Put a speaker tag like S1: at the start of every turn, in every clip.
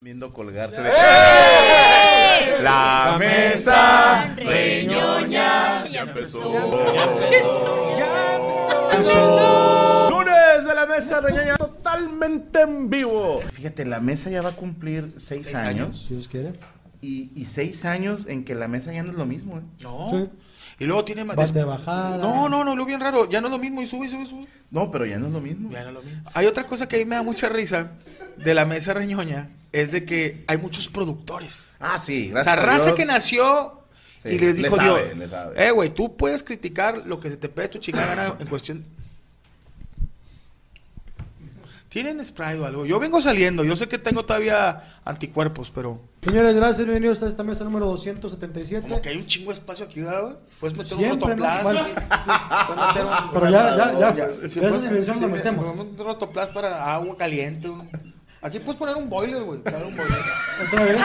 S1: Viendo colgarse de ¡Eh! La mesa reñoña ya empezó. ¡Eh! Lunes de la mesa reñoña totalmente en vivo. Fíjate, la mesa ya va a cumplir seis, años.
S2: Si Dios quiere.
S1: Y, y seis años en que la mesa ya no es lo mismo. ¿eh?
S3: No.
S2: Sí.
S3: Y luego tiene más.
S2: Vas de bajada.
S3: No, no, no, lo bien raro. Ya no es lo mismo y sube, sube, sube.
S1: No, pero ya no es lo mismo.
S3: Ya no es lo mismo. Hay otra cosa que a mí me da mucha risa de la mesa reñoña: es de que hay muchos productores.
S1: Ah, sí,
S3: La
S1: gracias. a
S3: raza
S1: Dios.
S3: que nació
S1: Sí,
S3: y les
S1: le
S3: dijo
S1: sabe,
S3: Dios:
S1: le sabe.
S3: Eh, güey, tú puedes criticar lo que se te pegue tu chingada gana en cuestión. ¿Tienen Sprite o algo? Yo vengo saliendo. Yo sé que tengo todavía anticuerpos, pero.
S2: Señores, gracias. Bienvenidos a esta mesa número 277.
S3: Como que hay un chingo de espacio aquí, ¿verdad, güey? Pues Puedes meter un
S2: Siempre, ¿no?
S3: rotoplas.
S2: Bueno,
S3: güey. Puedes meter un-
S2: Pero ya, ya, ya.
S3: Ah,
S2: ya
S3: Ya, sí,
S2: esa
S3: pues,
S2: dimensión
S3: sí,
S2: lo
S3: me-
S2: metemos.
S3: ponemos Un rotoplas para agua caliente. un- Aquí puedes poner un boiler, güey. claro, un boiler.
S2: Otra vez.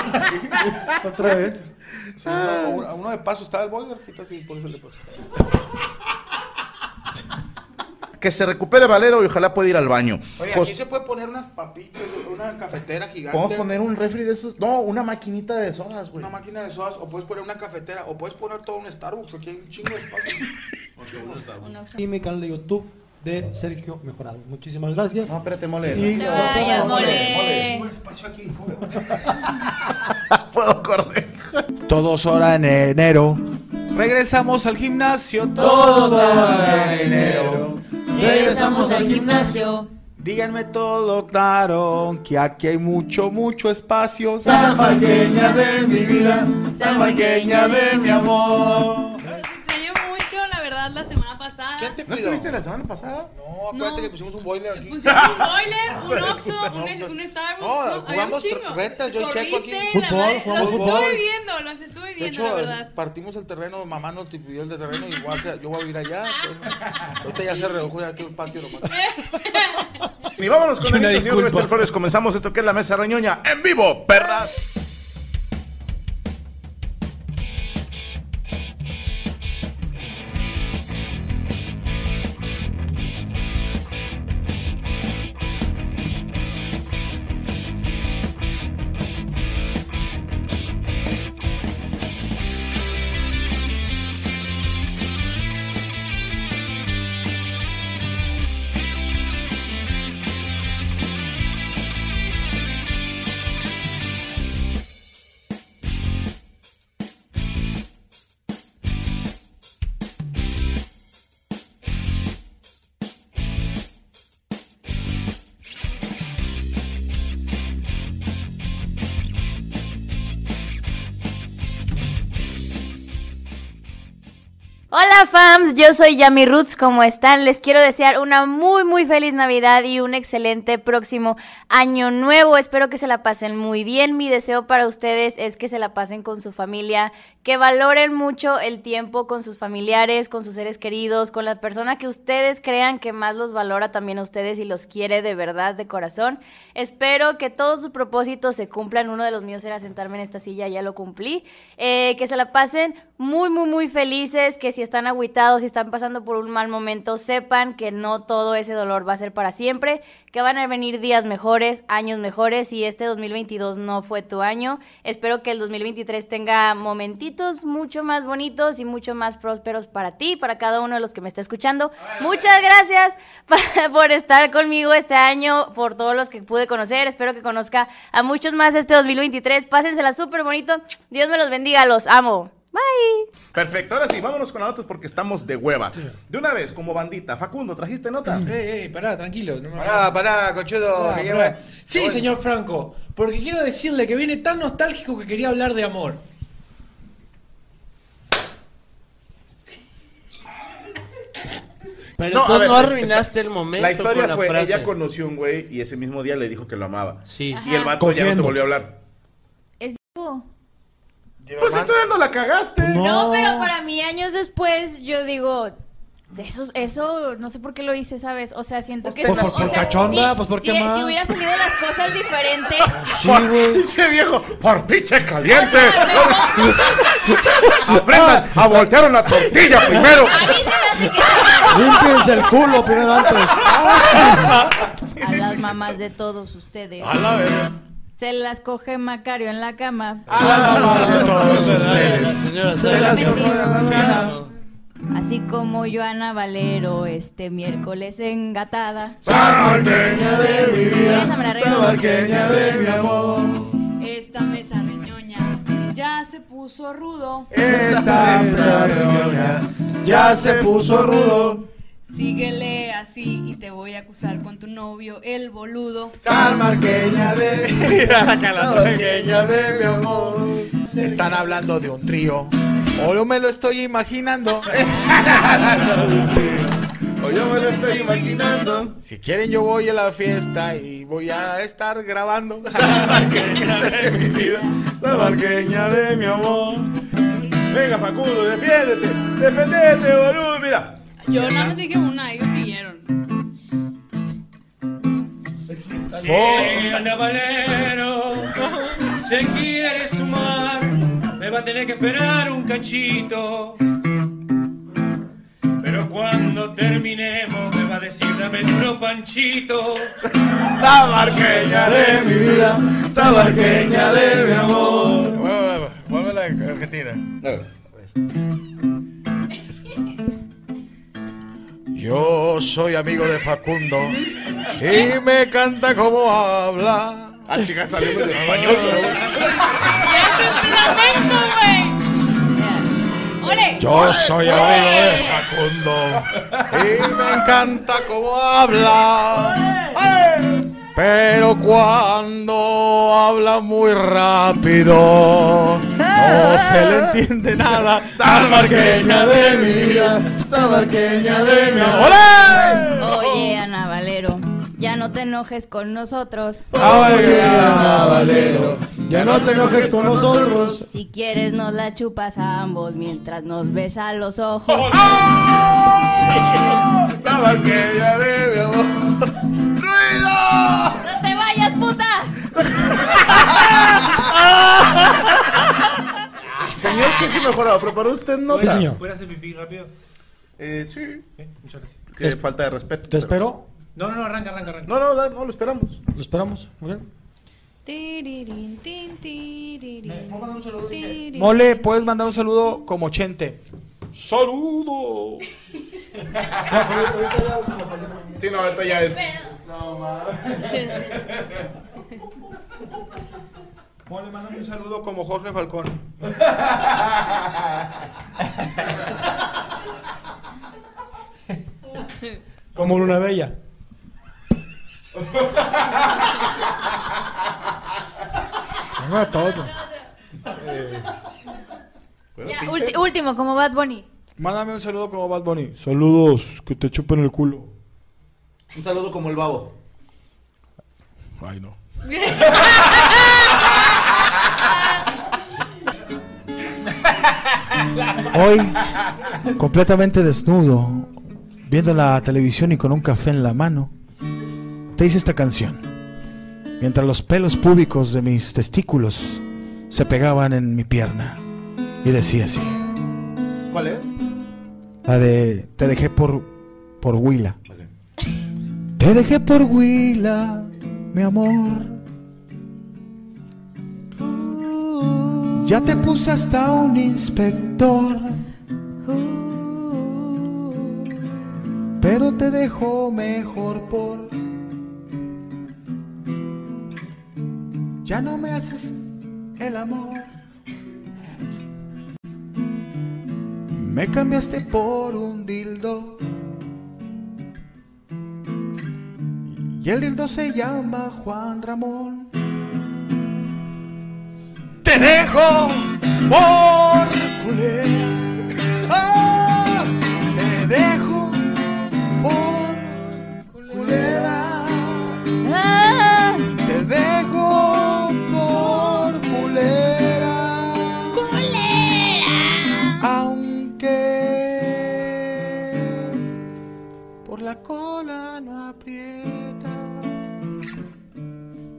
S2: Otra vez.
S3: Sí, una- una- uno, de paso estaba el boiler, quitas y pones el de paso.
S1: Que se recupere Valero y ojalá pueda ir al baño.
S3: Oye,
S1: Jos-
S3: aquí se puede poner unas papitas, una cafetera gigante.
S1: Pues Podemos poner un refri de esos. No, una maquinita de sodas, güey.
S3: una máquina de sodas, o puedes poner una cafetera, o puedes poner todo un Starbucks, aquí hay un chingo de espacio.
S2: Y mi canal de YouTube de Sergio Mejorado. Muchísimas gracias.
S1: No, espérate, mole.
S2: Y-
S1: No,
S2: Te
S1: no,
S2: vayas,
S1: no, mole,
S4: mole.
S1: Eh.
S3: Chingo de espacio aquí.
S1: mole. Puedo correr.
S3: Todos ahora en enero. Regresamos al gimnasio.
S2: Todos ahora en enero.
S4: Regresamos al gimnasio.
S3: Díganme todo, Tarón, que aquí hay mucho, mucho espacio.
S2: Marqueña de mi vida.
S4: Salvaqueña de mi
S3: amor.
S5: Los extrañé mucho, la verdad, la semana pasada.
S3: ¿Quién te
S1: ¿No
S3: cuidó?
S1: estuviste la semana pasada?
S3: No, acuérdate
S5: No.
S3: que pusimos un boiler aquí.
S5: Pusimos un boiler, un Oxxo, un, un Starbucks.
S3: No,
S5: No, había un
S3: jugamos
S5: chingo.
S3: retas, yo
S5: Corriste,
S3: checo aquí.
S5: la
S2: Fútbol,
S5: madre-
S2: jugamos
S5: los
S2: fútbol.
S5: estuve viendo, los estuve
S3: De
S5: viendo,
S3: hecho,
S5: la verdad.
S3: partimos el terreno, mamá nos pidió el terreno y igual que yo voy a vivir allá. entonces, ahorita ya se redujo ya aquí el patio nomás.
S1: Y vámonos con
S6: Y
S1: el
S6: una
S1: señor
S6: disculpa.
S1: Wester Flores. Comenzamos esto que es la mesa reñoña en vivo, perras.
S4: Hola fams, yo soy Yami Roots, ¿cómo están? Les quiero desear una muy muy feliz Navidad y un excelente próximo año nuevo. Espero que se la pasen muy bien. Mi deseo para ustedes es que se la pasen con su familia, que valoren mucho el tiempo con sus familiares, con sus seres queridos, con la persona que ustedes crean que más los valora también a ustedes y los quiere de verdad, de corazón. Espero que todos sus propósitos se cumplan. Uno de los míos era sentarme en esta silla, ya lo cumplí. Eh, que se la pasen muy, muy, muy felices, que si están agüitados, si están pasando por un mal momento, sepan que no todo ese dolor va a ser para siempre, que van a venir días mejores, años mejores, y este 2022 no fue tu año. Espero que el 2023 tenga momentitos mucho más bonitos y mucho más prósperos para ti, para cada uno de los que me está escuchando. Muchas gracias pa- por estar conmigo este año, por todos los que pude conocer. Espero que conozca a muchos más este 2023. Pásensela súper bonito. Dios me los bendiga, los amo. Bye.
S1: Perfecto, ahora sí, vámonos con las notas porque estamos de hueva. De una vez, como bandita. Facundo, ¿trajiste nota?
S6: Ey, ey, pará, tranquilo. No me
S3: Pará, pará, cochudo.
S6: Pará,
S3: que
S6: pará.
S3: lleva-
S6: Sí,
S3: Oye,
S6: señor Franco, porque quiero decirle que viene tan nostálgico que quería hablar de amor.
S7: Pero
S1: No, a
S7: tú
S1: ver,
S7: no arruinaste el momento.
S1: La historia
S7: con la
S1: fue,
S7: frase.
S1: ella conoció a un güey y ese mismo día le dijo que lo amaba.
S7: Sí.
S1: Y el vato ya no te
S2: Cogiendo.
S1: volvió a hablar.
S4: Es
S3: lleva
S1: Pues
S3: man-
S1: entonces no la cagaste.
S2: No.
S8: No, pero para mí años después yo digo, eso, eso no sé por qué lo hice, ¿sabes? O sea, siento
S1: Pues
S8: que...
S1: te
S8: o
S1: la-
S8: sea,
S1: por
S2: cachonda, pues, ¿por
S8: si,
S2: qué más?
S8: si hubiera salido las cosas diferentes...
S2: Sí,
S1: Por
S2: güey.
S1: pinche viejo, por pinche caliente.
S8: a
S1: Aprendan a voltear una tortilla primero.
S8: mí se me hace que...
S2: Límpiense el culo primero antes.
S8: A las mamás de todos ustedes.
S1: A la verga.
S4: se las coge Macario en la cama.
S1: Todos
S9: La
S1: ustedes.
S9: señora
S4: Se las
S9: sabe.
S4: coge. Así como Joana Valero este miércoles engatada.
S1: Salvaqueña de mi
S4: Esa me la
S1: vida,
S4: arreglo.
S1: salvaqueña de mi amor.
S5: Esta mesa reñoña ya se puso rudo.
S1: Esta mesa reñoña ya se puso rudo.
S5: Síguele así y te voy a acusar con tu novio, el boludo.
S1: Salvaqueña de salvaqueña de mi amor.
S3: Están hablando de un trío. O yo me lo estoy imaginando.
S1: O yo me lo estoy imaginando.
S3: Si quieren, yo voy a la fiesta y voy a estar grabando.
S1: Salvaqueña de mi vida, salvaqueña de mi amor. Venga, Facundo, defiéndete, defendete, boludo, mira.
S5: Yo nada más dije una, ellos siguieron.
S10: Si Ana Valero se quiere sumar, me va a tener que esperar un cachito. Pero cuando terminemos me va a decir dame otro panchito.
S1: Salvaqueña de mi vida, salvaqueña de mi amor.
S3: Vuelve a la Argentina. Yo soy amigo de Facundo y me canta como habla.
S1: Ah, chicas, salimos de español,
S5: ¡Ya esto es un lamento, güey! ¡Ole!
S3: Yo soy amigo de Facundo y me encanta cómo habla. Pero cuando habla muy rápido, no se le entiende nada.
S1: Salvarqueña de mi vida, salvarqueña de mi amor.
S3: ¡Ole!
S4: Oye, Ana Valero, ya no te enojes con nosotros.
S2: Ah,
S1: Oye, Ana Valero, ya no te enojes con nosotros.
S4: Si quieres nos la chupas a ambos mientras nos besa los ojos.
S1: Salvarqueña de mi amor. ¡Ruido!
S4: ¡No te vayas, puta!
S1: Señor Cheque Mejorado, ¿preparó usted nota?
S8: Sí, señor.
S10: ¿Puedo hacer pipí rápido?
S1: Eh, sí.
S10: Muchas gracias.
S1: Que es falta de respeto.
S8: Te espero.
S10: No, no, no, arranca, arranca, arranca.
S1: No, no, no, no, lo esperamos.
S8: Lo esperamos. Muy bien.
S5: Tiririn, tin, tiririn, tiririn.
S3: Mole, puedes mandar un saludo como ochente. ¡Saludo!
S5: Ah.
S1: Sí, no, esto ya es.
S3: Mole, mándame un saludo como Jorge Falcón.
S8: Como Luna Bella. Tengo de todo.
S3: Eh,
S2: Ya, ulti- último, como Bad Bunny.
S3: Mándame un saludo como Bad Bunny. Saludos, que te chupen el culo.
S1: Un saludo como el babo.
S3: Ay, no.
S8: Hoy, completamente desnudo, viendo la televisión y con un café en la mano, te hice esta canción. Mientras los pelos públicos de mis testículos se pegaban en mi pierna. Y decía así.
S1: ¿Cuál es?
S8: La de Te dejé por por Huila.
S1: Vale.
S8: Te dejé por Huila, mi amor. Ya te puse hasta un inspector. Pero te dejo mejor por. Ya no me haces el amor. Me cambiaste por un dildo. Y el dildo se llama Juan Ramón. Te dejo por culera. Ah, te dejo por culera.
S2: Ah,
S8: Te dejo por culera. Aunque por la cola no aprieta.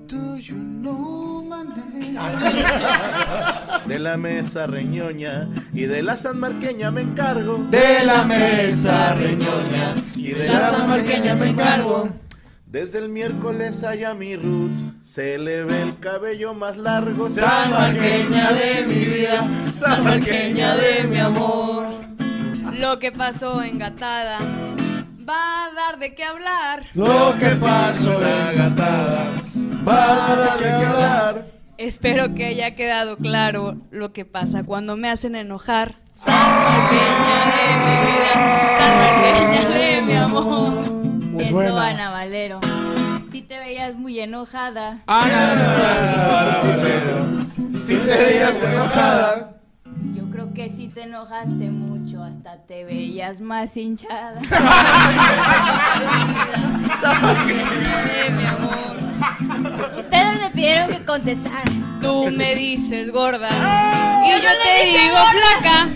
S8: Do you know my name?
S1: De la mesa reñoña y de la sanmarqueña me encargo.
S8: De la mesa reñoña.
S1: y
S5: de la sanmarqueña me encargo.
S1: Desde el miércoles allá mi roots se le ve el cabello más largo.
S8: San Marqueña de mi vida, San Marqueña de mi amor.
S5: Lo que pasó en Gatada va a dar de qué hablar.
S8: Lo que pasó en la gatada va a dar que hablar.
S5: Espero que haya quedado claro lo que pasa cuando me hacen enojar.
S8: San Marqueña de mi vida,
S5: San Marqueña de mi amor.
S11: Es
S4: Eso,
S11: buena.
S4: Ana Valero. Sí te veías muy enojada.
S8: si te veías enojada.
S4: Yo creo que sí te enojaste mucho, hasta te veías más hinchada.
S5: De mi amor.
S4: Ustedes me pidieron que contestara.
S5: Tú me dices gorda y yo te digo flaca.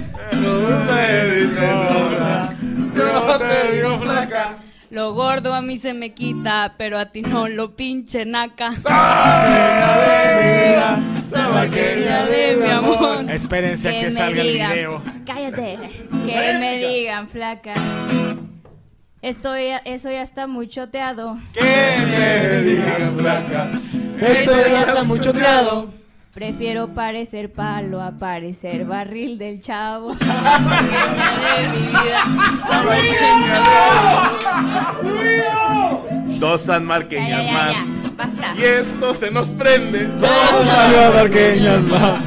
S8: No te digo flaca.
S5: Lo gordo a mí se me quita, pero a ti no lo pinche naca.
S3: ¡Ah!
S8: San Marqueña
S5: De mi amor.
S11: Espérense a que salga el video.
S4: Cállate. Que me digan, flaca. Estoy, eso ya está muy choteado.
S8: me digan flaca.
S5: Eso ya está muy choteado.
S4: Prefiero parecer palo a parecer barril del chavo.
S5: Pequeña de mi vida. San
S1: Dos
S4: Ya, ya,
S1: sanmarqueñas
S4: ya,
S1: más.
S4: ya. Basta.
S1: Y esto se nos prende.
S8: Dos salvadoreñas más.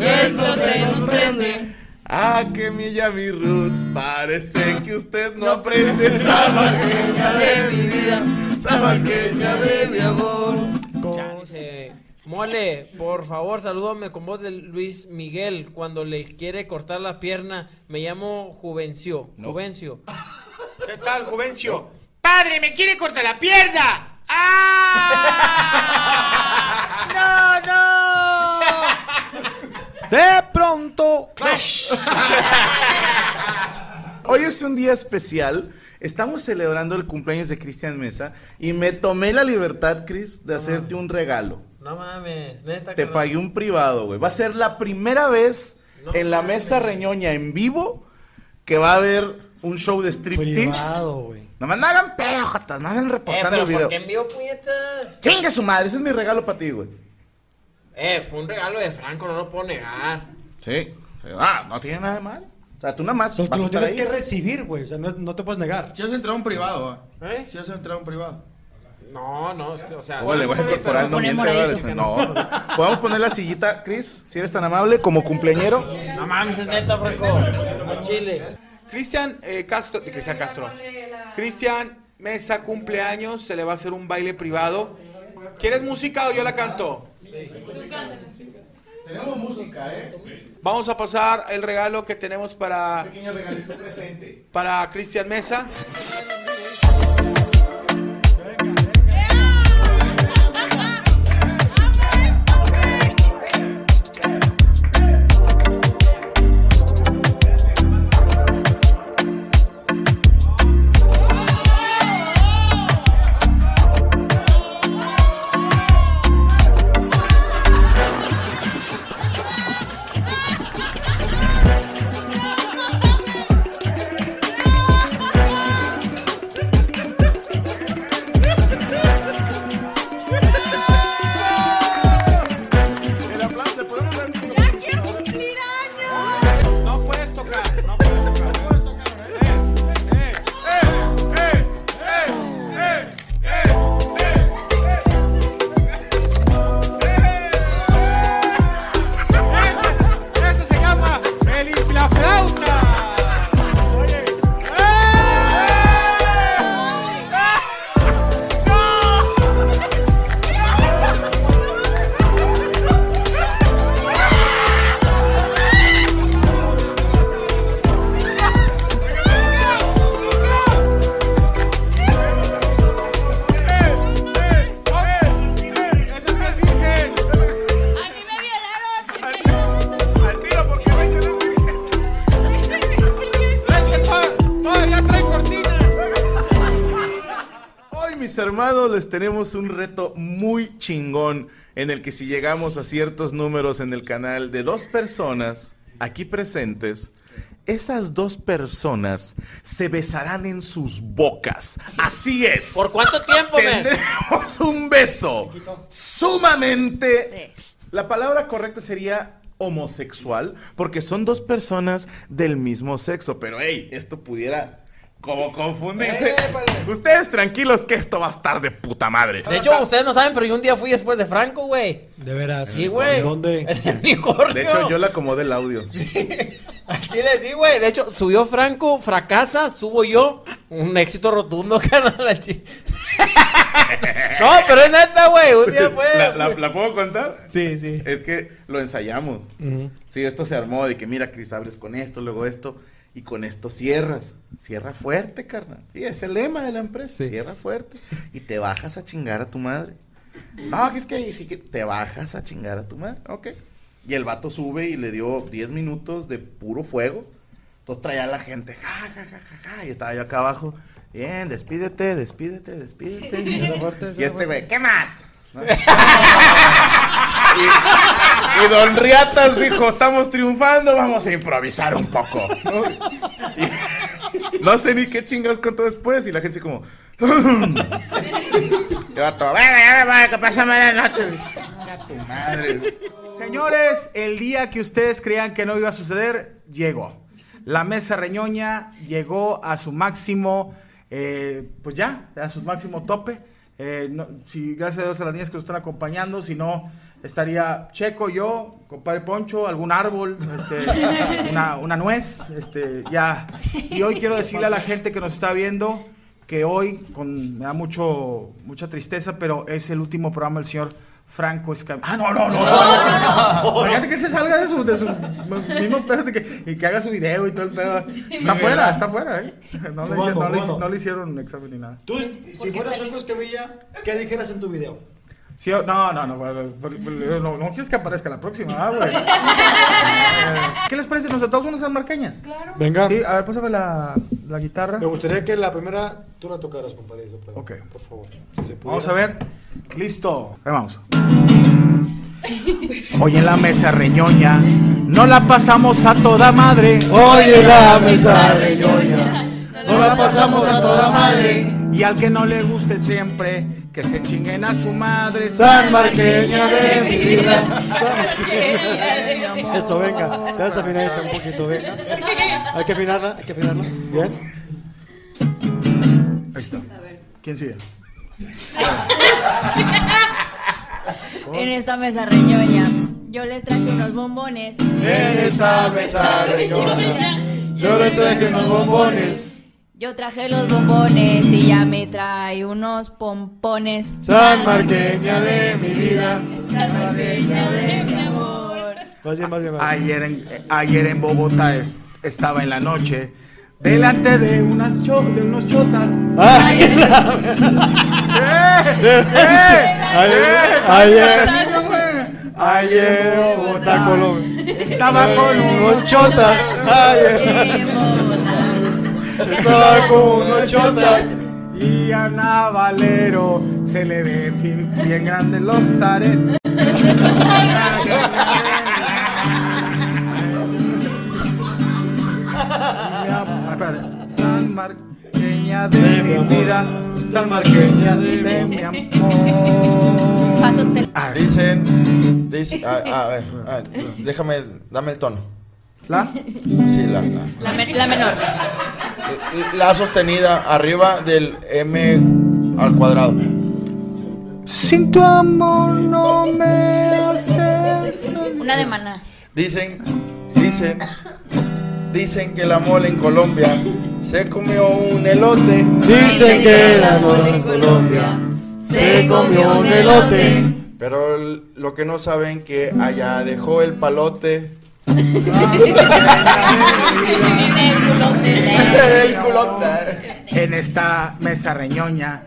S5: Esto se nos prende.
S1: Ah, que mi Yami Roots, parece que usted no aprende.
S8: Salvadoreña de mi vida, salvadoreña de mi amor.
S6: Dice, Mole, por favor, salúdame con voz de Luis Miguel cuando le quiere cortar la pierna. Me llamo Juvencio. Juvencio.
S3: ¿Qué tal, Juvencio? ¡Padre, me quiere cortar la pierna! ¡Ah!
S11: De pronto.
S1: Hoy es un día especial. Estamos celebrando el cumpleaños de Cristian Mesa y me tomé la libertad, Chris, de hacerte un regalo.
S6: No mames, neta.
S1: Te
S6: carnal.
S1: pagué un privado, güey. Va a ser la primera vez
S6: No
S1: en la
S6: mames.
S1: mesa reñoña en vivo que va a haber un show de striptease.
S11: Privado, güey.
S1: Nomás no hagan pedo, jatas, no hagan
S6: Eh,
S1: reportando
S6: pero
S1: el video.
S6: ¿por qué envió puñetas?
S1: Chinga su madre, ese es mi regalo para ti, güey.
S6: Eh, fue un regalo de Franco, no lo puedo negar.
S1: Sí, sí. Ah, no tiene nada de mal. O sea, tú nada más.
S2: Entonces, tú
S1: vas a
S2: lo
S1: estar
S2: tienes
S1: ahí.
S2: que recibir, güey. O sea, no, no te puedes negar.
S8: Si has entrado un privado,
S6: ¿Eh?
S8: si has entrado un privado.
S6: No, no, o sea...
S1: Órale,
S6: sí,
S1: voy a
S6: Ah, sí,
S1: incorporar
S6: pero
S1: el nombre
S6: poner
S1: de este
S6: moradito.
S1: adolescente. No. Podemos poner la sillita, Chris, si eres tan amable, como cumpleañero.
S6: No mames, es neta, Franco. Al chile.
S3: Cristian eh, Castro, eh, Cristian Castro. Cristian Mesa cumpleaños, se le va a hacer un baile privado. ¿Quieres música o yo la canto?
S1: Tenemos música, ¿eh?
S3: Vamos a pasar el regalo que tenemos para
S1: Pequeño regalito presente.
S3: para Cristian Mesa.
S1: El aplauso, ¿le podemos dar?
S3: No puedes tocar, no puedes tocar. Ese- ese se llama el inflaflauta. Oye. ¡Eh! ¡Ah! ¡No! ¡Ese es el virgen!
S4: A mí me violaron. porque yo-
S1: Al tiro, porque me echan un virgen.
S3: ¡Leche, to- todavía trae cortina!
S1: Hoy, mis hermanos, les tenemos un reto muy chingón en el que si llegamos a ciertos números en el canal de dos personas aquí presentes, Esas dos personas se besarán en sus bocas. Así es.
S6: ¿Por cuánto tiempo, men?
S1: Tendremos un beso sumamente. La palabra correcta sería homosexual, porque son dos personas del mismo sexo. Pero, hey, esto pudiera como confundirse. Ustedes tranquilos que esto va a estar de puta madre.
S6: De hecho, ustedes no saben, pero yo un día fui después de Franco, güey.
S2: De veras.
S6: Sí, güey.
S2: ¿Dónde?
S1: De hecho, yo le acomodé el audio.
S6: Chile, sí, güey. De hecho, subió Franco, fracasa, subo yo. Un éxito rotundo, carnal. al chi- no, pero es neta, güey. Un día fue.
S1: ¿La, la, la puedo contar?
S2: Sí, sí.
S1: Es que lo ensayamos. Sí, esto se armó de que mira, Cris, abres con esto, luego esto, y con esto cierras. Cierra fuerte, carnal. Sí, es el lema de la empresa. Cierra fuerte. Y te bajas a chingar a tu madre. No, que es que ahí sí que te bajas a chingar a tu madre. Ok. Y el vato sube y le dio 10 minutos de puro fuego. Entonces traía a la gente. Ja, ja, ja, ja, ja. Y estaba yo acá abajo. Bien, despídete, despídete, despídete.
S2: Cierra fuerte,
S1: y
S2: cierra
S1: este
S2: fuerte.
S1: güey, ¿qué más? ¿No? Y, y Don Riatas dijo, estamos triunfando, vamos a improvisar un poco. ¿no? Y- no sé ni qué chingas contó después y la gente así como... Y va todo, "Bueno, ya me voy, que pasen buenas noches". Chinga tu madre.
S3: Señores, el día que ustedes creían que no iba a suceder, llegó. La mesa reñoña llegó a su máximo, eh, pues ya, a su máximo tope. Eh, no- si gracias a Dios a las niñas que nos están acompañando, si no, estaría Checo, yo, compadre Poncho, algún árbol, este, una, una nuez, este, ya. Y hoy quiero decirle a la gente que nos está viendo que hoy, con, me da mucho, mucha tristeza, pero es el último programa del señor Franco Escamilla. Ah, no, no, no. no, Imagínate que él se salga de su, de su mismo pedo de que- y que haga su video y todo el pedo. Está fuera, está fuera, ¿eh? No le,
S2: Fumando,
S3: no le-
S2: fumando.
S3: no le hicieron un examen ni nada.
S2: Tú, si fueras Franco Escamilla, ¿qué dijeras en tu video?
S3: Sí, o- no, no, no, bueno, bueno, bueno, no, no quieres que aparezca la próxima, ¿ah, güey? Eh, ¿Qué les parece? ¿Nos atamos unas almarqueñas? Claro.
S2: Venga.
S3: Sí, a ver, pásame la, la guitarra.
S2: Me gustaría que la primera tú la tocaras, compadre. eso, pero,
S3: Ok.
S2: Por favor. si se
S3: Vamos a
S2: pudiera.
S3: ver. Listo. Ahí vamos. Hoy en la mesa reñoña no la pasamos a toda madre.
S8: Hoy en la mesa
S3: reñoña
S8: no la pasamos a toda madre.
S3: Y al que no le guste siempre que se chinguen a su madre.
S8: San Marqueña de mi vida.
S2: Eso, venga. Ya afinadita un poquito, venga. Hay que afinarla, hay que afinarla. Bien.
S3: Ahí está. ¿Quién sigue?
S4: En esta mesa reñoña, yo les traje unos bombones.
S8: En esta mesa reñoña, yo le traje unos bombones.
S4: Yo traje los bombones y ya me trae unos pompones.
S8: San Marqueña de mi vida. San Marqueña de mi amor.
S3: Ayer en, eh, ayer en Bogotá es- estaba en la noche. Delante de unas cho- de unos chotas.
S8: Ay,
S3: ¡Eh! ¡Eh!
S8: Ayer,
S3: ayer,
S8: ayer, ayer, Bogotá, Eh, Colombia.
S3: Estaba con
S8: unos chotas. Ayer, estaba con unos chotas.
S3: Y a Navalero se le ve bien, bien grande los aretes. Ah, espérate. San Marqueña de, mi vida, San Marqueña de, mi amor.
S12: Ah, Dicen, dicen, a, a ver, a ver, déjame, dame el tono.
S3: ¿La?
S12: Sí, la, la.
S4: La, me- la menor.
S12: La sostenida arriba del M al cuadrado.
S3: Sin tu amor no me haces.
S4: Una de maná.
S12: Dicen, dicen, dicen que la mole en Colombia se comió un elote.
S8: Dicen que la mole en Colombia se comió un elote.
S12: Pero l- lo que no saben que allá dejó el palote.
S8: El
S3: En esta mesa reñoña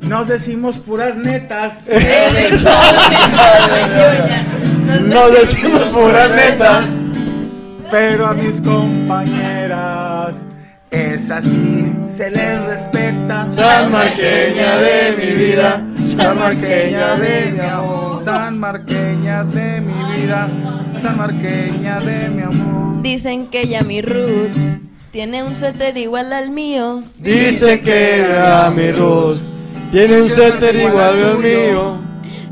S3: nos decimos puras netas.
S8: Nos decimos puras netas.
S3: Pero a mis compañeras, esas sí se les respeta.
S8: San Marqueña de mi vida, San Marqueña de mi
S3: amor. San Marqueña de mi vida, Sanmarqueña de mi amor.
S13: Dicen que Yami Roots tiene un suéter igual al mío.
S8: Dice que a mi Ruth tiene un suéter igual al mío.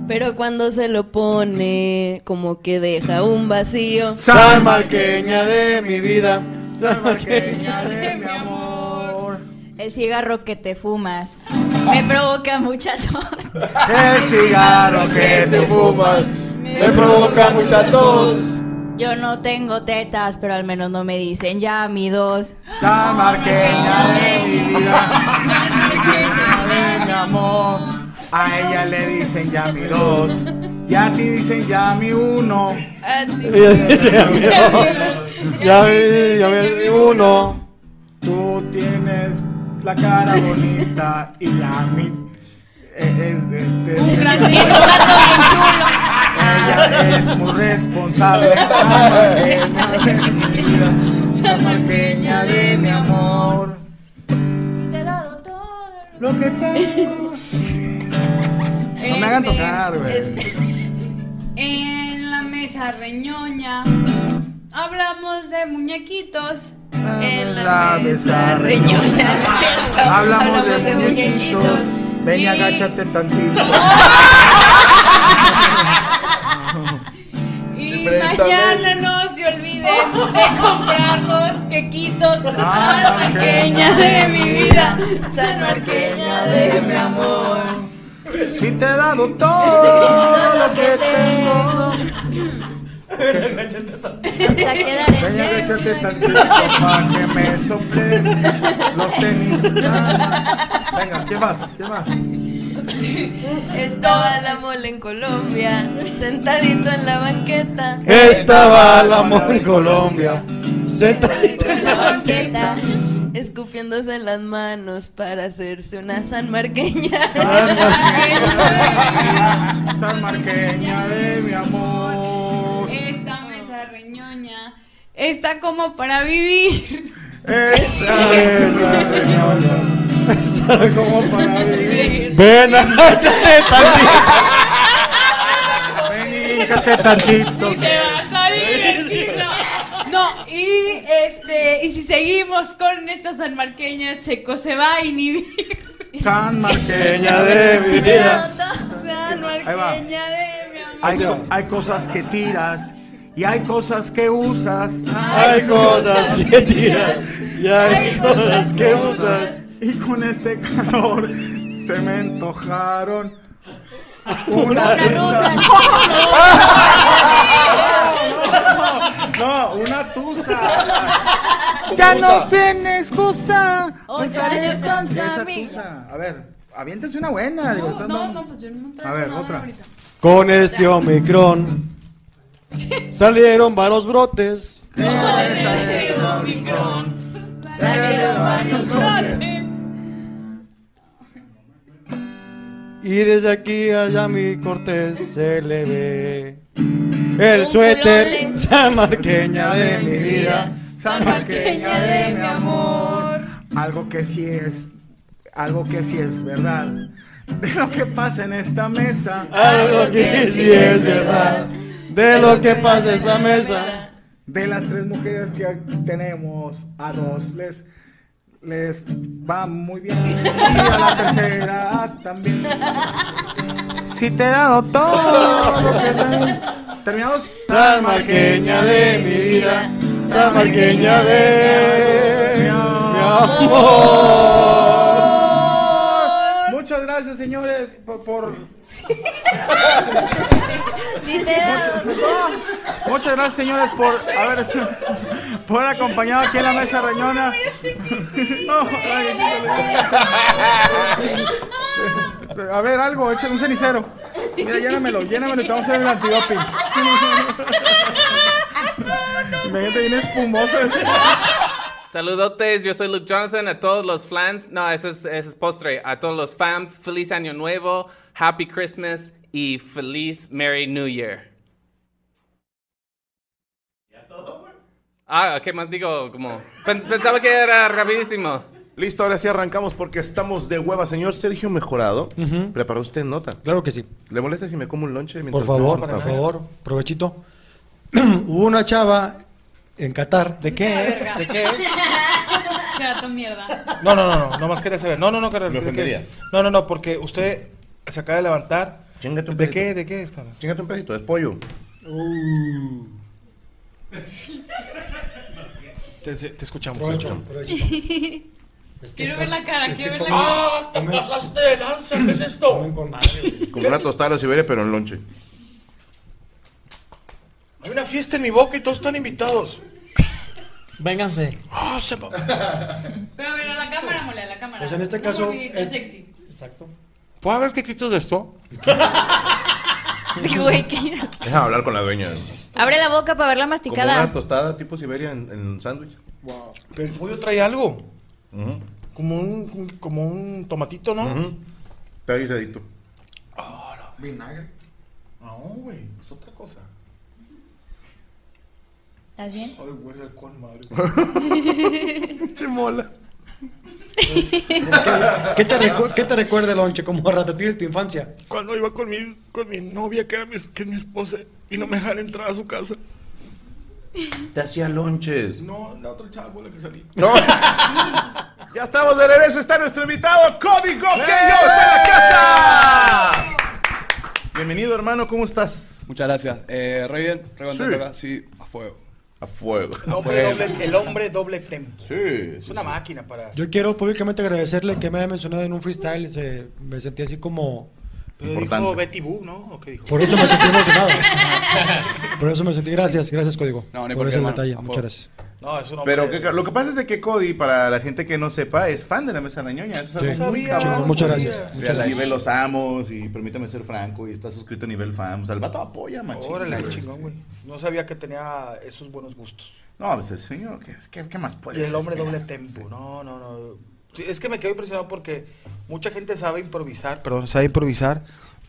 S13: Pero cuando se lo pone, como que deja un vacío.
S8: San Marqueña de mi vida. San
S13: Marqueña
S8: de mi
S4: El cigarro que te fumas me provoca mucha tos.
S14: El cigarro que te fumas me provoca mucha tos.
S4: Yo no tengo tetas, pero al menos no me dicen ya mi dos.
S3: San Marqueña de mi vida. San Marqueña de mi amor. A ella le dicen ya mi dos. Y a ti dicen ya mi uno.
S8: Ya mi dos. Ya mi- ya mi uno.
S3: Tú tienes la cara bonita y ya mi. eh, eh, este, Ella es muy responsable. Samarqueña de mi vida. Samarqueña de mi amor. Lo que tengo. No me hagan
S5: Este,
S3: tocar, güey.
S5: En la mesa reñoña hablamos de muñequitos. En la
S3: La besarreñona. Hablamos de muñequitos. Ven y agáchate tantito.
S5: Y
S3: Préstame.
S5: mañana no se olviden de comprar los quequitos. San
S3: Ah,
S5: Marqueña de mi vida, San Marqueña de mi amor.
S3: Si te he dado todo lo que tengo. Ven y agáchate tantito para que me soples los tenis. Venga, ¿qué más? ¿Qué más?
S13: Estaba la mole en Colombia, sentadito en la banqueta.
S8: Estaba el amor en Colombia. Sentadita en la
S13: banqueta. Escupiéndose las manos para hacerse una sanmarqueña.
S3: San Marqueña de mi amor.
S5: Esta mesa reñoña está como para vivir.
S3: Esta es la reñoña. Está como para vivir.
S8: Ven, agáchate tantito.
S3: Fíjate tantito.
S5: Te vas a divertir, no. No, y este, y si seguimos con esta sanmarqueña, Checo se va a inhibir.
S3: San Marqueña
S8: Peña de mi vida.
S5: Sanmarqueña de mi amor.
S3: Hay, co- hay cosas que tiras y hay cosas que usas.
S8: Hay cosas que tiras y hay cosas que usas.
S3: Y con este calor se me antojaron una tusa. No, una tusa.
S8: Ya no
S3: tiene excusa. Pues
S8: Hoy sales con su
S3: esa
S8: amiga.
S3: tusa. A ver, aviéntese una buena. digo, estás
S5: No,
S3: dando-
S5: no, pues yo no
S3: A ver, otra.
S8: Con este Omicron salieron varios brotes. Y desde aquí allá mi Cortés se le ve el suéter sanmarqueña de mi vida.
S3: San Marqueña de mi amor. Algo que sí es, algo que sí es verdad. De lo que pasa en esta mesa.
S8: Algo que sí es verdad. De lo que pasa en esta mesa.
S3: De las tres mujeres que tenemos, a dos les, les va muy bien. Y a la tercera también. Si te he dado todo lo que tengo. Terminamos.
S8: Sanmarqueña de mi vida, sanmarqueña de mi amor.
S3: Muchas gracias, señores, por. por- Muchas- Muchas gracias, señores, por haber, por haber acompañado aquí en la mesa reñona. No, ay, quítale. a ver, algo, échale un cenicero. Mira, llénamelo, llénamelo y te vamos a hacer el antidoping. Me gente bien espumoso.
S6: Saludotes, yo soy Luke Jonathan, a todos los flans, no, ese es, ese es postre, a todos los fans, feliz año nuevo, happy Christmas y feliz Merry New Year. Ah, ¿qué más digo? Como, pen- pensaba que era rapidísimo.
S1: Listo, ahora sí arrancamos porque estamos de hueva. Señor Sergio Mejorado, ¿preparó usted nota?
S2: Claro que sí.
S1: ¿Le molesta si me como un lonche? mientras
S2: Por favor,
S1: ustedes
S2: por
S1: son-
S2: favor, provechito. hubo una chava en Qatar. ¿De qué?
S8: ¿De qué? Chato, mierda.
S3: No, no, no, no, nomás quería saber. No, no, no, carnal.
S1: Me
S3: ¿de qué
S1: ofendería.
S3: es? No, no, no, porque usted se acaba de levantar.
S1: Chingate un
S3: ¿De
S1: pedacito.
S3: qué? ¿De qué es, carnal?
S1: Chingate un pedacito, es pollo.
S15: Uh.
S3: Te, te escuchamos.
S2: Provecho,
S8: quiero ver la cara, quiero ver la
S2: comen-
S8: cara.
S2: comen-
S8: de danza! ¿Qué es esto?
S1: Como una tostada de Siberia, pero en lonche.
S3: Hay una fiesta en mi boca y todos están invitados.
S6: Vénganse.
S3: Ah, se pa-
S8: Pero a ver, a la cámara, mole, a la cámara.
S2: Pues en este
S8: Una
S2: caso,
S8: mordidita
S2: es-
S8: sexy.
S2: Exacto.
S3: ¿Puedo ver qué quitas de esto?
S4: Güey, ¿qué?
S1: Deja hablar con la dueña.
S4: Abre la boca para verla
S1: Como una
S4: masticada.
S1: tostada tipo Siberia en, en un sándwich. Wow.
S3: Pero el pollo trae algo.
S1: Ujú.
S3: Como un, como un tomatito, ¿no?
S1: Está guisadito.
S15: ¿Vinagre? No, güey, es otra cosa.
S8: ¿Estás bien?
S15: Ay, huele a alcohol, madre.
S1: Che mola.
S2: ¿Qué te, recu- qué te recuerda el lonche? Como Ratatouille tu infancia.
S3: Cuando iba con mi, con mi novia, que, era mi, que es mi esposa, y no me dejaban entrar a su casa.
S1: Te hacía lonches.
S3: No, la otra chava con la que salí.
S1: No. ya estamos de regreso. Está nuestro invitado Código que está en la casa. Bienvenido, hermano. ¿Cómo estás?
S16: Muchas gracias. Eh, re bien, re contento
S1: Sí.
S16: acá. Sí, a fuego.
S1: A fuego.
S16: Fuego.
S3: el hombre doble tempo.
S1: Sí.
S3: Es una máquina para.
S2: Yo quiero públicamente agradecerle que me haya mencionado en un freestyle. se- me sentí así como.
S3: Pero dijo Betty Boo, ¿no? ¿O qué dijo?
S2: Por eso me sentí emocionado. Por eso me sentí. Gracias, gracias, Código.
S16: No, ni
S2: por
S16: por qué,
S2: ese
S16: hermano.
S2: detalle.
S16: A
S2: Muchas
S16: fuego.
S2: gracias.
S3: No, es un hombre.
S1: Pero que- lo que pasa es de que Cody, para la gente que no sepa, es fan de la mesa ñoña. Eso es
S2: Sí.
S1: algo muy
S2: Sabía,
S1: cabrón.
S2: chicos, muchas gracias,
S1: O sea,
S2: muchas
S1: la
S2: gracias.
S1: nivel los amos y permítame ser franco y está suscrito a nivel fam. O sea, el vato apoya, machín.
S3: Órale,
S1: Pues,
S3: chingón, güey. No sabía que tenía esos buenos gustos.
S1: No, pues el señor, ¿qué, qué, qué más puede
S3: Y el hombre doble tempo. No, no, no. Sí, es que me quedo impresionado porque mucha gente sabe improvisar, perdón, sabe improvisar,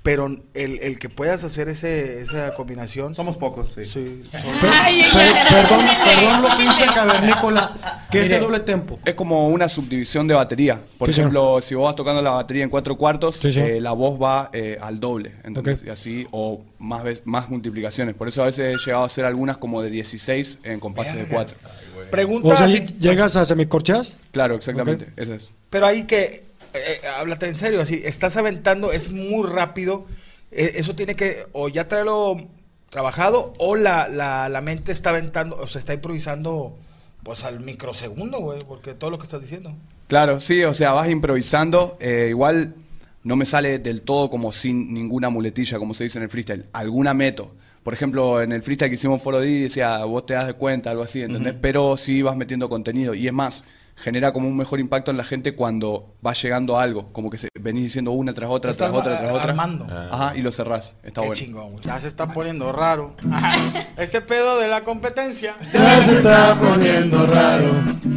S3: pero el, el que puedas hacer ese, esa combinación.
S1: Somos pocos, sí.
S3: son-
S2: Per- perdón, perdón lo pinche cavernícola. ¿Qué es el
S16: Mire.
S2: doble tempo?
S16: Es como una subdivisión de batería. Por
S2: Sí, señor.
S16: ejemplo, si vos vas tocando la batería en cuatro cuartos,
S2: Sí, sí.
S16: eh, la voz va eh, al doble. ¿entendés? Y así, o más, vez- más multiplicaciones. Por eso a veces he llegado a hacer algunas como de 16 en compases de cuatro.
S3: Pregunta
S2: O sea,
S3: así-
S2: ¿llegas a semicorcheas?
S16: Claro, exactamente. Ese es.
S3: Pero ahí que, eh, eh, háblate en serio, así, estás aventando, es muy rápido, eh, eso tiene que, o ya traerlo trabajado, o la, la, la mente está aventando, o se está improvisando, pues al microsegundo, güey, porque todo lo que estás diciendo.
S16: Claro, sí, o sea, vas improvisando. eh, igual no me sale del todo como sin ninguna muletilla, como se dice en el freestyle. Alguna meto. Por ejemplo, en el freestyle que hicimos Follow D decía, vos te das de cuenta, algo así, ¿entendés? Pero sí vas metiendo contenido. Y es más, genera como un mejor impacto en la gente cuando va llegando a algo. Como que se, venís diciendo una tras otra,
S3: Estás
S16: tras otra,
S3: a-
S16: tras otra.
S3: armando.
S16: Ajá, y lo cerrás. Está
S3: Qué
S16: bueno.
S3: chingón, güey. Ya se está poniendo raro. este pedo de la competencia.
S9: Ya se está poniendo raro.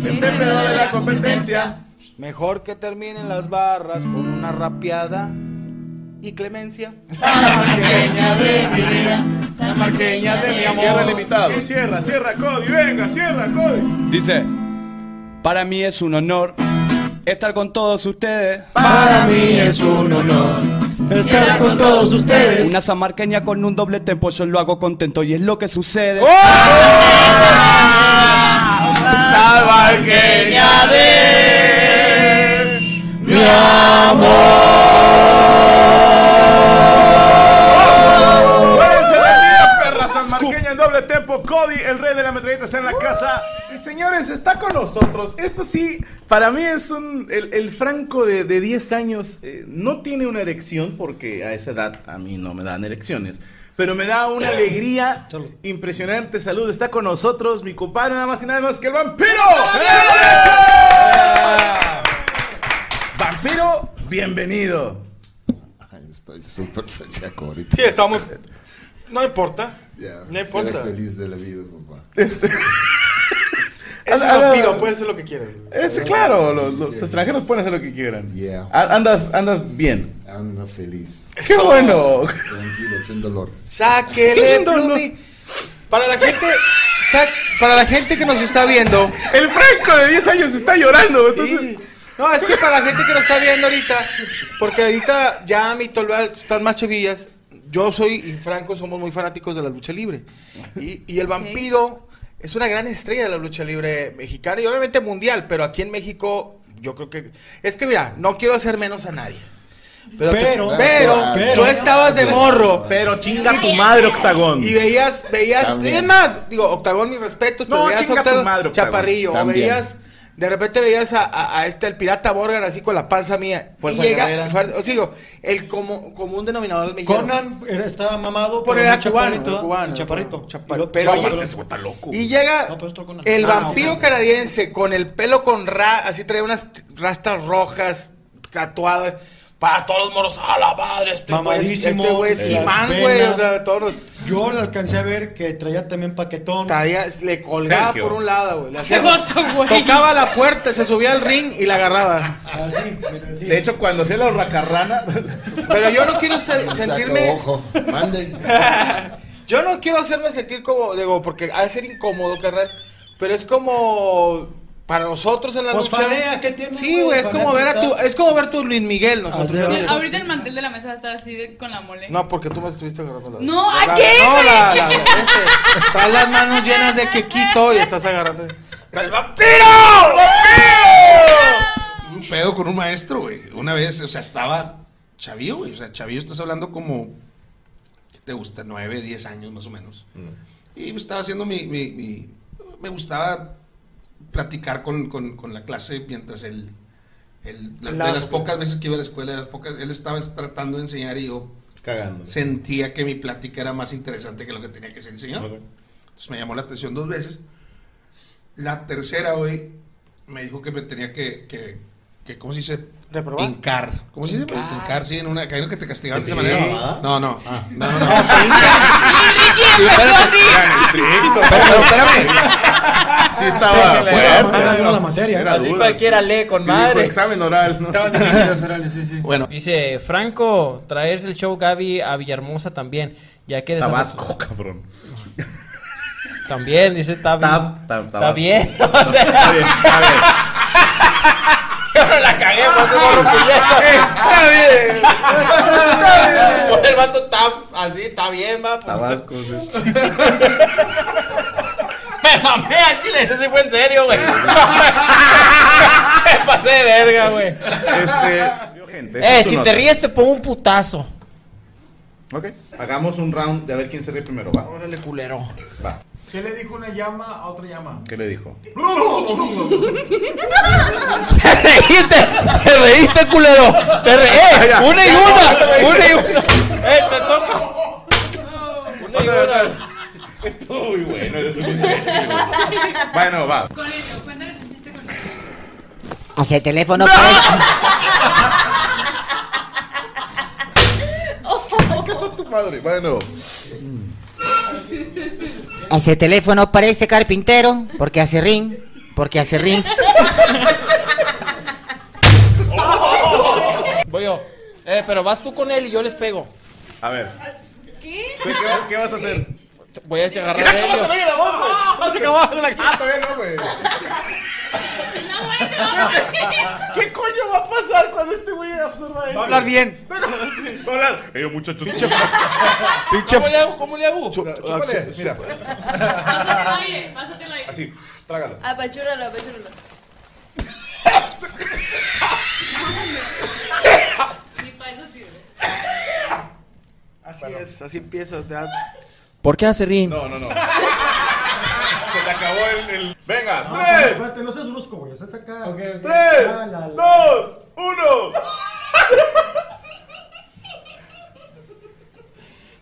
S3: Este pedo de la competencia. Mejor que terminen las barras con una rapeada y clemencia.
S8: Marqueña de mi vida, San Marqueña de mi amor.
S1: Cierra el invitado.
S17: Sí, Cierra, cierra, Cody, venga, cierra, Cody.
S16: Dice, para mí es un honor estar con todos ustedes.
S9: Para mí es un honor estar con todos ustedes.
S16: Una samarqueña con un doble tempo, yo lo hago contento y es lo que sucede.
S9: ¡Oh!
S8: Marqueña de mi
S17: Buenas día, perra sanmarqueña en doble tempo. Cody, el rey de la metralleta, está en la casa.
S1: Y señores, está con nosotros. Esto sí, para mí es un. El, el Franco de, de 10 años eh, no tiene una erección, porque a esa edad a mí no me dan erecciones. Pero me da una alegría impresionante. Salud, está con nosotros mi compadre, nada más y nada más que el vampiro. Vampiro, bienvenido.
S18: Estoy súper fechaco ahorita.
S3: Sí, estamos. No importa.
S18: Ya,
S3: No importa.
S18: era feliz de la vida, papá.
S3: Es
S1: Ah, ah,
S3: vampiro,
S1: ah.
S3: puede ser lo que quieras. güey.
S1: Es claro, los, los extranjeros pueden hacer lo que quieran.
S18: Yeah.
S1: A- Andas, andas bien.
S18: Ando feliz.
S1: ¡Qué bueno!
S18: Tranquilo, sin dolor.
S3: Sáquele, Plumi. Para la gente. sa- Para la gente que nos está viendo.
S1: El Franco de 10 años está llorando.
S3: No, es que para la gente que nos está viendo ahorita. Porque ahorita ya mi tolva están más chiquillas. yo soy y Franco somos muy fanáticos de la lucha libre. Y, y el vampiro es una gran estrella de la lucha libre mexicana y obviamente mundial, pero aquí en México yo creo que... Es que mira, no quiero hacer menos a nadie. Pero, te-
S1: Pero-
S3: pero, pero,
S1: pero-
S3: tú estabas de morro.
S1: Pero chinga tu madre, Octagón.
S3: Y veías, veías,
S1: También.
S3: es más, digo, Octagón, mi respeto, te
S1: No,
S3: veías
S1: chinga tu
S3: Octagón,
S1: madre, Octagón.
S3: Chaparrillo, o
S1: También.
S3: veías, de repente veías a, a- a este, el pirata Morgan así con la panza mía.
S2: Fuerza
S3: y llega,
S2: Guerrera.
S3: fuerza- o sea, digo, el como, común denominador mexicano.
S2: Conan era- estaba mamado
S3: Por
S2: por
S3: era
S2: el
S3: cubano,
S2: chaparrito. ¿eh?
S3: cubano,
S2: El chaparrito.
S3: Chaparro- pero oye,
S16: este
S3: Y llega
S2: pues, Ah,
S3: el vampiro canadiense con el pelo con ra, así trae unas t- rastas rojas, tatuado. Para todos los moros, a la madre, este güey es-
S2: Mamadísimo,
S3: este güey es
S2: las
S3: imán, güey. O
S2: venas.
S3: sea, todos los-
S2: Yo lo alcancé a ver que traía también paquetón.
S3: Traía, le colgaba
S2: Sergio.
S3: por un lado, güey. Le
S2: Qué
S3: hacía-
S2: oso, güey.
S3: Tocaba la puerta, se subía al ring y la agarraba.
S1: De hecho, cuando se la racarrana.
S3: Pero yo no quiero ser-
S1: Saca
S3: sentirme.
S19: ojo.
S3: yo no quiero hacerme sentir como, digo, porque ha de ser incómodo, carnal. Pero es como para nosotros en la
S2: Pues
S3: lucha.
S2: fanea, ¿qué tiene,
S3: Sí,
S2: güey?
S3: güey, es
S2: Fanea
S3: como ver a tu,
S2: pintado.
S3: es como ver tu Luis Miguel. Nosotros, en la lucha.
S5: Ahorita el mantel de la mesa va a estar así de- con la mole.
S3: No, porque tú me estuviste agarrando la.
S5: No,
S3: la-
S5: ¿a qué,
S3: No,
S5: güey?
S3: la, la, la- ese. Traes las manos llenas de quequito y estás agarrando. ¡Pero el vampiro!
S20: un pedo con un maestro, güey. Una vez, o sea, estaba chavillo, güey. O sea, chavillo estás hablando como, ¿qué te gusta? Nueve, diez años más o menos.
S1: Mm.
S20: Y pues, estaba haciendo mi, mi- mi- Me gustaba platicar con, con- con la clase mientras él... él- la- de
S3: Lazo,
S20: las
S3: güey.
S20: pocas veces que iba a la escuela, de las pocas, él estaba tratando de enseñar y yo
S1: Cagando.
S20: sentía que mi plática era más interesante que lo que tenía que ser enseñado. Entonces me llamó la atención dos veces. La tercera, güey, me dijo que me tenía que, que, que ¿cómo se dice?
S3: ¿Reprobar?
S20: Tincar. ¿Cómo se dice? Tincar, sí, en una cadena que te castigaban
S1: Sí,
S20: de esa
S1: sí. Ah.
S20: manera. No, no. No, no, no.
S1: Y
S20: Sí,
S1: Ricky empezó
S20: espérate.
S1: así.
S20: Espérate,
S1: Pero,
S20: espérame.
S1: Sí estaba
S20: Sí, se le-
S1: fuerte.
S20: era-
S1: era-
S2: la materia.
S1: era
S8: Así
S1: duro,
S8: cualquiera lee con
S1: Y dijo,
S8: madre.
S1: examen oral, ¿no? Bueno.
S8: Dice, Franco, traerse el show Gaby a Villahermosa también, ya que...
S1: Tabasco,
S8: cabrón. También, dice Tab. Está
S1: Tabasco.
S8: bien.
S1: Está bien, está bien.
S8: la cagué, pues, por ese morro puñeta. Con el vato Tab, así, está bien, va. Pues.
S1: Tabasco, sí.
S8: Me mamé a Chile, ese sí fue en serio, güey. Me pasé de verga, güey.
S1: esa
S8: eh,
S1: es tu
S8: si
S1: nota.
S8: te ríes te pongo un putazo.
S1: Ok, hagamos un round de a ver quién se ríe primero. Va.
S8: Órale, culero.
S1: Va.
S21: ¿Qué le dijo una llama a otra llama?
S1: ¿Qué le dijo?
S8: ¡Te reíste! ¡Te reíste, culero! ¡Te re...
S1: Ah,
S8: ¡Eh!
S1: ya.
S8: ¡Una y
S1: Ya,
S8: una!
S1: ya,
S8: ¡Una y
S1: ya.
S8: una! ¡Eh, te toca! ¡Una y una!
S1: Uy, bueno, eres un imbécil, güey. Bueno, va.
S22: Hacia el teléfono.
S1: ¿Qué es tu madre? Bueno.
S22: Hace teléfono parece carpintero, porque hace ring, porque hace ring.
S8: Voy yo. Eh, pero vas tú con él y yo les pego.
S1: A ver.
S5: ¿Qué?
S1: ¿Qué, qué vas a hacer?
S8: Voy a agarrar a Helio.
S1: la voz, güey. No se acabó de la Ah, todavía no, güey.
S21: ¿Qué coño va a pasar cuando este güey absorba esto?
S3: Va a hablar bien.
S1: Va a hablar. Eh, muchachos. Pinche
S3: ¿Cómo le hago?
S8: ¿Cómo le hago?
S1: Chúpale, mira.
S8: pues,
S5: Pásate el aire, pásate el aire.
S1: Así, trágalo.
S13: Apachúralo, apachúralo.
S5: Ni para eso sirve.
S3: Así es, así empiezas. te da-
S8: ¿Por qué hace ring?
S1: No, no, no. Se te acabó el. el- Venga,
S2: No,
S1: tres.
S2: espérate, no seas brusco, güey. O sea, saca.
S1: Tres,
S2: Ah, la- la-
S1: dos, uno.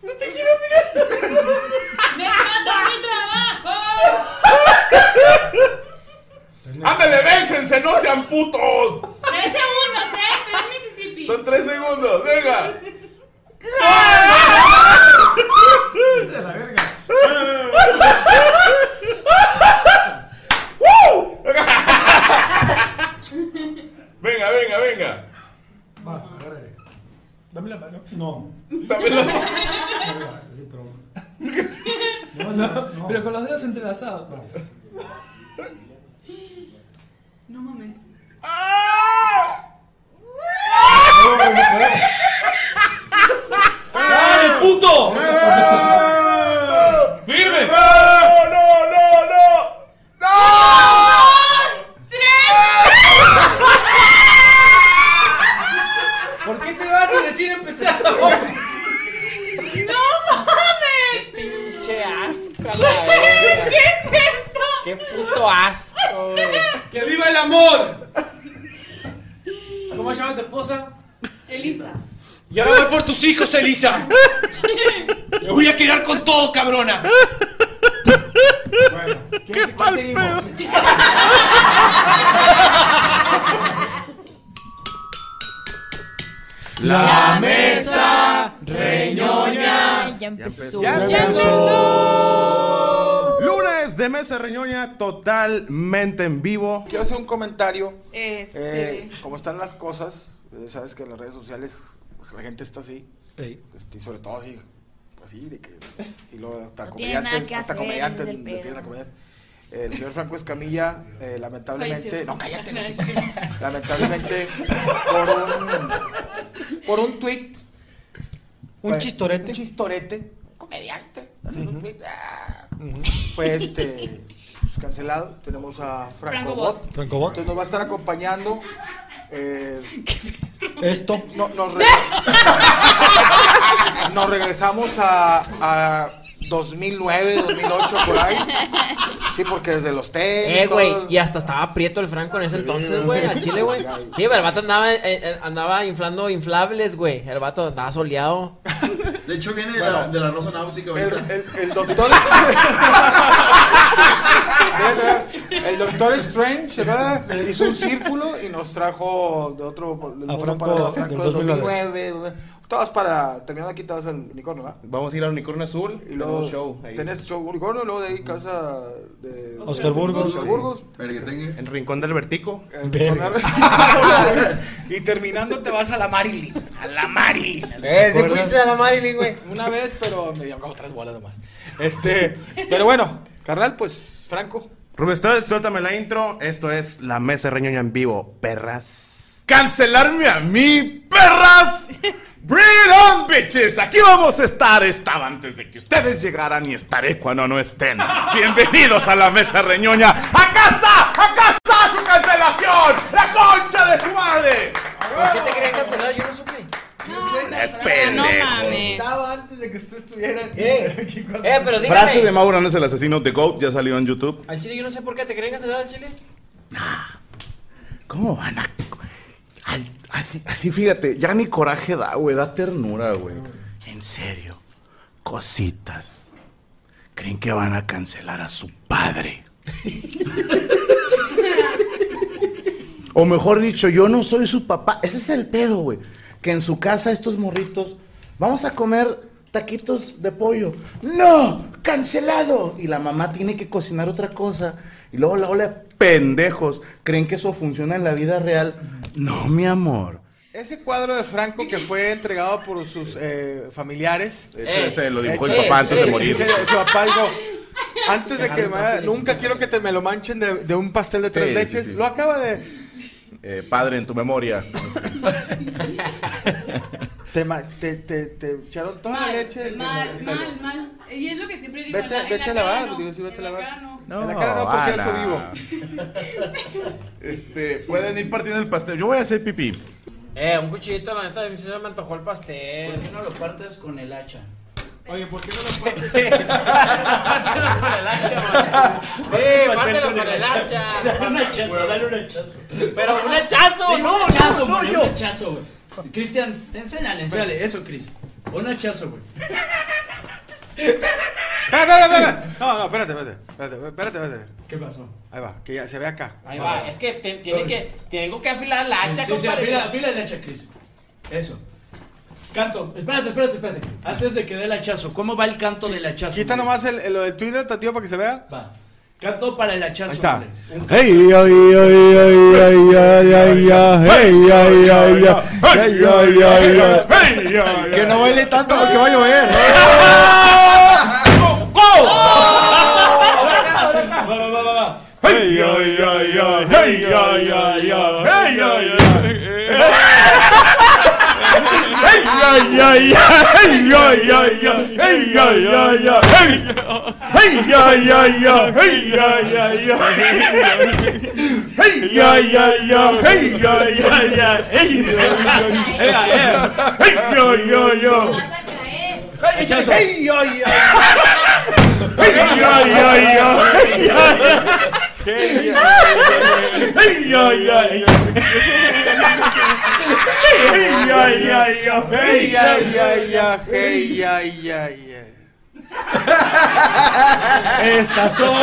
S5: No te quiero mirar. ¡Me encanta mi trabajo!
S1: Ándale, vénsense, no sean putos.
S5: Tres segundos, ¿eh? Tres Mississippi.
S1: Son tres segundos, venga. ¡Woo! venga, venga, venga.
S2: Va, agárrale. Dame la mano. No.
S1: Dame la mano.
S2: No,
S23: Pero con los dedos entrelazados.
S5: No mames.
S1: ¡Ah, el puto!
S2: Eh.
S6: Qué puto asco, güey.
S24: ¡Que viva el amor! ¿Cómo se llama tu esposa?
S5: Elisa.
S24: Y ahora voy por tus hijos, Elisa. Me voy a quedar con todo, cabrona.
S5: ¡Qué mal pedo!
S25: La mesa
S5: reñoña.
S25: Ya
S5: empezó.
S3: Ya empezó. Lunes de Mesa Reñoña totalmente en vivo. Quiero hacer un comentario.
S26: Este.
S3: Eh, como están las cosas, eh, sabes que en las redes sociales pues, la gente está así. Este, y sobre todo así, así de que. Y luego hasta
S26: No tiene nada
S3: comediantes,
S26: que
S3: hasta
S26: hacer,
S3: comediantes,
S26: ese es el
S3: le tiran
S26: pedo.
S3: a comediantes. Eh, El señor Franco Escamilla, eh, lamentablemente.
S26: Falleció.
S3: No, cállate, no, chico. Lamentablemente, por un, por un tweet.
S2: Un chistorete.
S3: Un chistorete. Un comediante. haciendo un tweet, ah, Fue este. pues, cancelado. Tenemos a Franco
S2: Franco
S3: Bot.
S2: Bot. Franco Bot.
S3: Entonces nos va a estar acompañando. eh,
S2: Esto.
S3: no, nos, re- nos regresamos a, a 2009, 2008, por ahí. Sí, porque desde los tenis.
S6: Eh, güey,
S3: todo-
S6: y hasta estaba prieto el Franco en ese entonces, güey, al chile, güey. Sí, pero el vato andaba, eh, eh, andaba inflando inflables, güey. El vato andaba soleado.
S25: De hecho, viene de, la,
S6: Bueno.
S25: de la Rosa Náutica.
S3: El, el doctor. El Doctor Strange ¿verdad? hizo un círculo y nos trajo de otro. del
S2: A
S3: mundo
S2: Franco
S3: paralelo,
S2: del
S3: Franco
S2: 2009.
S3: 2009. Todas para. Terminando aquí, todas el unicornio, ¿verdad?
S1: Vamos a ir al Unicornio Azul
S3: Y luego
S1: tenemos show. ahí.
S3: tenés show unicornio, luego de ahí casa de
S1: Oscar Burgos.
S3: Oscar Burgos.
S1: El Rincón del Vertico.
S3: y terminando te vas a la Marilyn. A la Marilyn.
S1: Eh, sí
S3: ¿Recuerdas?
S1: fuiste a la Marilyn, güey.
S3: Una vez, pero me dieron como tres bolas nomás. Este, pero bueno, carnal, pues, Franco.
S1: Rubén, suéltame la intro. Esto es La Mesa Reñoña en vivo, perras.
S8: ¡Cancelarme a mí, perras! ¡Breed on, bitches! Aquí vamos a estar. Estaba antes de que ustedes llegaran y estaré cuando no estén. Bienvenidos a la mesa reñoña. ¡Acá está! ¡Acá está su cancelación! ¡La concha de su madre!
S6: ¿Por qué te querían cancelar? Yo no supe.
S8: ¡Qué pendejo!
S3: Estaba antes de que ustedes estuvieran.
S6: Eh, eh pero dígame.
S8: Frase de Mauro no es el asesino de Goat, ya salió en YouTube.
S6: Al chile, yo no sé por qué te querían cancelar al chile.
S1: ¿Cómo van a.? al- así, así, fíjate, ya ni coraje da, güey, da ternura, güey. En serio, cositas. Creen que van a cancelar a su padre. o mejor dicho, yo no soy su papá. Ese es el pedo, güey. Que en su casa estos morritos, vamos a comer taquitos de pollo. ¡No! ¡Cancelado! Y la mamá tiene que cocinar otra cosa. Y luego la ola de pendejos creen que eso funciona en la vida real. No, mi amor.
S3: Ese cuadro de Franco que fue entregado por sus eh, familiares.
S1: De hecho, ese lo dibujó el papá antes de morir.
S3: Ese- Su papá dijo, antes de que
S1: Dejaron
S3: me-
S1: tranquilo.
S3: nunca quiero que te me lo manchen de, de un pastel de tres
S1: Sí, sí,
S3: leches.
S1: sí.
S3: Lo acaba de...
S1: Eh, padre, en tu memoria.
S3: Te, ma- te, te, te echaron toda la Ah, leche. del-
S5: Mal,
S3: del-
S5: mal, mal. Y es lo que siempre digo.
S3: Vete,
S5: en la- en
S3: vete
S5: la
S3: a
S5: cara
S3: lavar,
S5: no.
S3: digo, sí, vete a
S5: En la
S3: lavar.
S5: cara no.
S1: No,
S3: En la cara no, porque
S1: Ana.
S3: eso vivo.
S1: Este, pueden ir partiendo el pastel. Yo voy a hacer pipí.
S6: Eh, un cuchillito, la neta, a mí sí se me antojó el pastel. ¿Por qué
S27: no lo partes con el hacha?
S6: Oye, ¿por qué no lo partes? Pártelo con el hacha, güey. Sí, pártelo con el hacha.
S27: Dale un hachazo, dale un hachazo.
S6: Pero un hachazo,
S27: Sí,
S6: no,
S27: Un hachazo,
S6: no,
S27: güey,
S6: yo.
S27: un hachazo, güey. Cristian, enséñale, enséñale, eso, Cris. Un hachazo, güey.
S3: Espera, espera, espera. No, no, espérate, espérate. Espérate, espérate, espérate.
S27: ¿Qué pasó?
S3: Ahí va, que ya se ve acá.
S6: Ahí va, es que te- tiene que, tengo que afilar la hacha,
S27: Sí, sí,
S6: compadre.
S27: afila, afila el hacha, Cris. Eso. Canto, espérate, espérate, espérate. Antes de que dé el hachazo, ¿cómo va el canto del hachazo?
S3: Quita
S27: güey?
S3: nomás el, el, lo del Twitter, tatío, para que se vea.
S27: Va. Canto para el hachazo.
S3: Ahí está.
S27: güey.
S28: Hey, ay, ay, ay, ay, ay, ay, ay, hey, ay, ay, ay, ay, ay, ay, ay.
S2: Que no baile tanto porque va a llover. ¿eh?
S27: Va, va, va, va, va.
S8: ¡Hey, ay, ay, ay! ¡Hey, ay, ay, ay! ¡Hey, ay, ay! ¡Hey, ay, ay, ay! ¡Hey, ay, ay, ay! ¡Hey, ay, ay, ay! ¡Hey! ¡Hey, ay, ay, ay! ¡Hey, ay, ay, ay! ¡Hey, ay, ay, ay! ¡Hey, ay, ay, ay! ¡Hey, ay, ay, ay! ¡Hey, ay, ay, ay!
S27: Hachazo.
S8: ¡Hey, ay, ay! Hey, ay, ay, ay, hey, ay, ay, ay.
S3: Estas son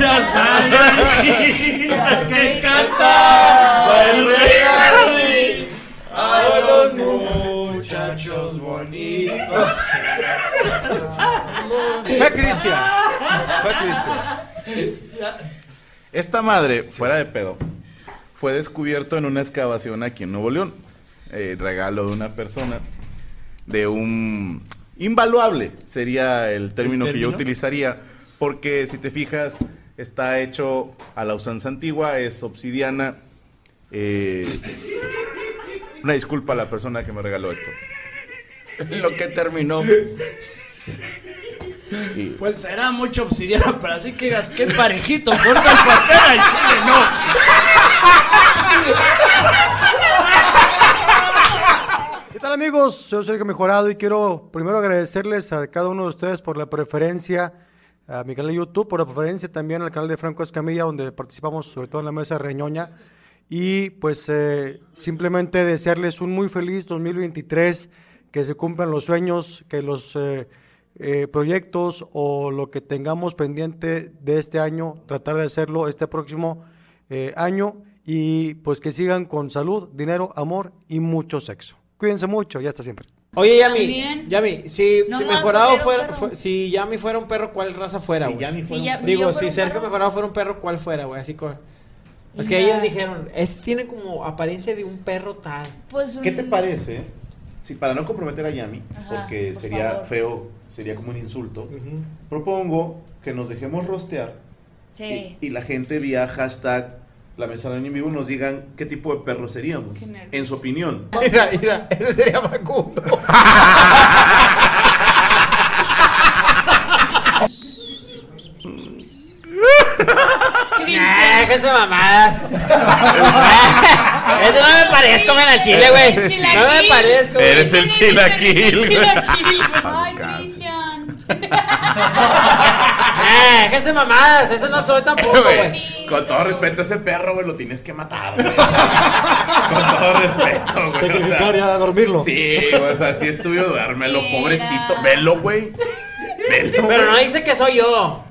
S3: las mañanitas que cantaba
S8: Pues,
S3: el rey David a los muchachos bonitos.
S8: Fue Cristian. Fue Cristian.
S1: Esta madre, fuera de pedo, fue descubierto en una excavación aquí en Nuevo León. Eh, regalo de una persona, de un invaluable, sería el término, que yo
S16: término?
S1: utilizaría, porque si te fijas, está hecho a la usanza antigua, es obsidiana. eh, una disculpa a la persona que me regaló esto. Lo que terminó. Y-
S29: Pues será mucho obsidiana, pero así que digas, qué parejito, corta el pastel al chile, no.
S2: ¿Qué tal amigos? Soy Sergio Mejorado y quiero primero agradecerles a cada uno de ustedes por la preferencia a mi canal de YouTube, por la preferencia también al canal de Franco Escamilla, donde participamos sobre todo en la mesa reñoña. Y pues eh, simplemente desearles un muy feliz 2023, que se cumplan los sueños, que los eh, eh, proyectos o lo que tengamos pendiente de este año, tratar de hacerlo este próximo eh, año y pues que sigan con salud, dinero, amor y mucho sexo. Cuídense mucho y hasta siempre.
S6: Oye, Yami,
S9: Bien.
S6: Yami, si,
S9: No
S6: si
S9: mames,
S6: mejorado
S9: pero
S6: fuera,
S9: perro.
S6: fue- si Yami fuera un perro, ¿cuál raza fuera,
S1: Si
S6: güey?
S1: Yami fuera
S9: Si un ya- perro. yo
S6: Digo,
S9: fuera
S6: si
S9: un
S6: Sergio
S9: perro.
S6: mejorado fuera un perro, ¿cuál fuera, güey? Así con... Es que
S9: Ya.
S6: ellos dijeron, este tiene como apariencia de un perro tal.
S9: Pues
S1: ¿Qué te
S9: un-
S1: parece? Si para no comprometer a Yami,
S9: Ajá,
S1: porque
S9: por
S1: sería
S9: favor.
S1: feo, sería como un insulto, propongo que nos dejemos rostear
S9: Sí.
S1: y la gente vía hashtag la mesa reñoña en vivo nos digan qué tipo de perro seríamos,
S9: Qué nervios.
S1: en su opinión.
S6: Mira, mira, ese sería Facundo. Nah, déjense mamadas. Eso no me parezco, men, al chile, güey. No me parezco. güey.
S30: Eres el chilaquil, güey.
S6: Ay, Nah, déjense mamadas. Eso no soy tampoco, güey.
S1: Con todo respeto, ese perro, güey, lo tienes que matar, güey. Con todo respeto, güey.
S2: Sacrificar y a dormirlo.
S1: Sí, güey, o sea, si es tuyo, duérmelo, pobrecito. Velo, güey. Velo.
S6: Pero
S1: güey.
S6: no dice que soy yo.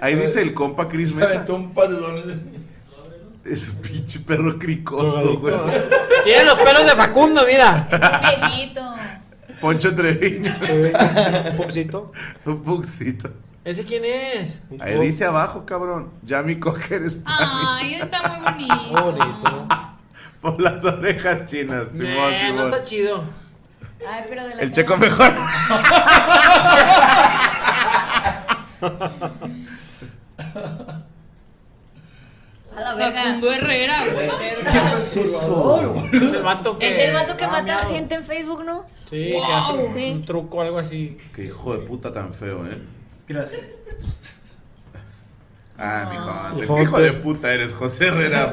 S1: Ahí dice el compa Chris Mesa. Es pinche perro cricoso, güey.
S6: Tiene los pelos de Facundo, mira.
S5: Viejito.
S1: Poncho Treviño.
S2: Un puxito.
S1: Un puxito.
S6: ¿Ese quién es?
S1: Ahí dice abajo, cabrón. Yami Cocker es
S5: Ay, está muy bonito.
S1: por las orejas chinas. Simón,
S6: Nah, no
S1: Simón.
S6: está chido.
S5: Ay, pero de la
S1: El checo mejor.
S5: A la verga. Facundo Herrera, güey.
S1: es eso?
S6: Es el vato que.
S4: Es el vato que
S6: Ah,
S4: mata a
S6: miau.
S4: gente en Facebook, ¿no?
S6: Sí,
S4: Wow.
S6: que hace un,
S4: Sí.
S6: un truco o algo así.
S1: Qué hijo de puta tan feo, ¿eh?
S29: Gracias.
S1: Ah, mijo,
S2: Mijo,
S1: qué hijo
S2: te-
S1: de puta eres, José Herrera.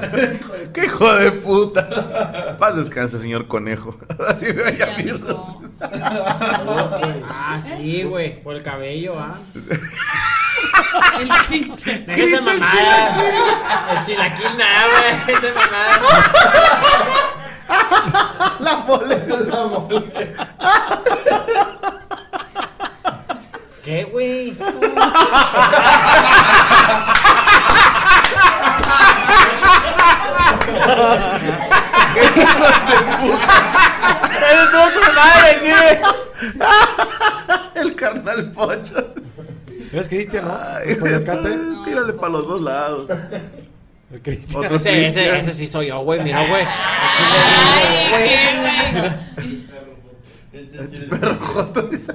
S1: qué hijo de puta. Paz descanse, señor conejo. Así me vaya a
S6: Ah, sí, güey. Por el cabello, ah.
S5: El Cristian.
S6: Deja esa
S5: el
S6: mamada. El chilaquil nada, güey. Esa mamada.
S1: La mole la mole.
S6: ¿Qué, güey?
S1: Eres todo tu pues, madre, El carnal Pocho.
S2: Es Cristian, ¿no?
S1: Ay, Tírale para los dos lados.
S2: El Cristian.
S1: Otro
S6: Ese, ese,
S1: Cristian.
S6: ese sí soy yo, güey. Pues Mira, güey.
S5: Ay, qué güey.
S1: El perro Joto dice.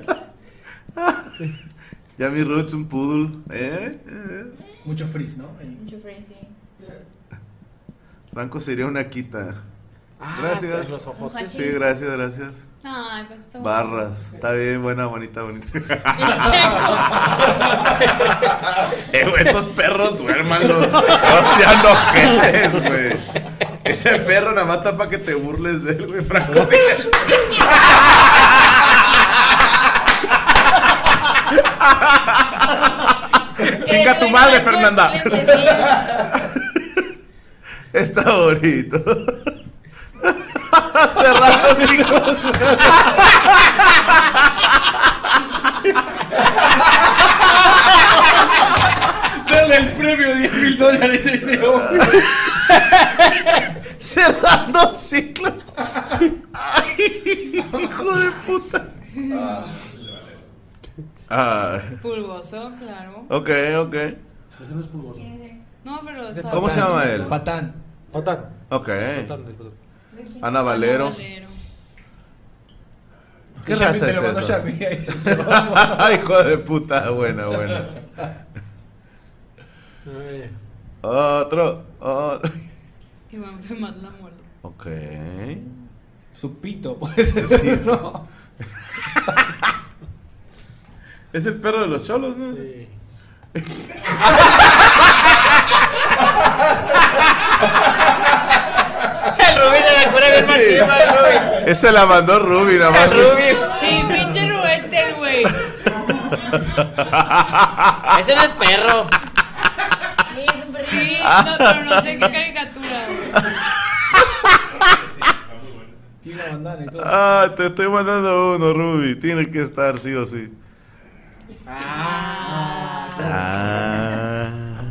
S1: Ya mi Roots un poodle. ¿Eh? ¿Eh?
S29: Mucho frizz, ¿no?
S5: Mucho frizzy.
S1: Franco sería una quita.
S6: Ah,
S1: Gracias.
S6: pues los ojotes.
S1: Sí, gracias, gracias.
S5: Ay, pues está bueno.
S1: Barras. Está bien, buena, bonita, bonita. Eh, güey, esos perros duérmanlos. No sean ojetes, güey. Ese perro nada más está para que te burles de él, güey. Franco tiene-
S8: tu madre, Fernanda.
S1: Está bonito.
S8: Cerrar los micros.
S31: Dale el premio de 10 mil dólares a ese hombre.
S8: Cerrando ciclos. Ay, hijo de puta.
S1: Ah,
S5: Pulgoso, claro.
S1: ok, ok.
S5: No, pero está-
S1: ¿Cómo se llama él?
S32: Patán.
S1: Patán. Ok.
S12: Patán, del Patán.
S1: Ana Valero. ¿Qué
S8: Shami
S1: raza
S8: te
S1: es
S8: lo mandó
S1: eso?
S8: Shami, ahí se
S1: Ay, hijo de puta, buena, buena. Otro, otro.
S5: Y va a enfermar la muerte.
S1: Ok.
S31: Su pito, pues.
S1: Sí.
S31: No.
S1: Es el perro de los cholos, ¿no? Sí.
S8: El Rubí de la cura bien machista, Rubí.
S1: Ese la mandó Ruby, nada más.
S5: Sí, pinche Ruete, güey.
S6: Ese no es perro.
S5: Sí, es un perrito. Sí, no, pero no sé qué caricatura,
S1: Ah, te estoy mandando uno, Ruby. Tiene que estar sí o sí. Ah.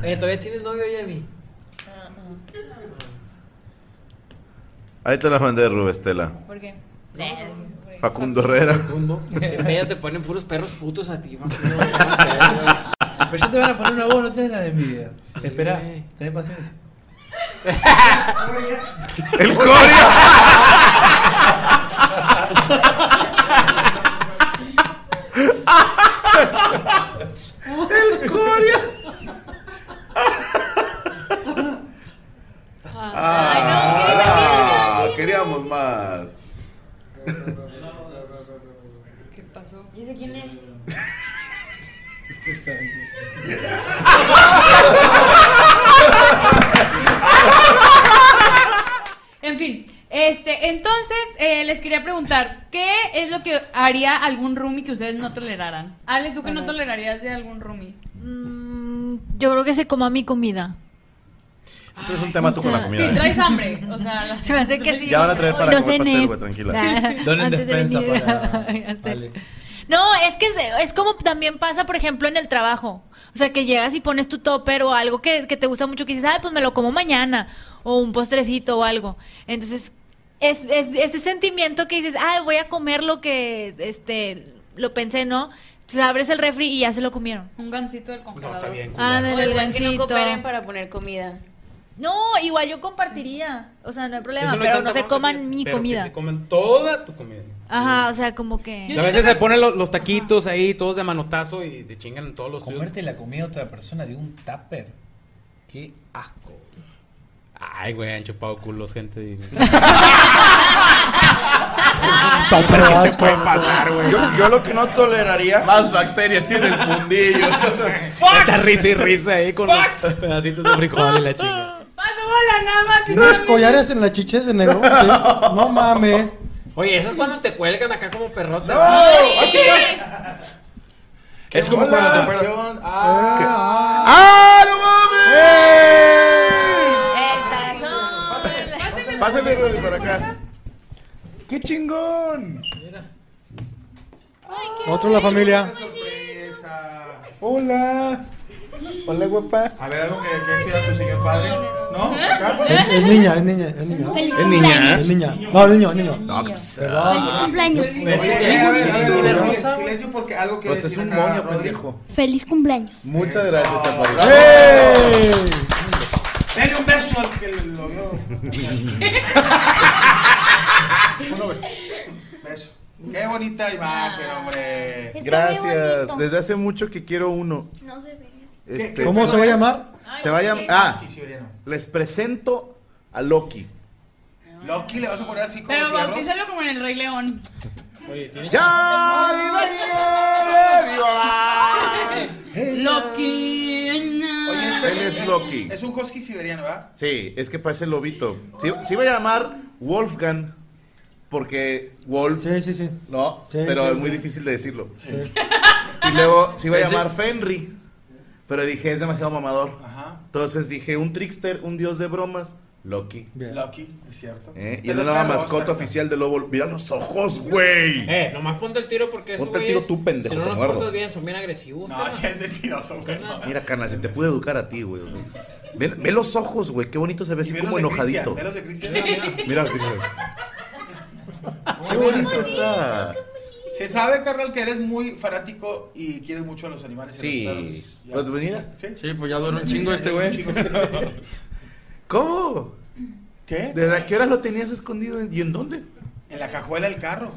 S6: Oye, ¿todavía tienes novio, Yami? Ah,
S1: Ahí te la mandé, Ruby Estela.
S6: ¿Por qué?
S1: Facundo Herrera.
S6: Ellos te ponen puros perros putos a ti, man.
S31: Pero ya te van a poner una voz, no tenés la de envidia. Espera, tenés paciencia.
S8: El Coria.
S1: El Coria. Ah, queríamos más.
S5: ¿Qué pasó? ¿Y de quién es? En fin, este, entonces eh, les quería preguntar, ¿qué es lo que haría algún roomie que ustedes no toleraran? Ale, ¿tú qué no tolerarías de algún roomie?
S22: Mm. Yo creo que se coma mi comida.
S1: Siempre es un tema tú con la comida.
S5: Si
S1: ¿eh?
S5: traes hambre, o sea,
S22: Se me hace que sí.
S1: Ya van a traer para
S22: No
S1: comer pastel,
S22: cené.
S1: güey, tranquila. Donen
S22: Antes de
S1: despensa
S27: pues.
S22: venir.
S1: para-
S22: Ya sé. No, es que se- es como también pasa, por ejemplo, en el trabajo. O sea, que llegas y pones tu topper o algo que, que te gusta mucho que dices, ay, pues me lo como mañana. O un postrecito o algo. Entonces, es, es- ese sentimiento que dices, ay, voy a comer lo que, este, lo pensé, ¿no? Entonces abres el refri y ya se lo comieron.
S5: Un gancito del congelador.
S22: está bien, culero. Ah, del
S4: O igual que
S22: gancito.
S4: no cooperen para poner comida.
S22: No, igual yo compartiría. O sea, no hay problema,
S4: Eso no hay
S22: pero
S4: tanta
S22: no se
S4: bronca,
S22: coman mi
S6: pero que
S22: comida.
S6: se comen toda tu comida.
S22: Ajá, o sea, como que...
S6: Y a veces se ponen los, los taquitos ahí, todos de manotazo y te chingan todos los
S31: Comerte la comida de otra persona de un tupper. Qué asco.
S6: Ay, güey, han chupado culos, gente. y-
S12: Pero
S6: ¿qué te puede pasar, güey?
S12: Yo, yo lo que no toleraría. Más bacterias tiene el fundillo.
S6: Está risa y risa ahí con los pedacitos de frijol y la chinga.
S5: Hola, nada más.
S2: Unos collares en la chiches de negro. sí. No mames.
S6: Oye, eso es cuando te cuelgan acá como perrote.
S2: No,
S6: ¡Ah,
S2: ah, chinga!
S12: Es como cuando te operan.
S8: ¡Ah, no mames!
S4: Estas son.
S1: Pásame, Rudy, para acá.
S8: ¡Qué chingón!
S2: Otro de la familia.
S8: Hola. Hola, guapa.
S3: A ver, algo que, que decir a tu señor padre. ¿No?
S22: ¿Eh?
S3: ¿Acá?
S2: Es, es niña, es niña, es niña.
S3: Feliz ¿Es niña? cumpleaños.
S2: Es niña. No, es niño, es niño.
S1: No,
S22: Ah. cumpleaños.
S3: Es que, a ver, a ver,
S1: Tú,
S3: silencio,
S1: Rosa.
S3: Silencio porque algo que
S1: Pues es
S3: decir
S1: un
S3: acá,
S1: moño,
S3: Rodri.
S1: pendejo.
S22: Feliz cumpleaños.
S1: Muchas gracias, chaparro.
S3: Dale un beso al que lo vio. Uno beso. Beso. Qué bonita imagen,
S22: Ah.
S3: hombre.
S1: Gracias. Desde hace mucho que quiero uno.
S22: No se ve.
S1: Este-
S2: ¿Cómo se va a llamar?
S1: Se va a llamar. Ah,
S3: Sí, sí, Oriana.
S1: les presento a Loki.
S3: Loki le vas a poner así como
S5: Pero
S3: si arroz.
S5: bautízalo como en el Rey León.
S1: ¡Ya!
S5: Loki. Oye,
S1: Él es Loki.
S3: Es un husky siberiano, ¿verdad?
S1: Sí, es que parece lobito. Sí, se iba a llamar Wolfgang. Porque Wolf. Sí,
S2: sí, sí.
S1: No,
S2: Sí,
S1: pero
S2: sí,
S1: es muy
S2: sí.
S1: difícil de decirlo. Y luego se iba a
S2: Ese-
S1: llamar Fenry. Pero dije, es demasiado mamador. Entonces dije, un trickster, un dios de bromas, Loki.
S3: Lucky, es cierto.
S1: ¿Eh? Y él es la mascota oficial del lobo. Mira los ojos, güey.
S6: Eh, nomás ponte el tiro porque esos
S1: Ponte el tiro
S6: güeyes,
S1: tú, pendejo,
S6: Si no
S1: te
S6: nos
S1: muerdo.
S6: portas bien, son bien agresivos. No, si es de tiroso,
S1: Mira, carnal, si te pude educar a ti, güey. o sea, ve, ve los ojos, güey. Qué bonito se ve así como enojadito. Mira, mira. Qué bonito está.
S3: Se sabe, carnal, que eres muy fanático y quieres mucho a los animales.
S1: Sí.
S3: ¿Pero
S1: ¿Pues venida?
S3: Sí.
S33: Sí, pues ya duró un chingo este güey.
S1: ¿Cómo?
S3: ¿Qué?
S1: ¿Desde a qué hora lo tenías escondido? ¿Y en dónde?
S3: En la cajuela del carro.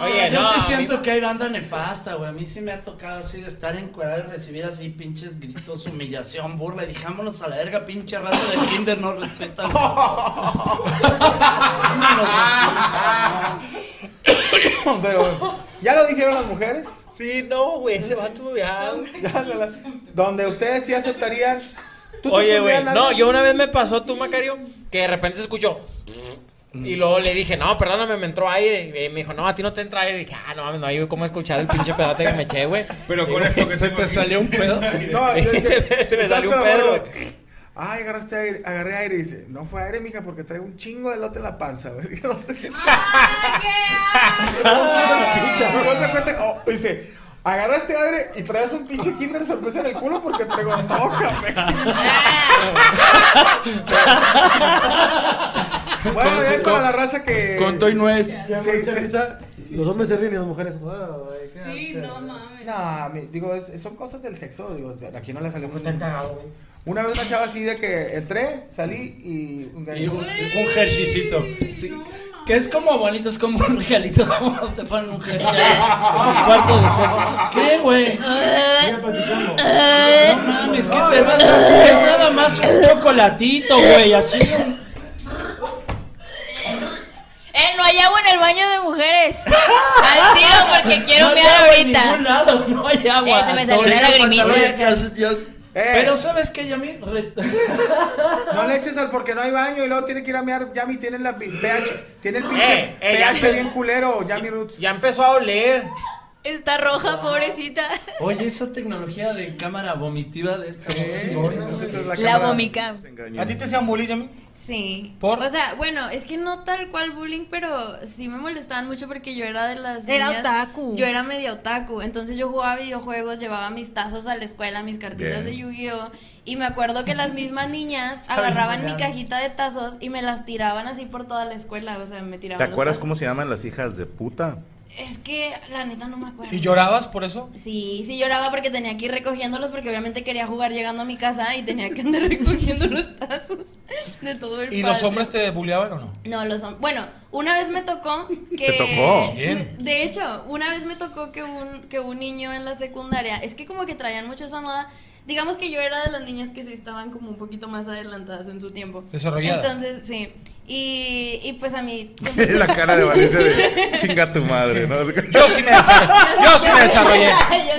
S6: Oye,
S34: yo
S6: no,
S34: sí
S6: a mí-
S34: siento que hay banda nefasta, güey. A mí sí me ha tocado así de estar encuadrado y recibir así pinches gritos, humillación, burla. Y Dijámonos a la verga, pinche raza de Kinder, no respetan.
S3: Pero, ¿ya lo dijeron las mujeres?
S6: Sí, no, güey, ah. ese vato, ya.
S3: Ya se la- Donde ustedes sí aceptarían. ¿Tú te
S6: Oye, güey,
S3: pondrías
S6: no,
S3: algo?
S6: yo una vez me pasó tú, Macario, que de repente se escuchó. Y luego le dije, no, perdóname, me entró aire. Y me dijo, no, a ti no te entra aire. Y dije, ah, no mames, no hay cómo escuchar el pinche pedote que me eché, güey. Pero
S3: con esto
S6: que se te salió un pedo.
S3: No,
S6: sí,
S3: yo decía,
S6: se, me- se me
S3: estás
S6: salió un
S3: con la
S6: pedo,
S3: mano,
S6: güey.
S3: Ay, agarraste aire, agarré aire y dice, no fue aire, mija, porque traigo un chingo de lote en la panza, güey. Dije, "No te- Y luego se cuenta, oh, dice, agarraste aire y traes un pinche Kinder sorpresa en el culo porque traigo toca, güey. Bueno, ya para la raza que.
S33: Con toy nuez.
S3: Sí, sí.
S7: Los hombres se ríen y las mujeres.
S3: Sí, no mames. No, mi- digo, es- son cosas del sexo. Digo, aquí no le salió muy tan cagado, güey. Una vez una chava así de que entré, salí y.
S34: Y un, un Hersheycito. Sí, Que es como bonito, es como un regalito, como te ponen un Hershey. ahí, en el cuarto Este, de hotel. ¿Qué, güey? No mames, ¿qué te vas a Es nada más un chocolatito, güey, así. un-
S27: Eh, no hay agua en el baño de mujeres. Al tiro porque quiero
S34: no hay
S27: mirar
S34: agua en
S27: ahorita.
S34: ningún lado, no hay agua.
S27: Eh, se me salió una Chica, lagrimita. pantalón,
S34: Pero ¿sabes qué, Yami? Re-
S3: Eh. No le eches al porque no hay baño y luego tiene que ir a mirar. Yami tiene la pi- pH. Tiene el pinche
S6: Eh, eh,
S3: pH
S6: Yami.
S3: bien culero, Yami Roots.
S6: Ya empezó a oler.
S27: Está roja, pobrecita.
S34: Oye, esa tecnología de cámara vomitiva de esta.
S27: La vomica.
S3: ¿A ti te hacían bullying, Yami?
S13: Sí.
S34: ¿Por?
S13: O sea, bueno, es que no tal cual bullying, pero sí me molestaban mucho porque yo era de las
S5: Era
S13: niñas-
S5: otaku.
S13: Yo era media otaku, entonces yo jugaba videojuegos, llevaba mis tazos a la escuela, mis cartitas
S5: Bien.
S13: de Yu-Gi-Oh y me acuerdo que las mismas niñas
S1: Ay,
S13: agarraban
S1: ya.
S13: mi cajita de tazos y me las tiraban así por toda la escuela, o sea, me tiraban.
S1: ¿Te
S13: los
S1: acuerdas
S13: tazos.
S1: cómo se llaman las hijas de puta?
S13: Es que la neta no me acuerdo.
S3: ¿Y llorabas por eso?
S13: Sí, sí lloraba porque tenía que ir recogiéndolos porque obviamente quería jugar llegando a mi casa y tenía que andar recogiendo los tazos de todo el
S3: ¿Y los
S13: patio.
S3: hombres te bulleaban o no?
S13: No, los hombres. Bueno, una vez me tocó que.
S3: Te tocó. Bien.
S13: De hecho, una vez me tocó que un, que un niño en la secundaria. Es que como que traían mucho esa moda. Digamos que yo era de las niñas que sí estaban como un poquito más adelantadas en su tiempo.
S1: Desarrolladas.
S13: Entonces, sí. Y, y pues a mí.
S1: la cara de Valencia de chinga tu madre, ¿no?
S3: Yo sí me desarrollé.
S13: Yo sí yo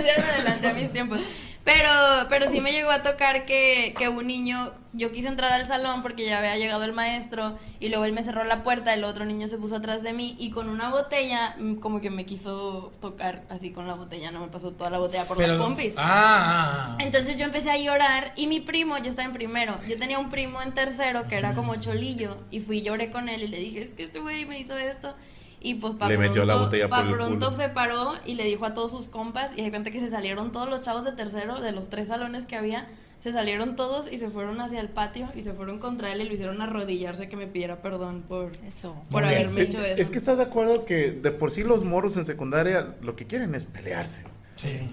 S13: sí me adelanté a mis tiempos. Pero, pero sí me llegó a tocar que, que un niño, yo quise entrar al salón porque ya había llegado el maestro y luego él me cerró la puerta, el otro niño se puso atrás de mí y con una botella mm, como que me quiso tocar así con la botella, no me pasó toda la botella por los pompis.
S3: Ah, ah,
S13: Entonces yo empecé a llorar y mi primo, yo estaba en primero, yo tenía un primo en tercero que era como cholillo y fui y lloré con él y le dije, es que este güey me hizo esto. Y pues pa'
S1: Le metió la botella
S13: pa'
S1: por el
S13: pronto
S1: culo.
S13: se paró y le dijo a todos sus compas y de cuenta que se salieron todos los chavos de tercero, de los tres salones que había, se salieron todos y se fueron hacia el patio y se fueron contra él y lo hicieron arrodillarse que me pidiera perdón por eso, por
S1: Sí.
S13: haberme
S1: Es-
S13: hecho eso.
S1: Es que estás de acuerdo que de por sí los morros en secundaria lo que quieren es pelearse.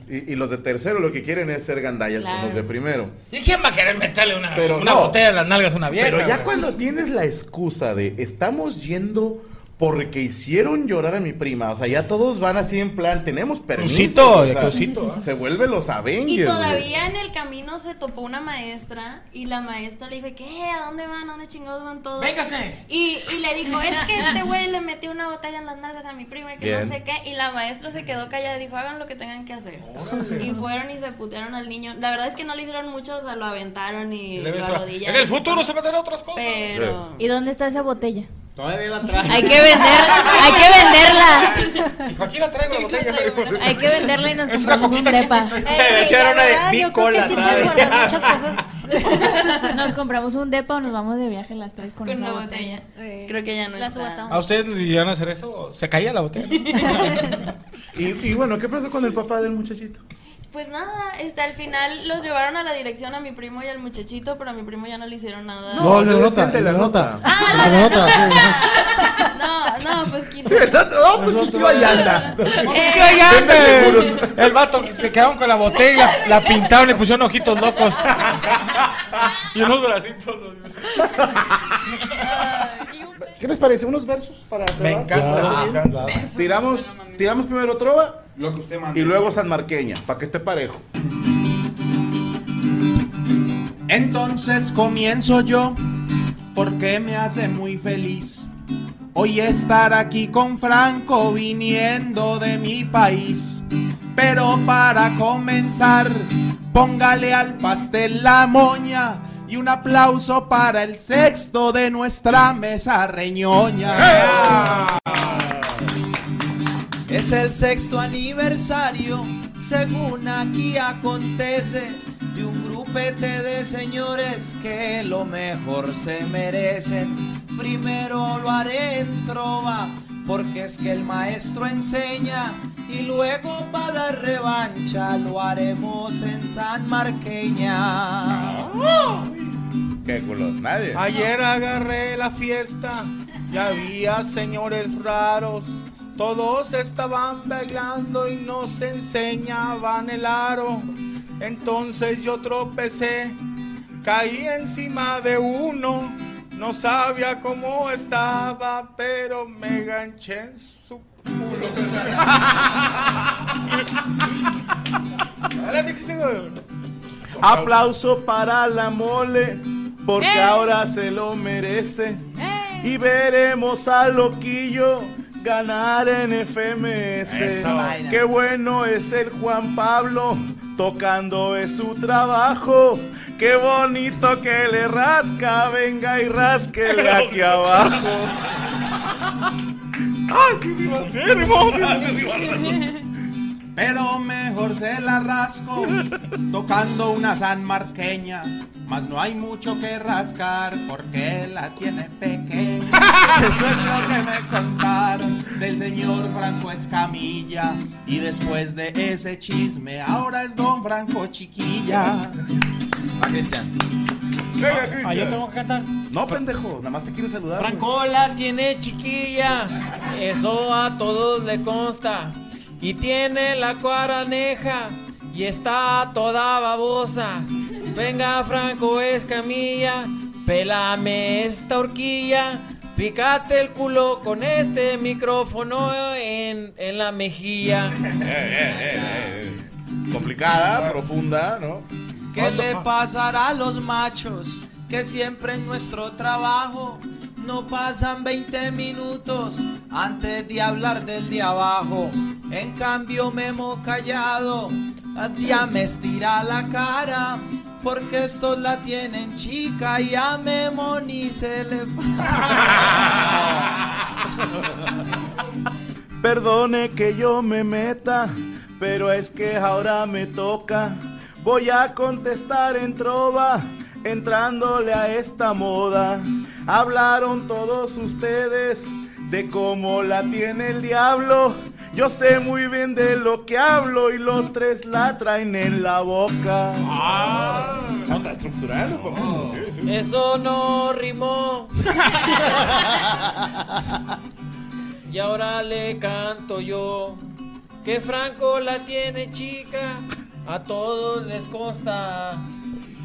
S1: Y, y los de tercero lo que quieren es ser gandallas
S3: Claro.
S1: con los de primero.
S3: ¿Y quién va a querer meterle una,
S1: Pero
S3: una
S1: no.
S3: botella en las nalgas a una vieja?
S1: Pero ya
S3: güey?
S1: cuando tienes la excusa de estamos yendo porque hicieron llorar a mi prima, o sea, ya todos van así en plan, tenemos permiso.
S3: Crucito,
S1: o sea,
S3: crucito, ¿ah?
S1: Se vuelve los Avengers.
S13: Y
S1: güey.
S13: todavía en el camino se topó una maestra y la maestra le dijo, ¿qué? ¿A dónde van? ¿A dónde chingados van todos?
S20: Véngase.
S13: Y, y le dijo, es que este güey le metió una botella en las nalgas a mi prima y que
S20: Bien.
S13: no sé qué. Y la maestra se quedó callada y dijo, hagan lo que tengan que hacer. Y fueron y se putearon al niño. La verdad es que no le hicieron mucho, o sea, lo aventaron y
S3: Le
S13: lo
S3: besó.
S13: arrodillaron.
S3: En el futuro se meterán otras cosas.
S13: Pero...
S27: ¿Y dónde está esa botella?
S6: Todavía la trae.
S27: Hay que venderla, hay que venderla.
S6: Dijo, aquí la traigo la botella.
S27: Hay que venderla y nos
S6: Es una
S27: compramos un depa.
S6: De hecho, era una de mi cola, ¿sabes?
S27: Nos compramos un depa o nos vamos de viaje las tres con,
S13: Con
S27: esa
S13: la botella. Creo que ya no
S20: La
S13: está.
S20: subastamos.
S6: ¿A ustedes les llegaron a hacer eso? ¿Se caía la botella?
S35: Y, y bueno, ¿qué pasó con el papá del muchachito?
S13: Pues nada, este, al final los llevaron a la dirección a mi primo y al muchachito, pero a mi primo ya no le hicieron nada.
S4: No, el de la nota,
S35: el de la nota.
S4: La nota, sí.
S13: No, no, pues quiso.
S1: Sí, el otro, no, pues el tío ahí anda.
S6: ¿Qué hay antes? Eh, El vato que se quedaron con la botella, la pintaron, le pusieron ojitos locos. Y unos bracitos.
S8: ¿Qué les parece? ¿Unos versos para cerrar?
S1: Me encanta,
S8: Claro,
S1: me
S8: claro.
S1: Tiramos, tiramos primero Trova
S8: Lo que usted mande.
S1: y luego San Marqueña, para que esté parejo.
S9: Entonces comienzo yo, porque me hace muy feliz. Hoy estar aquí con Franco viniendo de mi país. Pero para comenzar, póngale al pastel la moña y un aplauso para el sexto de nuestra mesa reñoña. ¡Eh! Es el sexto aniversario, según aquí acontece, de un grupete de señores que lo mejor se merecen. Primero lo haré en trova, porque es que el maestro enseña, y luego para dar revancha lo haremos en San Marqueña.
S1: Qué culos, nadie.
S6: Ah,
S9: Ayer agarré la fiesta y había señores raros. Todos estaban bailando y nos enseñaban el aro. Entonces yo tropecé, caí encima de uno. No sabía cómo estaba, pero me ganché en su culo. Dale, Mixi, chico.
S1: Aplauso para la mole, porque
S9: ¡Eh!
S1: ahora se lo merece. Y veremos a Loquillo ganar en FMS.
S9: Eso.
S1: Qué bueno es el Juan Pablo. Tocando es su trabajo, qué bonito que le rasca, venga y rásquele aquí abajo.
S9: ¡Ah, sí, Pero mejor se la rasco tocando una sanmarqueña. Mas no hay mucho que rascar porque la tiene pequeña. Eso es lo que me contaron del señor Franco Escamilla. Y después de ese chisme, ahora es don Franco Chiquilla.
S1: Venga, Cristian.
S9: Ah, yo tengo
S6: que cantar.
S1: No, pendejo, nada más te quiero saludar. güey.
S6: Franco la tiene chiquilla, eso a todos le consta. Y tiene la cuaraneja y está toda babosa. Venga Franco Escamilla, pelame esta horquilla, pícate el culo con este micrófono en, en la mejilla.
S1: Complicada, profunda, ¿no?
S9: ¿Qué le pasará a los machos que siempre en nuestro trabajo no pasan 20 minutos antes de hablar del de abajo? En cambio me hemos callado, ya me estira la cara. Porque estos la tienen chica y a Memo ni se le
S1: Perdone que yo me meta, pero es que ahora me toca. Voy a contestar en trova, entrándole a esta moda. Hablaron todos ustedes de cómo la tiene el diablo. Yo sé muy bien de lo que hablo y los tres la traen en la boca. Ah, No, está estructurado, papá.
S6: Eso no rimó. y ahora le canto yo. Que Franco la tiene chica. A todos les consta.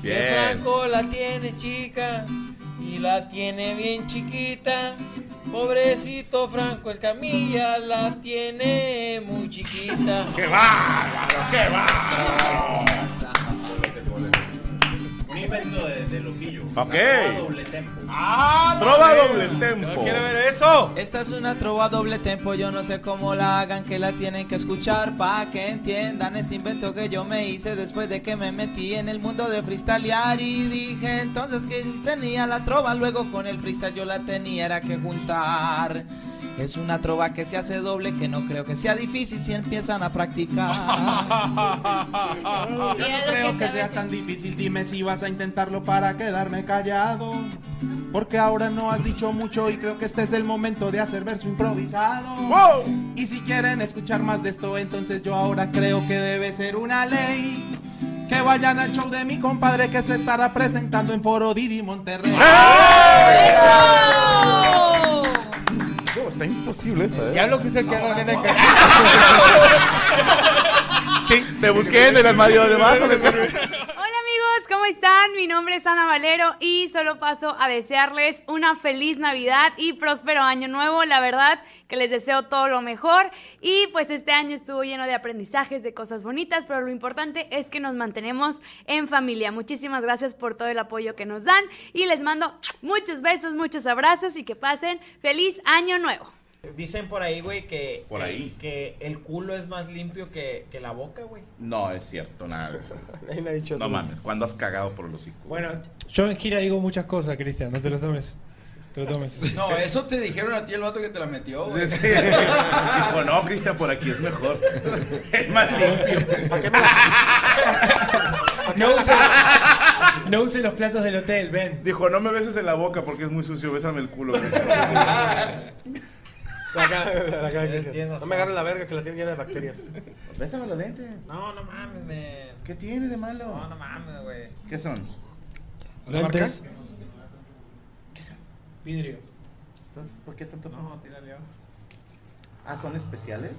S6: Que
S1: Bien.
S6: Franco la tiene chica. Y la tiene bien chiquita. Pobrecito Franco Escamilla la tiene muy chiquita.
S1: ¡Qué bárbaro! ¡Qué bárbaro!
S16: Un invento de, de loquillo.
S1: Ok.
S16: Una doble tempo.
S1: Trova doble tempo.
S9: eso. Esta es una trova doble tempo, yo no sé cómo la hagan, que la tienen que escuchar para que entiendan este invento que yo me hice después de que me metí en el mundo de freestylear y dije entonces que si tenía la trova, luego con el freestyle yo la tenía era que juntar. Es una trova que se hace doble, que no creo que sea difícil si empiezan a practicar.
S8: Yo no creo que sea tan difícil, dime si vas a intentarlo para quedarme callado. Porque ahora no has dicho mucho y creo que este es el momento de hacer verso improvisado. Y si quieren escuchar más de esto, entonces yo ahora creo que debe ser una ley. Que vayan al show de mi compadre que se estará presentando en Foro Didi Monterrey.
S1: Oh, está imposible esa, ¿eh?
S3: Ya lo que usted queda, gente que-
S1: Sí, te busqué en el armario de abajo.
S36: amigos, ¿cómo están? Mi nombre es Ana Valero y solo paso a desearles una feliz Navidad y próspero año nuevo. La verdad que les deseo todo lo mejor y pues este año estuvo lleno de aprendizajes, de cosas bonitas, pero lo importante es que nos mantenemos en familia. Muchísimas gracias por todo el apoyo que nos dan y les mando muchos besos, muchos abrazos y que pasen feliz año nuevo.
S6: Dicen por ahí, güey, que,
S1: Por ahí.
S6: que el culo es más limpio que, que la boca, güey.
S1: No, es cierto, nada de eso. no mames, ¿cuándo has cagado por el hocico?
S27: Bueno, yo en gira digo muchas cosas, Cristian, no te lo tomes. Te lo tomes.
S12: No, eso te dijeron a ti el vato que te la metió, güey.
S1: Dijo, no, Cristian, por aquí es mejor. Es más limpio.
S27: No uses, no uses los platos del hotel, ven.
S1: Dijo, no me beses en la boca porque es muy sucio, bésame el culo.
S2: No me agarren la verga que la tienen llena de bacterias.
S1: Préstame los lentes.
S6: No, no mames, man.
S1: ¿Qué tiene de malo?
S6: No, no mames, güey.
S1: ¿Qué son?
S37: Lentes.
S27: Vidrio.
S1: Entonces, ¿por qué tanto?
S6: No, tírale.
S1: Ah, ¿son especiales?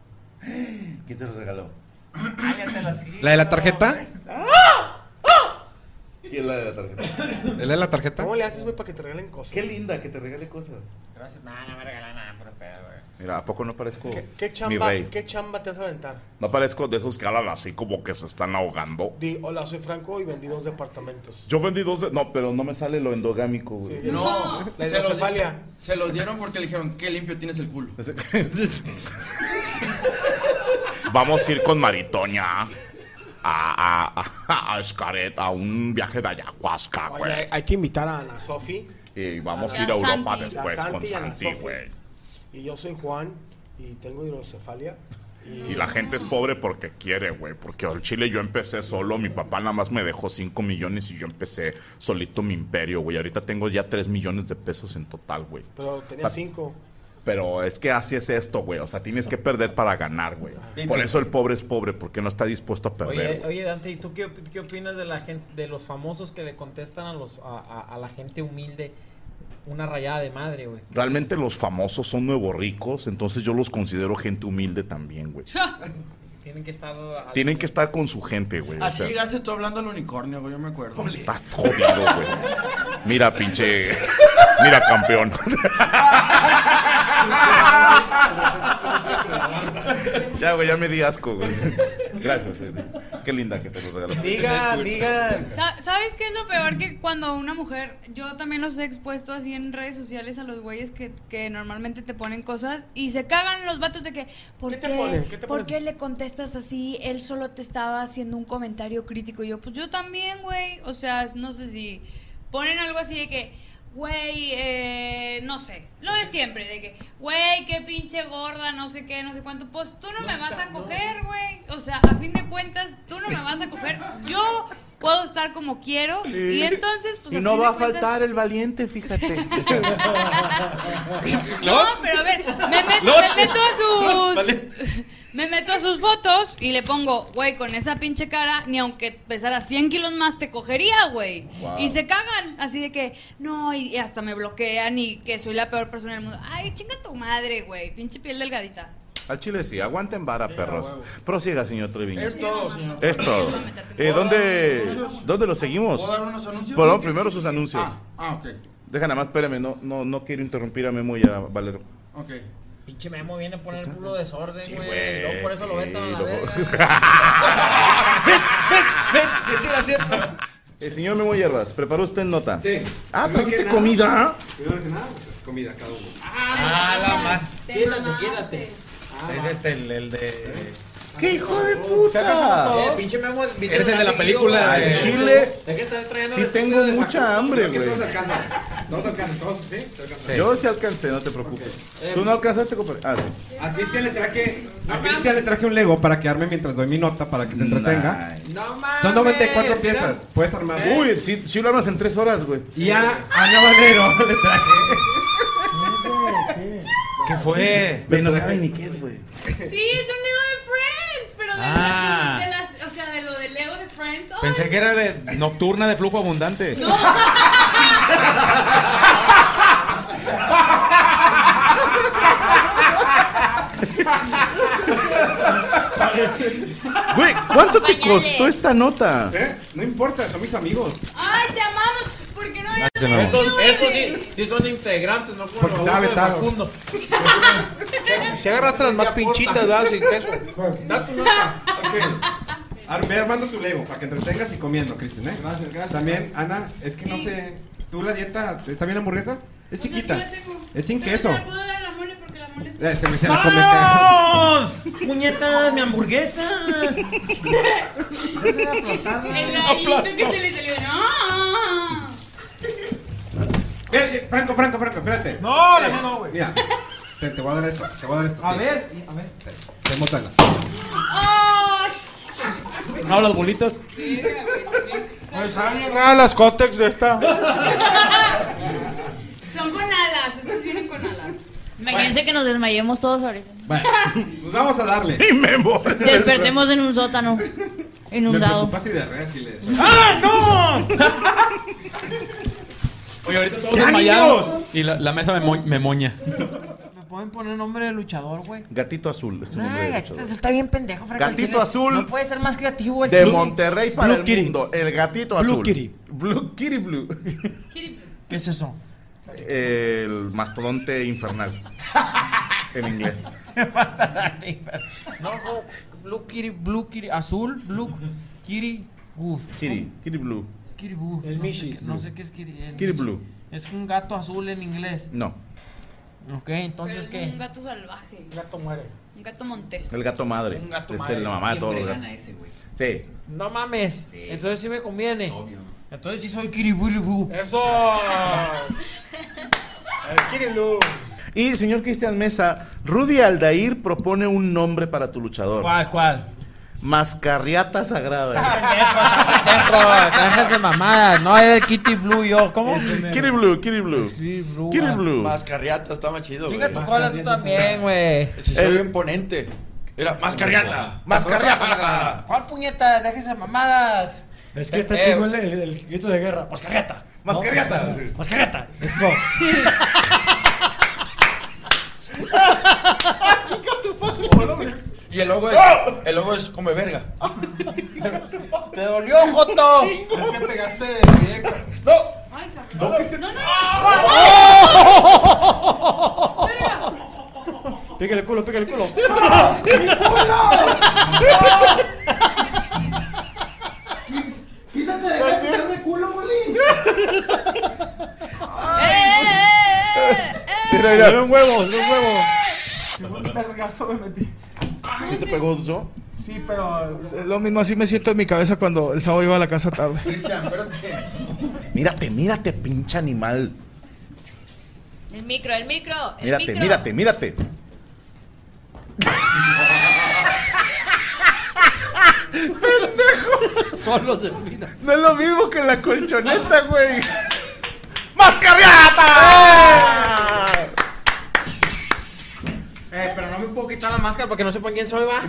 S1: ¿Quién te los regaló?
S20: ¿La de la tarjeta?
S1: ¿Quién la de la tarjeta?
S20: ¿La de la tarjeta?
S3: ¿Cómo le haces, güey, para que te regalen cosas?
S1: Qué linda que te regale cosas.
S6: Gracias. No, no me regalan nada, pero pedo, güey.
S1: Mira, ¿a poco no parezco
S3: ¿Qué
S1: mi
S3: chamba,
S1: rey?
S3: ¿Qué chamba te vas a aventar?
S1: No parezco de esos que hablan así como que se están ahogando.
S3: Di, hola, soy Franco y vendí dos departamentos.
S1: Yo vendí dos de- No, pero no me sale lo endogámico, güey.
S12: No,
S3: La
S12: se los, se,
S3: hidrocefalia.
S12: se los dieron porque le dijeron, qué limpio tienes el culo.
S1: Vamos a ir con Maritoña a, a, a, a Xcaret, a un viaje de ayahuasca,
S3: Oye, hay,
S1: güey.
S3: hay que invitar a Ana Sofi.
S1: Y vamos a
S3: la
S1: ir a Europa
S3: Santi.
S1: después
S3: La
S1: con
S3: Santi y a la
S1: Santi,
S3: Sofi.
S1: güey.
S3: Y yo soy Juan y tengo hidrocefalia.
S1: Y la gente es pobre porque quiere, güey. Porque al Chile yo empecé solo. Mi papá nada más me dejó 5 millones y yo empecé solito mi imperio, güey. Ahorita tengo ya 3 millones de pesos en total, güey.
S3: Pero tenía
S1: Pa-
S3: cinco.
S1: Pero es que así es esto, güey. O sea, tienes que perder para ganar, güey. Por eso el pobre es pobre, porque no está dispuesto a perder.
S6: Oye, oye, Dante, ¿y tú qué, op- qué opinas de la gente, de los famosos que le contestan a los a, a- a la gente humilde una rayada de madre, güey?
S1: Realmente los famosos son nuevos ricos, entonces yo los considero gente humilde también, güey.
S6: Tienen que estar al-
S1: Tienen que estar con su gente, güey. o
S12: Así
S1: sea,
S12: llegaste tú hablando al unicornio, güey, yo me acuerdo.
S1: estás jodido, güey. Mira, pinche. Mira, campeón. ya, güey, ya me di asco, güey. Gracias, güey. Qué linda que te los regaló.
S3: Diga, diga.
S5: Sa- ¿Sabes qué es lo peor? Que cuando una mujer, yo también los he expuesto así en redes sociales a los güeyes que, que normalmente te ponen cosas y se cagan los vatos de que, ¿por qué, ponen? ¿Qué te por ponen? qué le contestas así? Él solo te estaba haciendo un comentario crítico. Y yo, pues yo también, güey. O sea, no sé si ponen algo así de que, güey, eh, no sé, lo de siempre, de que, güey, qué pinche gorda, no sé qué, no sé cuánto. Pues tú no, me vas a coger, güey. O sea, a fin de cuentas, tú no me vas a coger. Yo puedo estar como quiero. Y entonces, pues.
S38: y
S5: a
S38: no
S5: fin
S38: va a
S5: de cuentas-
S38: faltar el valiente, fíjate.
S5: No, pero a ver, me meto,
S38: Los-
S5: me meto
S38: los
S5: a sus. Me meto a sus fotos y le pongo, güey, con esa pinche cara, ni aunque pesara 100 kilos más, te cogería, güey.
S20: Wow.
S5: Y se cagan, así de que, no, y, y hasta me bloquean y que soy la peor persona del mundo. Ay, chinga tu madre, güey, pinche piel delgadita.
S1: Al chile sí, aguanten vara, perros. Prosiga, señor Treviño.
S5: Es todo, señor.
S1: Es todo. Eh, ¿dónde, ¿Dónde lo seguimos?
S12: ¿Puedo dar unos anuncios?
S1: Perdón, primero sus anuncios.
S12: Ah, ok,
S1: Deja nada más, espérame, no, no, no quiero interrumpir a Memo y a Valero.
S12: ok.
S6: Pinche Memo viene a poner puro desorden, güey.
S1: güey,
S6: Luego por eso lo
S1: sí,
S6: vetan a la
S1: luego-
S6: verga.
S12: ¿Ves? ¿Ves? ¿Ves? Que sí era cierto.
S1: El señor Memo Hierbas, ¿preparó usted nota? Sí. Ah,
S3: Primero que
S1: ¿trajiste
S3: nada-
S1: comida?
S3: Primero que nada, pues, comida cada uno.
S6: Ah, la madre. Quédate, quédate. Ah,
S3: es este el, el de.
S1: ¡Qué hijo de
S6: Eh,
S1: puta!
S6: pinche Memo, invítame
S3: Eres el de la
S6: seguido,
S3: película.
S1: Al
S3: de-
S1: chile,
S6: güey. ¿De qué estás trayendo?
S1: sí tengo mucha hambre,
S3: Creo que
S1: güey.
S3: Todos alcanzan. Todos alcanzan, todos, ¿sí? Todos alcanzan.
S1: Yo sí alcancé, no te preocupes.
S6: Eh,
S3: Ok.
S1: ¿Tú no alcanzaste, compadre? Ah, sí.
S3: A Cristian le traje. A Cristian le traje un Lego para quedarme mientras doy mi nota para que se entretenga. Son 94 piezas. Puedes armar.
S1: Uy, sí, sí lo armas en tres horas, güey.
S3: Y a
S1: ah,
S3: Ana Valero le traje.
S1: ¿Qué
S3: fue?
S1: no saben ni qué es, güey.
S5: Sí, es un Lego de Friends, pero de,
S3: Ah.
S5: las- de las, o sea, de lo del Lego de Friends. ¡ay!
S3: Pensé que era de nocturna de flujo abundante.
S1: Güey, ¿cuánto te
S3: Pañales.
S1: costó esta nota?
S3: ¿Eh? No importa, son mis amigos.
S5: Ay, te amamos. ¿Por qué no
S1: Ah,
S5: eres
S1: se me-
S3: Estos-
S5: estos
S3: sí, son integrantes, no como
S39: Porque
S3: los
S39: estaba
S3: de
S39: vetado.
S3: Facundo.
S39: Si agarraste las más pinchitas, ¿verdad? Sin queso.
S3: Da tu nota. Ar- Ve armando tu Lego para que entretengas y comiendo, Cristian, ¿eh? Gracias, gracias. También, Ana, es que no
S5: Sí.
S3: sé. ¿Tú la dieta? ¿Está bien la hamburguesa? Es chiquita.
S5: Yo la tengo.
S3: Es sin
S5: Pero
S3: queso.
S5: Se la puedo dar a la mole porque la mole es-
S3: Eh, se me se la come acá.
S8: ¡Vamos! ¡Muñetas, mi hamburguesa!
S5: El rayito que se le salió. ¡No!
S3: Eh, eh, Franco, Franco, Franco, espérate.
S8: No,
S3: Eh,
S8: la mía no, güey.
S3: Mira, te, te voy a dar esto, te voy a dar esto.
S8: A
S3: tío.
S8: ver, a ver.
S3: Te mótala.
S39: No, las bolitas.
S8: Pues sale,
S39: Ah, las cótex de esta.
S5: Son con alas, estos vienen con alas.
S4: Imagínense que nos desmayemos todos ahorita.
S3: Pues vamos a darle.
S1: Y me voy.
S4: Despertemos en un sótano.
S3: Me
S4: Inundado.
S3: preocupa si diarrea si le-
S8: ¡Ah,
S40: Oye, ahorita todos
S3: ¡Ya,
S40: desmayados. Y la, la mesa me, mo- me moña.
S6: Me pueden poner nombre de luchador, güey.
S1: Gatito azul, es tu nombre
S6: Ay,
S1: de
S6: gatito,
S1: luchador.
S6: eso está bien pendejo, Franco. al
S1: Gatito
S6: chile.
S1: azul.
S6: No puede ser más creativo el
S1: De
S6: chile.
S1: Monterrey para
S6: Blue
S1: el
S6: Kitty.
S1: mundo, el gatito
S6: Blue
S1: azul.
S6: Kitty.
S1: Blue Kitty Blue.
S6: ¿Qué es eso?
S1: El mastodonte infernal. en inglés.
S6: No, no. Blue Kitty, Blue Kitty, azul, Blue Kitty, Goo.
S1: Kitty, Kitty Blue.
S6: Kitty Goo.
S1: El
S6: no
S1: Mishi.
S6: Sé qué, no sé qué es Kitty. el
S1: Kitty
S6: Mishi.
S1: Blue.
S6: Es un gato azul en inglés.
S1: No,
S6: Ok,
S5: Pero
S6: entonces,
S5: es
S6: ¿qué
S5: Un
S6: es?
S5: gato salvaje. Un
S6: gato muere.
S5: Un gato montés.
S1: el gato madre.
S5: Un gato
S1: es
S5: madre,
S1: la mamá de todos los
S5: siempre
S1: gatos.
S5: gana
S1: sí.
S6: No mames. Entonces sí me conviene. Entonces sí soy Kitty
S8: ¡Eso!
S1: Y señor Cristian Mesa, Rudy Aldair propone un nombre para tu luchador.
S8: ¿Cuál, cuál?
S1: Mascarriata Sagrada.
S39: Dejas de mamadas. No, era el Kitty Blue yo. ¿Cómo?
S1: Kitty Blue, Kitty Blue. Kitty Blue.
S12: Mascarriata, está más chido, güey.
S39: Chinga tu cola tú también, güey.
S12: Si soy imponente. Era mascarriata, mascarriata sagrada.
S39: ¿Cuál puñeta? Déjese mamadas.
S2: Es que está
S33: Eh,
S2: chido el, el- el grito de guerra. Mascarriata.
S1: Mascarriata.
S2: Mascarriata. Eso.
S12: Y el logo es, el logo es come verga.
S39: ¡Te dolió, Joto!
S3: ¿Qué pegaste de
S5: No, no, no.
S2: Pícale el culo, pícale el culo.
S8: ¡Quítate de meterme culo, molín!
S1: Mira, mira.
S2: Dale un huevo, dale
S1: un
S2: huevo.
S3: me metí.
S1: ¿Sí te pegó yo?
S3: Sí, pero.
S2: Lo mismo así me siento en mi cabeza cuando el sábado iba a la casa tarde.
S3: Cristian, espérate.
S1: Mírate, mírate, pinche animal.
S4: El micro, el micro. El
S1: Mírate,
S4: micro.
S1: mírate, mírate. ¡Pendejo! Solo se mira. No es lo mismo que la colchoneta, güey.
S3: Ah.
S1: ¡Mascarriata!
S6: Eh, pero no me puedo quitar la máscara para que no sepan quién soy, va.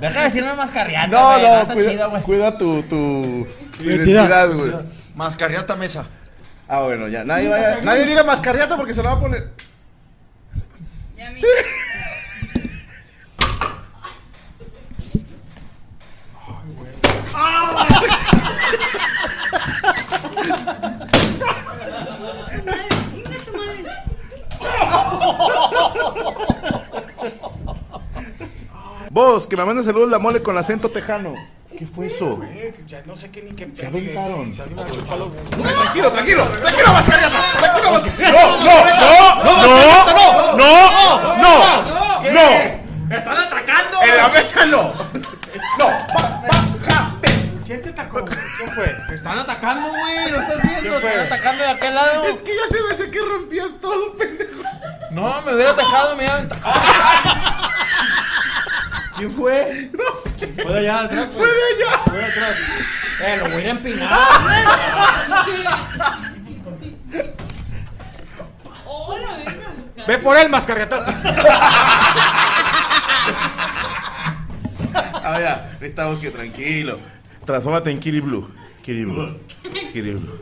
S6: Deja de decirme mascarriata,
S1: No,
S6: güey, no
S1: no,
S6: Ah, está
S1: cuida,
S6: chido, güey.
S1: cuida tu, tu
S12: Identidad.
S1: identidad, güey.
S12: Mascarriata mesa.
S1: Ah, bueno, ya. Nadie, vaya, nadie diga mascarriata porque se la va a poner.
S8: Vos, que me mandes saludos la mole con acento tejano. ¿Qué fue eso?
S3: Eh, Ya no sé qué ni qué
S8: Se aventaron.
S3: Tranquilo, tranquilo, tranquilo, Mascariata. Tranquilo,
S8: No, no, no, no, no, no, no,
S3: ¿Qué?
S8: no.
S3: ¡Están atacando!
S8: En la mesa no.
S3: ¿Quién te atacó? ¿Qué fue?
S6: Te están atacando, güey.
S3: ¿Lo estás viendo? Te están
S6: atacando de aquel lado.
S3: Es que ya se me hace que rompías todo, pendejo.
S6: No, me hubiera atacado, me hubiera atacado.
S3: ¿Quién fue? No sé. Fue de allá atrás. Fue de allá. Fue de atrás. Eh, lo voy a empinar.
S35: Ve por él, mascarriatazo.
S8: A ver, necesitamos que tranquilo. Transfórmate en Kiri Blue. Kiri Blue. Kiri Blue.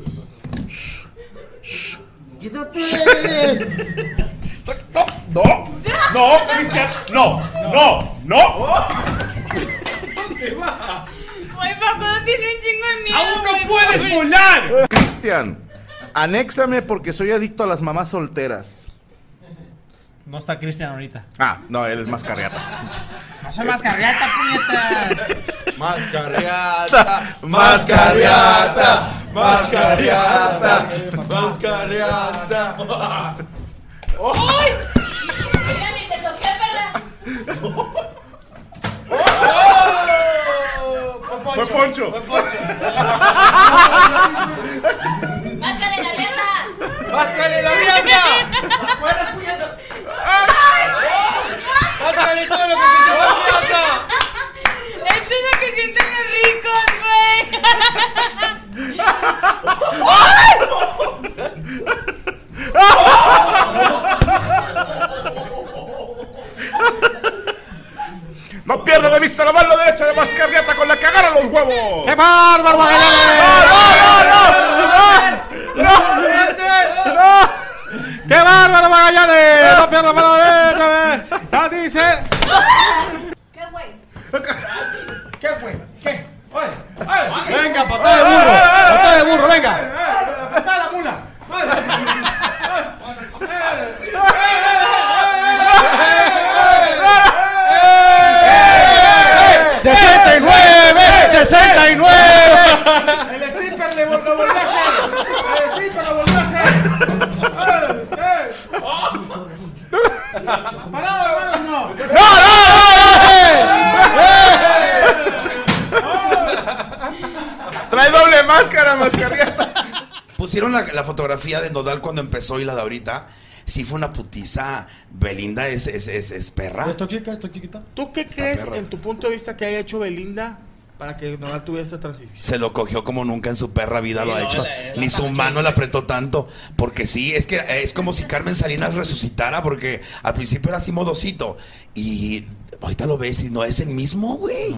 S8: No, no, Cristian, no, no, no.
S41: Ay, papá, tiene un chingo de miedo.
S8: ¡Aún
S41: güey, pobre.
S8: volar! Cristian, anéxame porque soy adicto a las mamás solteras.
S10: No está Cristian ahorita.
S8: Ah, no, él es mascarriata.
S10: No soy mascarriata, puñeta.
S8: Mascarriata,
S33: mascarriata, mascarriata, mascarriata.
S41: ¡Ay!
S13: Mira, ni te toqué, perra.
S8: Fue Poncho.
S13: Máscale la mierda.
S6: ¡Bájale la mierda! ¡Fuera, puñeta! ¡Bájale todo lo que se te puñeta!
S41: Esto es lo que sienten los ricos, güey.
S8: No pierda de vista la mano derecha de mascarriata con la que agarra los huevos.
S35: ¡Qué bárbaro, Magallanes! ¡No, no, no! ¡No! ¡Qué bárbaro, Magallanes! ¡No pierdas la mano derecha! eh. ¡Ya dice!
S13: ¿Qué, güey?
S3: ¿Qué fue? ¿Qué? Oye,
S6: oye.
S3: Venga, patada de burro. Patada de burro, venga.
S35: ¡Está la mula!
S3: ¡69!
S35: El stripper le vol- lo volvió a hacer. El stripper lo volvió a hacer. ¡Eh, eh! ¡Parado, hermano, no! ¡No,
S8: Trae doble máscara, mascarriata.
S33: Pusieron la, la fotografía de Nodal cuando empezó y la de ahorita. Sí fue una putiza. Belinda es, es, es, es perra.
S7: ¿Es tóxica? ¿Es toxiquita?
S3: ¿Tú qué crees en tu punto de vista que haya hecho Belinda para que Nodal tuviera esta transición?
S33: Se lo cogió como nunca en su perra vida lo ha
S3: Sí, no,
S33: hecho.
S3: la-
S33: Ni su mano le apretó tanto. Porque sí, es que es como si Carmen Salinas resucitara. Porque al principio era así modosito. Y ahorita lo ves y no es el mismo, güey.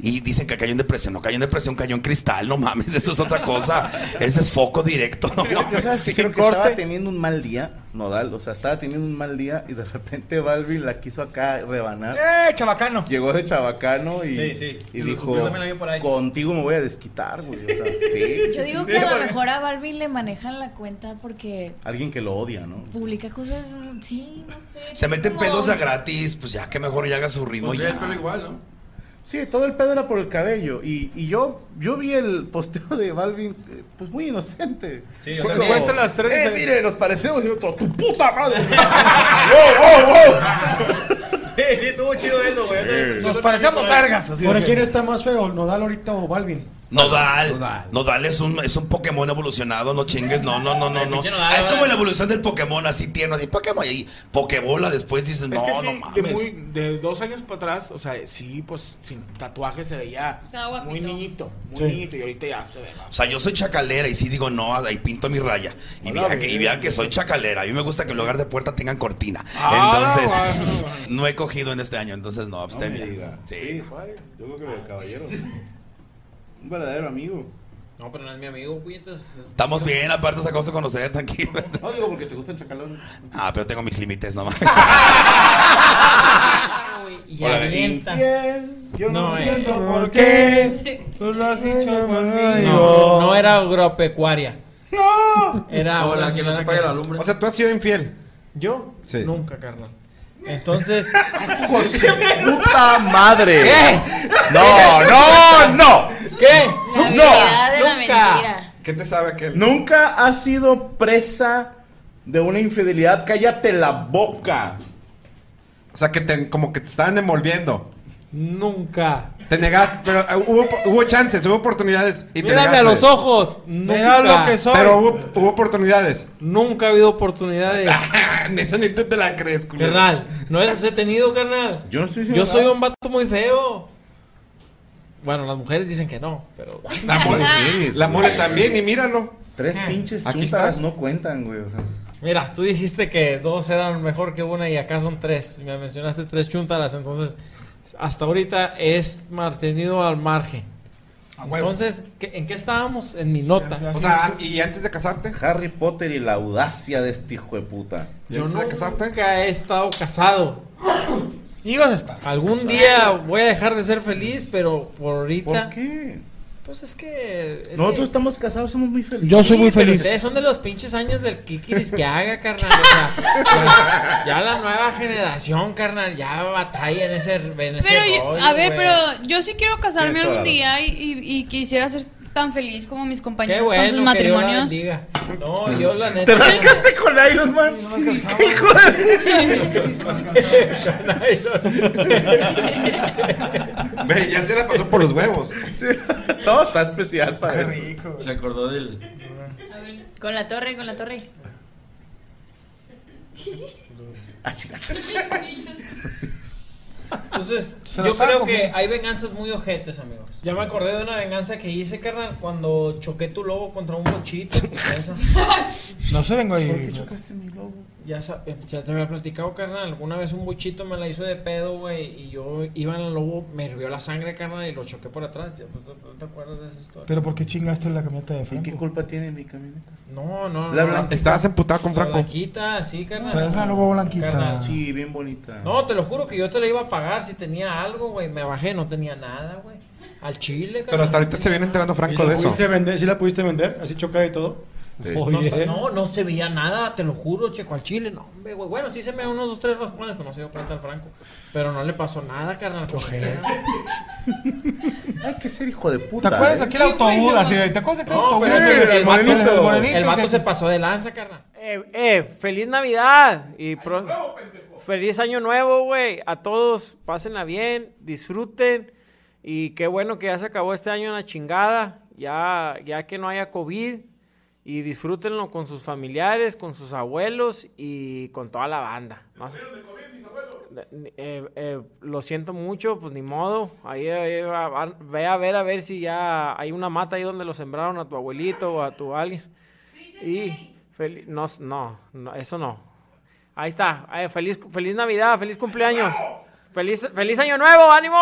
S33: Y dicen que cayó en depresión. No cayó en depresión, cayó en cristal. No mames, eso es otra cosa. Ese es foco directo. No mames.
S1: Sí, creo que estaba teniendo un mal día, Nodal, o sea, estaba teniendo un mal día y de repente Balvin la quiso acá rebanar.
S35: ¡Eh, chabacano!
S1: Llegó de chabacano y,
S35: Sí, sí.
S1: y
S35: Yo
S1: dijo,
S35: también la vi por ahí.
S1: contigo me voy a desquitar, güey. O sea, sí,
S5: Yo digo
S1: sí,
S5: que a lo
S1: porque-
S5: mejor a Balvin le manejan la cuenta porque
S33: Alguien que lo odia, ¿no?
S5: publica cosas. mm, Sí, no sé.
S33: Se meten
S5: como-
S33: pedos a gratis. Pues ya que mejor ya haga su ritmo.
S1: Pues
S33: ya.
S1: ve el pelo Sí, todo el pedo era por el cabello. Y, y yo, yo vi el posteo de Balvin, eh, pues muy inocente.
S3: Sí,
S1: Fue
S3: o sea,
S1: como,
S3: encuentran las tres
S1: Eh,
S3: diferentes-
S1: mire, nos parecemos y otro, tu puta madre. wow, wow, wow.
S3: Sí, sí, estuvo chido eso, güey. Yo también- yo
S7: Nos
S3: también-
S7: parecemos largas.
S33: así
S7: ¿Por
S33: es.
S7: quién está más feo? ¿Nodal ahorita o Balvin?
S33: Nodal. Nodal. es un, es un Pokémon evolucionado, no chingues, no, no, no, no, no.
S3: pinche Nodal,
S33: Ah, es como
S3: ¿verdad?
S33: la evolución del Pokémon, así tierno, así Pokémon y Pokébola, después dices, no,
S3: es que
S33: no
S3: sí, de,
S33: mames.
S3: muy, de dos años para atrás, o sea, sí, pues sin tatuaje se veía muy niñito, muy
S33: Sí.
S3: niñito, y ahorita ya se ve.
S33: O sea, yo soy chacalera y sí digo, no, ahí pinto mi raya. Y
S3: Hola,
S33: vea que, y
S3: bien,
S33: vea que soy chacalera. A mí me gusta que en lugar de puerta tengan cortina.
S3: Ah,
S33: entonces, no he cogido en este año, entonces no, abstemia. sí.
S1: Yo creo que el caballero. Un verdadero amigo.
S6: No, pero no es mi amigo, puñetas.
S33: Estamos bien, aparte sacamos de conocer, tranquilo.
S1: No digo porque te gusta el chacalón.
S33: Ah, pero tengo mis límites nomás.
S6: Y
S33: Hola,
S6: avienta.
S1: Yo
S6: no eh. entiendo
S7: ¿Por qué? Tú lo has hecho
S6: No,
S7: conmigo.
S6: no era agropecuaria.
S7: No.
S6: Era
S7: Hola,
S6: una
S7: que no se
S6: señora
S7: apague
S6: que-
S7: la lumbre.
S26: O sea, tú has sido infiel.
S6: ¿Yo?
S26: Sí.
S6: Nunca, carnal. Entonces.
S1: José, puta madre.
S6: ¿Qué?
S1: No, no, no.
S6: ¿Qué?
S4: La habilidad de la mentira.
S1: ¿Qué te sabe aquel? Nunca has sido presa de una infidelidad. Cállate la boca.
S33: O sea, que te- como que te estaban envolviendo.
S6: Nunca.
S33: Te negaste, pero eh, hubo, hubo chances, hubo oportunidades. Y te
S6: Mírame
S33: negaste.
S6: a los ojos.
S33: Mira
S6: Nunca.
S33: lo que soy. Pero hubo, hubo oportunidades.
S6: Nunca ha habido oportunidades.
S33: Eso ni tú te la crees, culero.
S6: Carnal, no eres detenido, carnal.
S1: Yo no estoy
S6: Yo soy un vato muy feo. Bueno, las mujeres dicen que no, pero.
S33: La mole, la mole también, y míralo.
S6: Ah.
S1: Tres pinches
S33: Aquí
S1: chuntas
S33: estás.
S1: no cuentan, güey. o sea.
S6: Eh, Mira, tú dijiste que dos eran mejor que una y acá son tres. Me mencionaste tres chuntaras, entonces hasta ahorita es mantenido al margen.
S33: huevo.
S6: Entonces, ¿qué- ¿en qué estábamos? En mi nota.
S33: O sea, y antes de casarte.
S1: Harry Potter y la audacia de este hijo de puta.
S6: yo nunca he estado casado.
S33: Ibas a estar.
S6: Algún día voy a dejar de ser feliz, pero por ahorita.
S1: ¿Por qué?
S6: Pues es que. es
S1: Nosotros
S6: que-
S1: estamos casados, somos muy felices.
S8: Yo soy muy
S6: pero
S8: feliz.
S6: ustedes son de los pinches años del kikiris que haga, carnal. O sea, ya, ya la nueva generación, carnal, ya batalla en ese, en ese
S5: Pero, yo-
S6: rollo,
S5: a ver,
S6: güey.
S5: pero yo sí quiero casarme
S6: Tienes toda
S5: algún
S6: la
S5: día y, y- y quisiera ser tan feliz como mis
S6: Qué
S5: compañeros con sus
S6: bueno que Dios la
S5: matrimonios.
S6: bendiga. No, yo la neta.
S1: ¿Te rascaste con Iron Man? ¿Qué hijo
S33: Ve, ya se la pasó por los huevos.
S1: Todo está especial para eso.
S42: Se acordó del.
S4: Con la torre, con la torre.
S6: Entonces,
S33: Se lo
S6: yo
S33: estaba
S6: creo que
S33: comiendo.
S6: hay venganzas muy ojetes, amigos. Ya me acordé de una venganza que hice, carnal, cuando choqué tu lobo contra un bochito. Esa.
S3: No se vengo ahí.
S1: mi lobo?
S6: Ya, sa- eh, ya te había platicado, carnal. Alguna vez un buchito me la hizo de pedo, güey. Y yo iba en el lobo, me hirvió la sangre, carnal, y lo choqué por atrás. Ya, pues, ¿No te- no te acuerdas de esa historia?
S3: Pero ¿por qué chingaste la camioneta de Franco?
S1: ¿Qué culpa tiene mi camioneta?
S6: No, no,
S1: La
S6: no.
S1: blanquita.
S33: Estabas emputado con
S6: La
S33: Franco.
S6: Blanquita, sí, carnal.
S3: Traes una lobo blanquita.
S6: Carnal.
S1: Sí, bien bonita.
S6: No, te lo juro que yo te la iba a pagar si tenía algo, güey. Me bajé, no tenía nada, güey. Al chile, carnal.
S33: Pero hasta ahorita se viene enterando Franco de eso.
S2: vender? ¿Sí la pudiste vender? ¿Así chocada y todo?
S6: No, está- no, no se veía nada, te lo juro, checo, al chile, no, hombre, güey. Bueno, sí se me da unos dos, tres raspones, pero no se dio cuenta al Franco. Pero no le pasó nada, carnal. Cojera.
S1: Hay que ser hijo de puta.
S3: ¿Te acuerdas
S1: ¿eh?
S3: aquel autobús? así, ¿Te acuerdas de aquel
S6: No,
S3: autobús?
S6: sí,
S3: Ese,
S6: el,
S3: morenito, el
S6: vato,
S3: morenito
S6: el vato
S3: que-
S6: se pasó de lanza, carnal. Eh, eh, feliz Navidad y pro- feliz año nuevo, güey. A todos, pásenla bien, disfruten y qué bueno que ya se acabó este año en la chingada, ya, ya que no haya COVID y disfrútenlo con sus familiares, con sus abuelos y con toda la banda. No sé. Eh, eh, lo siento mucho, pues ni modo. Ahí, ahí va- va- ve a ver a ver si ya hay una mata ahí donde lo sembraron a tu abuelito o a tu alguien. Y fel- no, no, no, eso no. Ahí está. Eh, feliz, feliz Navidad, feliz cumpleaños. Feliz, feliz año nuevo, ánimo.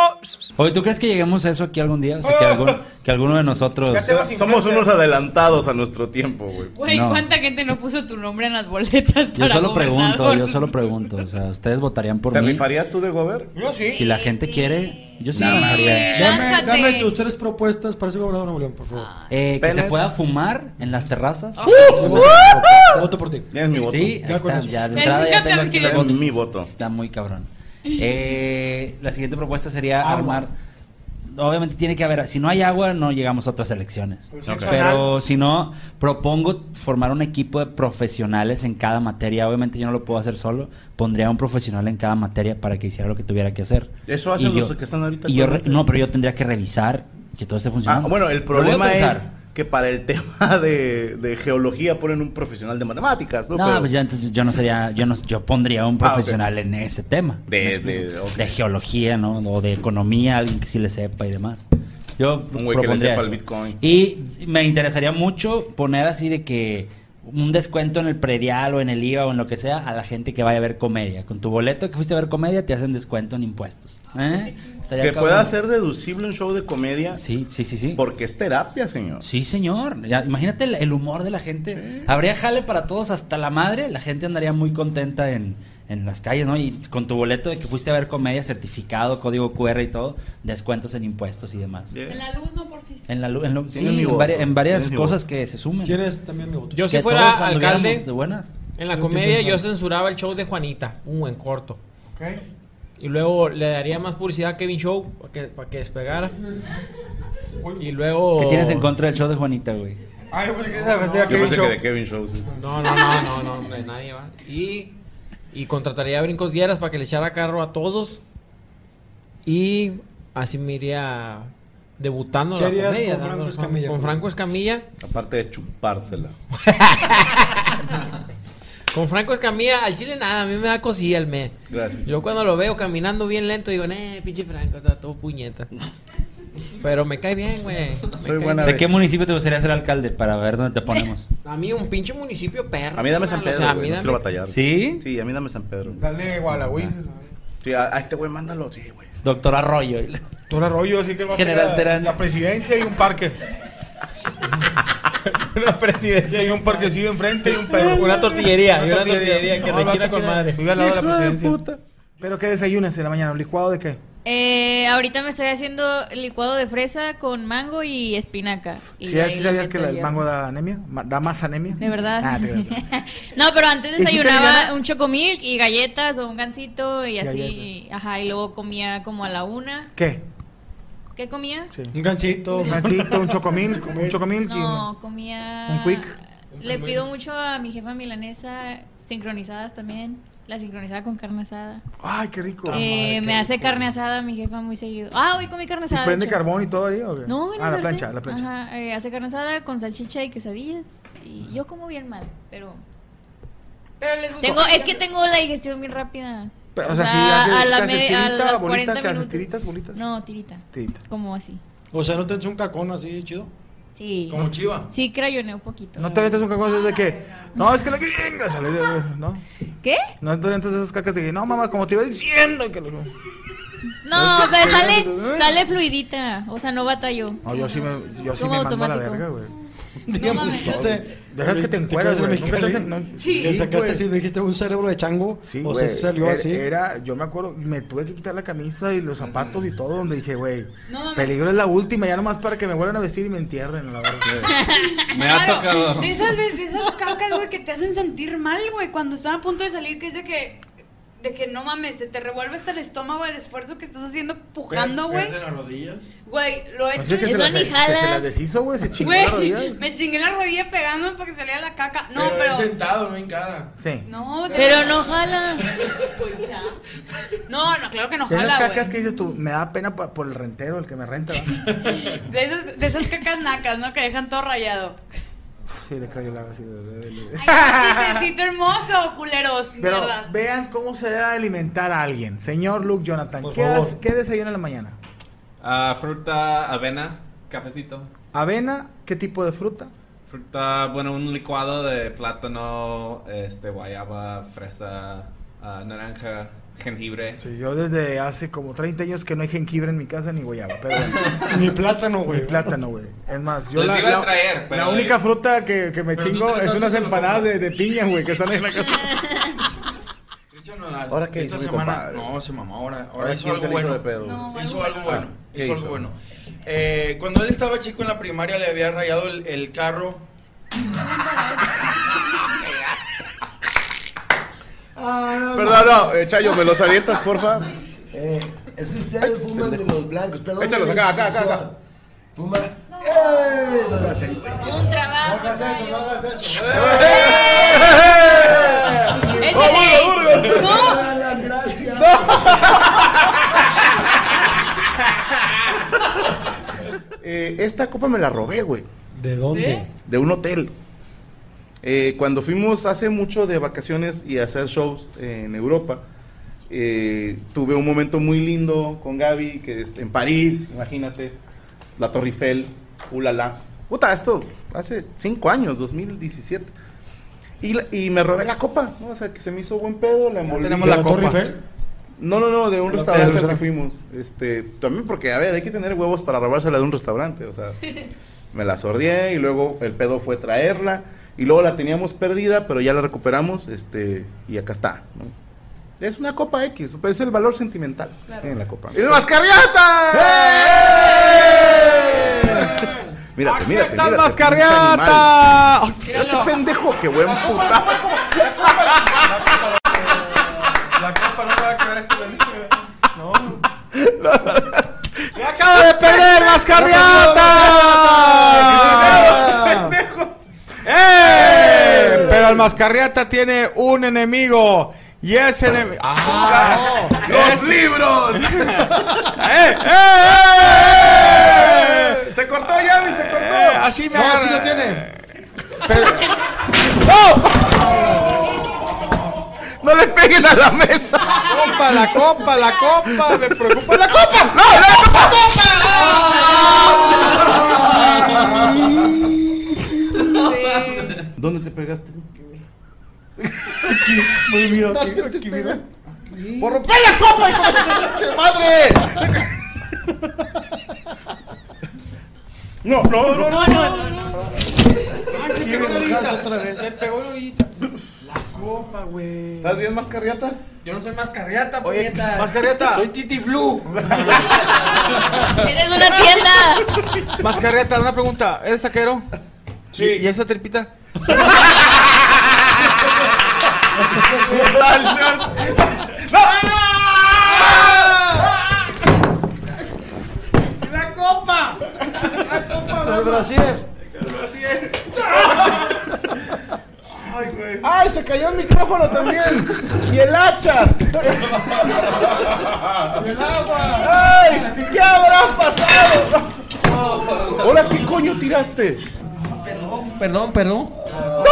S27: Oye, ¿tú crees que lleguemos a eso aquí algún día? O sea, que, algún- que alguno de nosotros...
S1: Somos unos adelantados a nuestro tiempo, güey.
S5: Güey,
S27: No.
S5: ¿cuánta gente no puso tu nombre en las boletas
S27: Yo
S5: para
S27: solo
S5: gobernador?
S27: pregunto, yo solo pregunto. O sea, ¿ustedes votarían por
S1: ¿Te
S27: mí?
S1: rifarías tú de gober?
S5: Yo sí.
S27: Si la gente quiere, yo sí. Sí. me
S2: Dame,
S27: lanzaría.
S5: Lánzate.
S2: dame tus tres propuestas para ser gobernador de Nuevo León, por favor.
S27: Eh, que se
S2: Pelas.
S27: pueda fumar en las terrazas.
S2: Ah. Uh, Voto por ti.
S1: Es mi voto.
S27: Sí, ahí
S2: Ya con
S27: está,
S2: eso.
S27: ya de entrada ya
S2: Fíjate
S27: tengo aquí
S2: porque-
S27: los
S2: Es
S27: votos.
S2: mi
S1: voto.
S27: Está muy cabrón. Eh, la siguiente propuesta sería
S2: Agua.
S27: armar. Obviamente tiene que haber, si no hay agua no llegamos a otras elecciones.
S2: Pues sí, Ok.
S27: Pero si no, propongo formar un equipo de profesionales en cada materia. Obviamente yo no lo puedo hacer solo. Pondría a un profesional en cada materia para que hiciera lo que tuviera que hacer.
S1: Eso hacen
S27: Y
S1: los que están ahorita
S27: y yo re-
S1: actualmente.
S27: no, pero yo tendría que revisar que todo esté
S1: Ah,
S27: funcionando.
S1: bueno, el
S27: Lo voy a
S1: problema es
S27: pensar.
S1: que para el tema de, de geología ponen un profesional de matemáticas, ¿no?
S27: No,
S1: Pero-
S27: pues ya entonces yo no sería, yo no, yo pondría a un
S1: Ah, ok.
S27: profesional en ese tema. ¿Me
S1: de,
S27: explico?
S1: de- ok.
S27: de geología, ¿no? O de economía, alguien que sí le sepa y demás. Yo
S1: Un güey que le
S27: propondría
S1: sepa el
S27: eso.
S1: Bitcoin.
S27: Y me interesaría mucho poner así de que un descuento en el predial o en el IVA o en lo que sea a la gente que vaya a ver comedia. Con tu boleto que fuiste a ver comedia te hacen descuento en impuestos. ¿Eh? Estaría
S1: Que
S27: cabrón.
S1: pueda ser deducible un show de comedia.
S27: Sí, sí, sí, sí.
S1: Porque es terapia, señor.
S27: Sí, señor. Ya, imagínate el, el humor de la gente. Habría jale para todos hasta la madre. La gente andaría muy contenta en, en las calles, ¿no? Y con tu boleto de que fuiste a ver comedia, certificado, código QR y todo, descuentos en impuestos y demás.
S5: En la luz, no, por fin.
S27: En la lu- en lo- sí,
S6: Tienes mi
S27: en,
S6: voto.
S27: vari- en varias
S6: Tienes mi
S27: cosas
S6: voto.
S27: que se sumen.
S2: ¿Quieres también mi voto?
S6: Yo si
S27: Que
S6: fuera
S27: todos anduviéramos
S6: alcalde
S27: de buenas.
S6: en la
S27: Yo
S6: comedia
S27: estoy
S6: yo censuraba el show de Juanita, un buen corto. Y luego le daría más publicidad a Kevin Show para que, para que despegara. Y luego.
S27: ¿Qué tienes en contra del show de Juanita, güey?
S6: Oh. Ay, pues que
S1: Yo pensé que de Kevin Show. sí.
S6: No, no, no, no, no, hombre, nadie va. Y, y contrataría a Brincos Dieras para que le echara carro a todos. Y así me iría debutando a la
S1: ¿Qué harías
S6: comedia.
S1: con Franco
S6: dándolos-
S1: Escamilla?
S6: con Franco Escamilla.
S1: Aparte de chupársela.
S6: Con Franco Escamilla, al chile nada, a mí me da cosilla el me.
S1: Gracias.
S6: Yo cuando lo veo caminando bien lento digo, eh, pinche Franco, está todo puñeta. Pero me cae bien, güey. Me cae bien.
S27: ¿De qué municipio te gustaría ser alcalde para ver dónde te ponemos?
S6: A mí un pinche municipio perro.
S1: A mí dame San
S6: carnal,
S1: Pedro,
S6: o sea, a
S1: güey,
S6: mí
S1: no quiero
S6: dame-
S1: batallar.
S27: ¿Sí?
S1: Sí, a mí dame San Pedro.
S3: Dale Gualagüiz.
S1: Sí, a, a este güey mándalo, sí, güey.
S27: Doctor Arroyo.
S3: Todo el arroyo, así que va
S1: General
S3: a pegar
S1: Terán.
S3: La presidencia y un parque. una presidencia y un parquecillo enfrente y un perro.
S6: Una tortillería, y una tortillería que
S3: No,
S6: rechina
S3: la
S6: con
S3: tortilla-
S6: madre.
S3: Vive al lado de
S6: Hijo
S3: la
S6: de
S3: presidencia. ¿Pero qué desayunas en la mañana? ¿Un licuado de qué?
S4: Eh, ahorita me estoy haciendo licuado de fresa con mango y espinaca. Y
S3: ¿Sí,
S4: ahí
S3: sí
S4: le
S3: sabías que la-
S4: meto
S3: el
S4: yo.
S3: mango da anemia? Ma- ¿Da más anemia?
S4: De verdad.
S3: Ah, te creo.
S4: No, pero antes
S3: ¿Y si te
S4: desayunaba
S3: llena?
S4: un chocomilk y galletas o un gansito y así.
S3: Galletas.
S4: Ajá, y luego comía como a la una.
S3: ¿Qué?
S4: ¿Qué comía?
S3: Un gancito. Un gancito, un chocomil, un chocomil.
S4: No, comía.
S3: Un quick.
S4: Le pido mucho a mi jefa milanesa, sincronizadas también. La sincronizada con carne asada.
S3: Ay, qué rico.
S4: Eh, me hace carne asada mi jefa muy seguido. Ah, hoy comí
S3: ¿Y
S4: carne asada. de
S3: prende
S4: hecho.
S3: carbón y todo ahí? ¿o qué?
S4: No, en
S3: Ah, la
S4: sartén.
S3: plancha, la plancha.
S4: Ajá, eh, hace carne asada con salchicha y quesadillas. Y yo como bien mal, pero.
S5: Pero les gusta.
S4: Tengo, es que tengo la digestión bien rápida.
S3: Pero, o sea, sí, hace- ¿qué haces,
S4: me-
S3: tirita, bolita,
S4: 40
S3: qué haces,
S4: minutos.
S3: tiritas, bolitas?
S4: No, tirita.
S3: Tirita.
S4: Como así.
S12: O sea, ¿no te haces un cacón así, chido?
S4: Sí.
S12: Como chiva.
S4: Sí, crayoneo un poquito.
S3: ¿No te avientas un cacón de que, no, es que la gringa sale, ¿no?
S4: ¿Qué?
S3: No te avientas esas cacas de que, no, mamá, como te iba diciendo que lo...
S4: No,
S3: Es que-
S4: pero sale, sale fluidita. O sea, no batalló.
S3: No, yo sí me, yo sí
S4: Como
S3: me mando a la
S4: automático.
S3: verga, güey.
S4: mames.
S12: Dijiste-
S3: Dejas que te encueras,
S12: acuerdas
S3: güey.
S12: del
S3: Nunca te
S12: Mexicali?
S3: hacen- no-
S12: Que sacaste
S3: güey.
S12: así, me dijiste un cerebro de chango.
S3: Sí,
S12: o sea,
S3: güey,
S12: salió
S3: era-
S12: así.
S3: Era, yo me acuerdo, me tuve que quitar la camisa y los zapatos y todo, donde dije, güey,
S4: No mames.
S3: peligro es la última, ya nomás para que me vuelvan a vestir y me entierren, la verdad.
S5: Me ha De esas, veces- de esas cacas, güey, que te hacen sentir mal, güey, cuando están a punto de salir, que es de que. De que no mames, se te revuelve hasta el estómago el esfuerzo que estás haciendo pujando, güey.
S12: de las rodillas?
S5: Güey, lo he hecho.
S3: Eh, Así que se las, que se las deshizo, güey, se chingó las
S5: Güey,
S3: rodillas.
S5: me chingué la rodilla pegándome para que saliera la caca. No,
S12: Pero
S5: pero.
S12: es sentado, no hincada.
S3: Sí.
S5: No,
S4: Pero no jala.
S5: No, no, claro que no
S3: De esas
S5: jala,
S3: cacas
S5: güey.
S3: que dices tú, me da pena pa- por el rentero, el que me renta, ¿verdad?
S5: De esas, de esas cacas nacas, ¿no? Que dejan todo rayado.
S3: Sí, le cayó la así. de- de- de-
S5: Tito hermoso, culeros,
S3: Pero
S5: mierdas.
S3: vean cómo se debe alimentar a alguien. Señor Luke Jonathan, ¿qué,
S43: favor.
S3: hace- ¿qué desayuna en la mañana?
S43: Ah, fruta, avena, cafecito.
S3: ¿Avena? ¿Qué tipo de fruta?
S43: Fruta, bueno, un licuado de plátano, este, guayaba, fresa, ah, naranja, jengibre.
S3: Sí, Pues Yo desde hace como 30 años que no hay jengibre en mi casa ni guayaba, pero bueno.
S12: Ni plátano, güey.
S3: Ni plátano, güey. Es más, yo
S43: Les
S3: la,
S43: iba a
S3: la-
S43: traer,
S3: la
S43: pero-
S3: única fruta que, que
S12: Pero
S3: me
S12: tú te
S3: chingo
S12: las
S3: es
S12: haces
S3: unas
S12: solo
S3: empanadas de, de piña, güey, que están en la casa.
S1: Ahora que
S12: esta
S1: hizo mi
S12: semana,
S1: compadre.
S12: no, se mamó ahora. Ahora
S1: Ahora
S12: hizo
S1: quién
S12: algo
S1: se le hizo
S12: bueno.
S1: de pedo, güey.
S12: No, hizo algo bueno.
S1: Ah, ¿qué
S12: hizo algo
S1: hizo?
S12: bueno. Eh, cuando él estaba chico en la primaria le había rayado el, el carro.
S8: Perdón, no, eh, Chayo, ¿me los avientas, porfa?
S26: Eh, es que ustedes fuman de los blancos, perdón.
S8: Échalos acá, acá, acá, acá.
S26: Fuman. ¡Ey! No hagas eso.
S4: Un trabajo.
S26: No hagas eso, no hagas eso.
S4: ¡Eh!
S26: ¡Vámonos,
S4: ¡Ese ley!
S26: Burgos!
S4: ¡No!
S26: Alan, gracias.
S1: Eh, esta copa me la robé, güey.
S12: ¿De dónde?
S1: De un hotel. Eh, cuando fuimos hace mucho de vacaciones y a hacer shows eh, en Europa, eh, tuve un momento muy lindo con Gaby, que es- en París, imagínate, la Torre Eiffel, ulala. Puta, esto hace cinco años, 2017. Y, la- y me robé la copa, ¿no? O sea, que se me hizo buen pedo, la envolví.
S12: tenemos la ¿De la Torre copa. Eiffel?
S1: No, no, no, de un
S12: ¿De la
S1: restaurante al
S12: Torre
S1: que
S12: Eiffel?
S1: fuimos. Este, también porque, a ver, hay que tener huevos para robársela de un restaurante, o sea me la sordié y luego el pedo fue traerla y luego la teníamos perdida, pero ya la recuperamos, este, y acá está, ¿no? Es una copa X, es el valor sentimental ¿eh? en la copa. ¡El
S4: Eh.
S3: ¡Eh!
S1: mascarriata! Mírate, mírate,
S8: está el
S1: mírate,
S8: Mascarriata!
S1: pinche animal. Este pendejo, qué buen puta.
S12: La copa no va a caer.
S20: agarraste
S26: No.
S3: ¡Acaba de perder Mascarriata! ¡Eh! Pero el Mascarriata tiene un enemigo. Y ese enemigo.
S8: oh.
S3: ¡Ah!
S8: ¡Los libros!
S3: ¡Eh! ¡Eh! ¡Eh!
S8: Se cortó Yami, se cortó.
S3: así me
S8: No,
S3: agarra-
S8: Eh, así lo
S3: tiene.
S8: ¡No le peguen a la mesa!
S3: ¡Copa, la copa, la copa! ¡Me preocupa la copa! ¡No,
S8: la copa,
S9: ¿Dónde te pegaste?
S3: Muy mira,
S9: aquí, aquí, mira. ¡Por
S8: romper la copa, hijo de pinche madre!
S9: No, no, no, no, no.
S3: Sí,
S8: pegó
S3: me
S8: el
S3: enojaste
S8: oído.
S3: otra vez.
S8: Se
S3: pegó
S9: La copa, güey.
S8: ¿Estás bien, mascarriatas?
S34: Yo no soy mascarriata,
S3: Oye,
S34: puñeta.
S3: mascarriata.
S34: Soy Titi Blue.
S5: ¡Tienes una tienda!
S3: Mascarriata, una pregunta. ¿Eres taquero? Sí. ¿Y, y esa tripita?
S34: ¡La copa! ¡La
S2: Ah,
S34: copa!
S9: brasier.
S34: ¡Ay, güey!
S9: ¡Ay, se cayó el micrófono también! ¡Y el hacha!
S34: ¡El agua!
S9: ¡Ay! ¿Qué habrá pasado? Hola, ¿qué coño tiraste?
S34: Perdón, perdón.
S9: ¡No!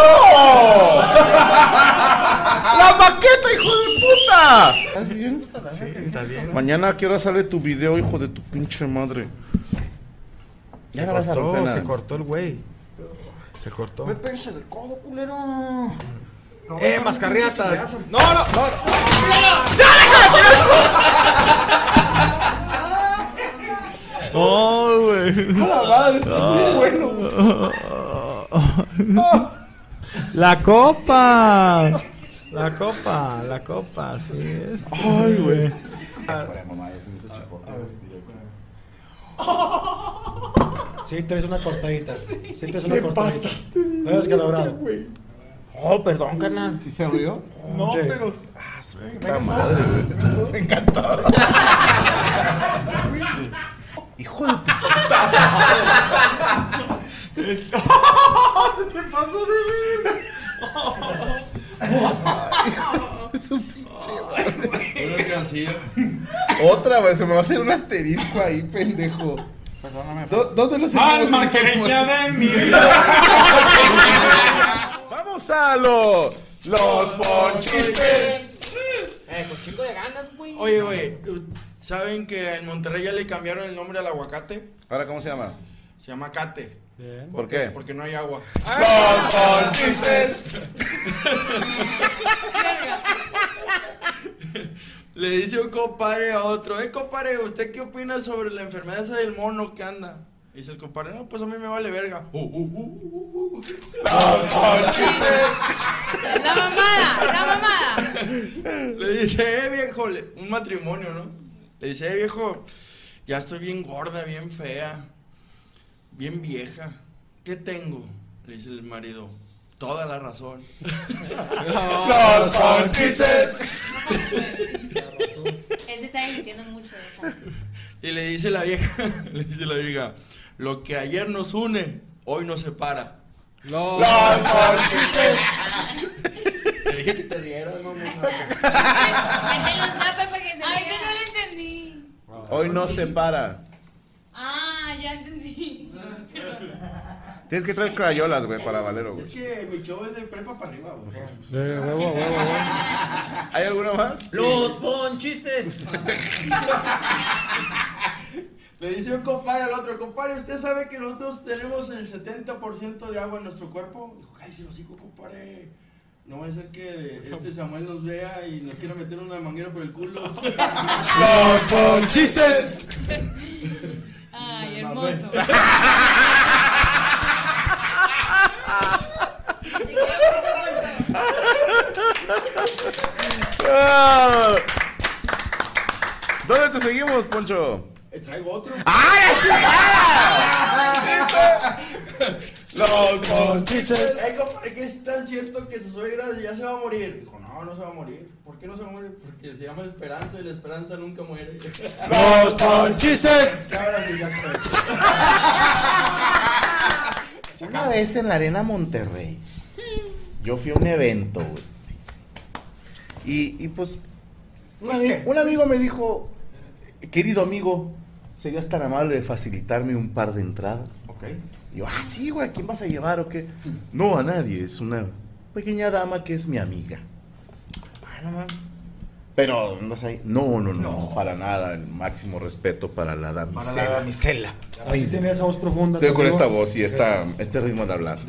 S9: ¡La maqueta, hijo de puta!
S8: ¿Estás bien? Sí, estás bien.
S1: Mañana a qué hora sale tu video, hijo de tu pinche madre. Ya
S3: Se
S1: no vas a romper
S3: cortó,
S1: nada.
S3: se cortó el güey. Se cortó.
S9: Me pegas en el codo, culero.
S3: Eh, mascarriatas.
S9: No, no, no. no.
S3: ¡Oh, güey!
S9: ¡A la madre! ¡Eso estuvo bueno!
S3: La copa. La copa, la copa, sí es.
S9: Ay, güey.
S3: Oh.
S2: Sí, traes una cortadita. Sí, traes una
S9: Te
S2: cortadita.
S9: pasaste
S2: No hayas calabrado.
S9: Oh, perdón, canal. ¿Sí se abrió?
S2: No, pero-
S9: Ah, su
S1: Puta madre, güey. Me encantó.
S9: Hijo de tu puta. Se te pasó de ver.
S1: Otra, güey. Se me va a hacer un asterisco ahí, pendejo. ¿Dó- ¿Dónde lo seguimos?
S34: Alma quereña de mi
S8: Vamos a lo, los ponchistes.
S34: Eh, con chingo de ganas, güey.
S12: Oye, güey, ¿saben que en Monterrey ya le cambiaron el nombre al aguacate?
S1: ¿Ahora cómo se llama?
S12: Se llama cate.
S1: ¿Por qué?
S12: Porque no hay agua.
S1: Los chistes.
S12: Le dice un compadre a otro, eh, compadre, ¿usted qué opina sobre la enfermedad esa del mono que anda? Dice el compadre, no, pues a mí me vale verga. Uh, uh, uh, uh, uh, uh.
S34: La mamada, la mamada.
S12: Le dice, eh, viejo, le- un matrimonio, ¿no? Le dice, eh, viejo, ya estoy bien gorda, bien fea, bien vieja. ¿Qué tengo? Le dice el marido, toda la razón.
S9: Los ponchices.
S5: Él se está divirtiendo mucho.
S12: Y le dice la vieja, le dice la vieja, lo que ayer nos une, hoy nos separa. No. Le dije que te rieras,
S13: Métele un zape para que se
S41: Ay, yo no
S13: vea.
S41: lo entendí.
S1: Hoy no se para.
S41: Ah, ya entendí.
S1: Tienes que traer crayolas, güey, para Valero, güey.
S12: que mi show es de prepa para arriba, güey.
S1: Eh, ¿Hay alguna más?
S12: Los
S34: ponchistes.
S12: Le dice un compadre al otro, compadre, ¿usted sabe que nosotros tenemos el 70% de agua en nuestro cuerpo? Dijo, cállese los hijos, compadre. No va a ser que este Samuel nos vea y nos quiera meter una manguera por el culo.
S9: Los ponchices.
S12: Ay,
S9: hermoso.
S8: Ah. ¿Dónde te seguimos, Poncho?
S12: Traigo otro.
S8: ¡Ay, así!
S12: ¡Ah! Los monchiches. Ay, compadre, que es tan cierto que su suegra ya se va a morir. Dijo, no, no se va a morir. ¿Por qué no se va a morir? Porque se llama Esperanza y la esperanza nunca muere.
S8: Los ponchices.
S12: Ahora sí, ya estoy.
S1: Una vez en la Arena Monterrey, yo fui a un evento, güey. sí. Y, y pues, un, ami- un amigo me dijo, querido amigo, ¿serías tan amable de facilitarme un par de entradas?
S12: Ok.
S1: Y yo, ah, sí, güey, ¿a quién vas a llevar o qué? No, a nadie, es una pequeña dama que es mi amiga. Ah, no mames. Pero, ¿no ahí? No, no, no, para nada, el máximo respeto para la damisela.
S2: Para la damisela. Así
S1: Ay,
S2: tiene esa voz profunda.
S1: Estoy con
S2: conmigo.
S1: esta voz y esta, este ritmo de hablar.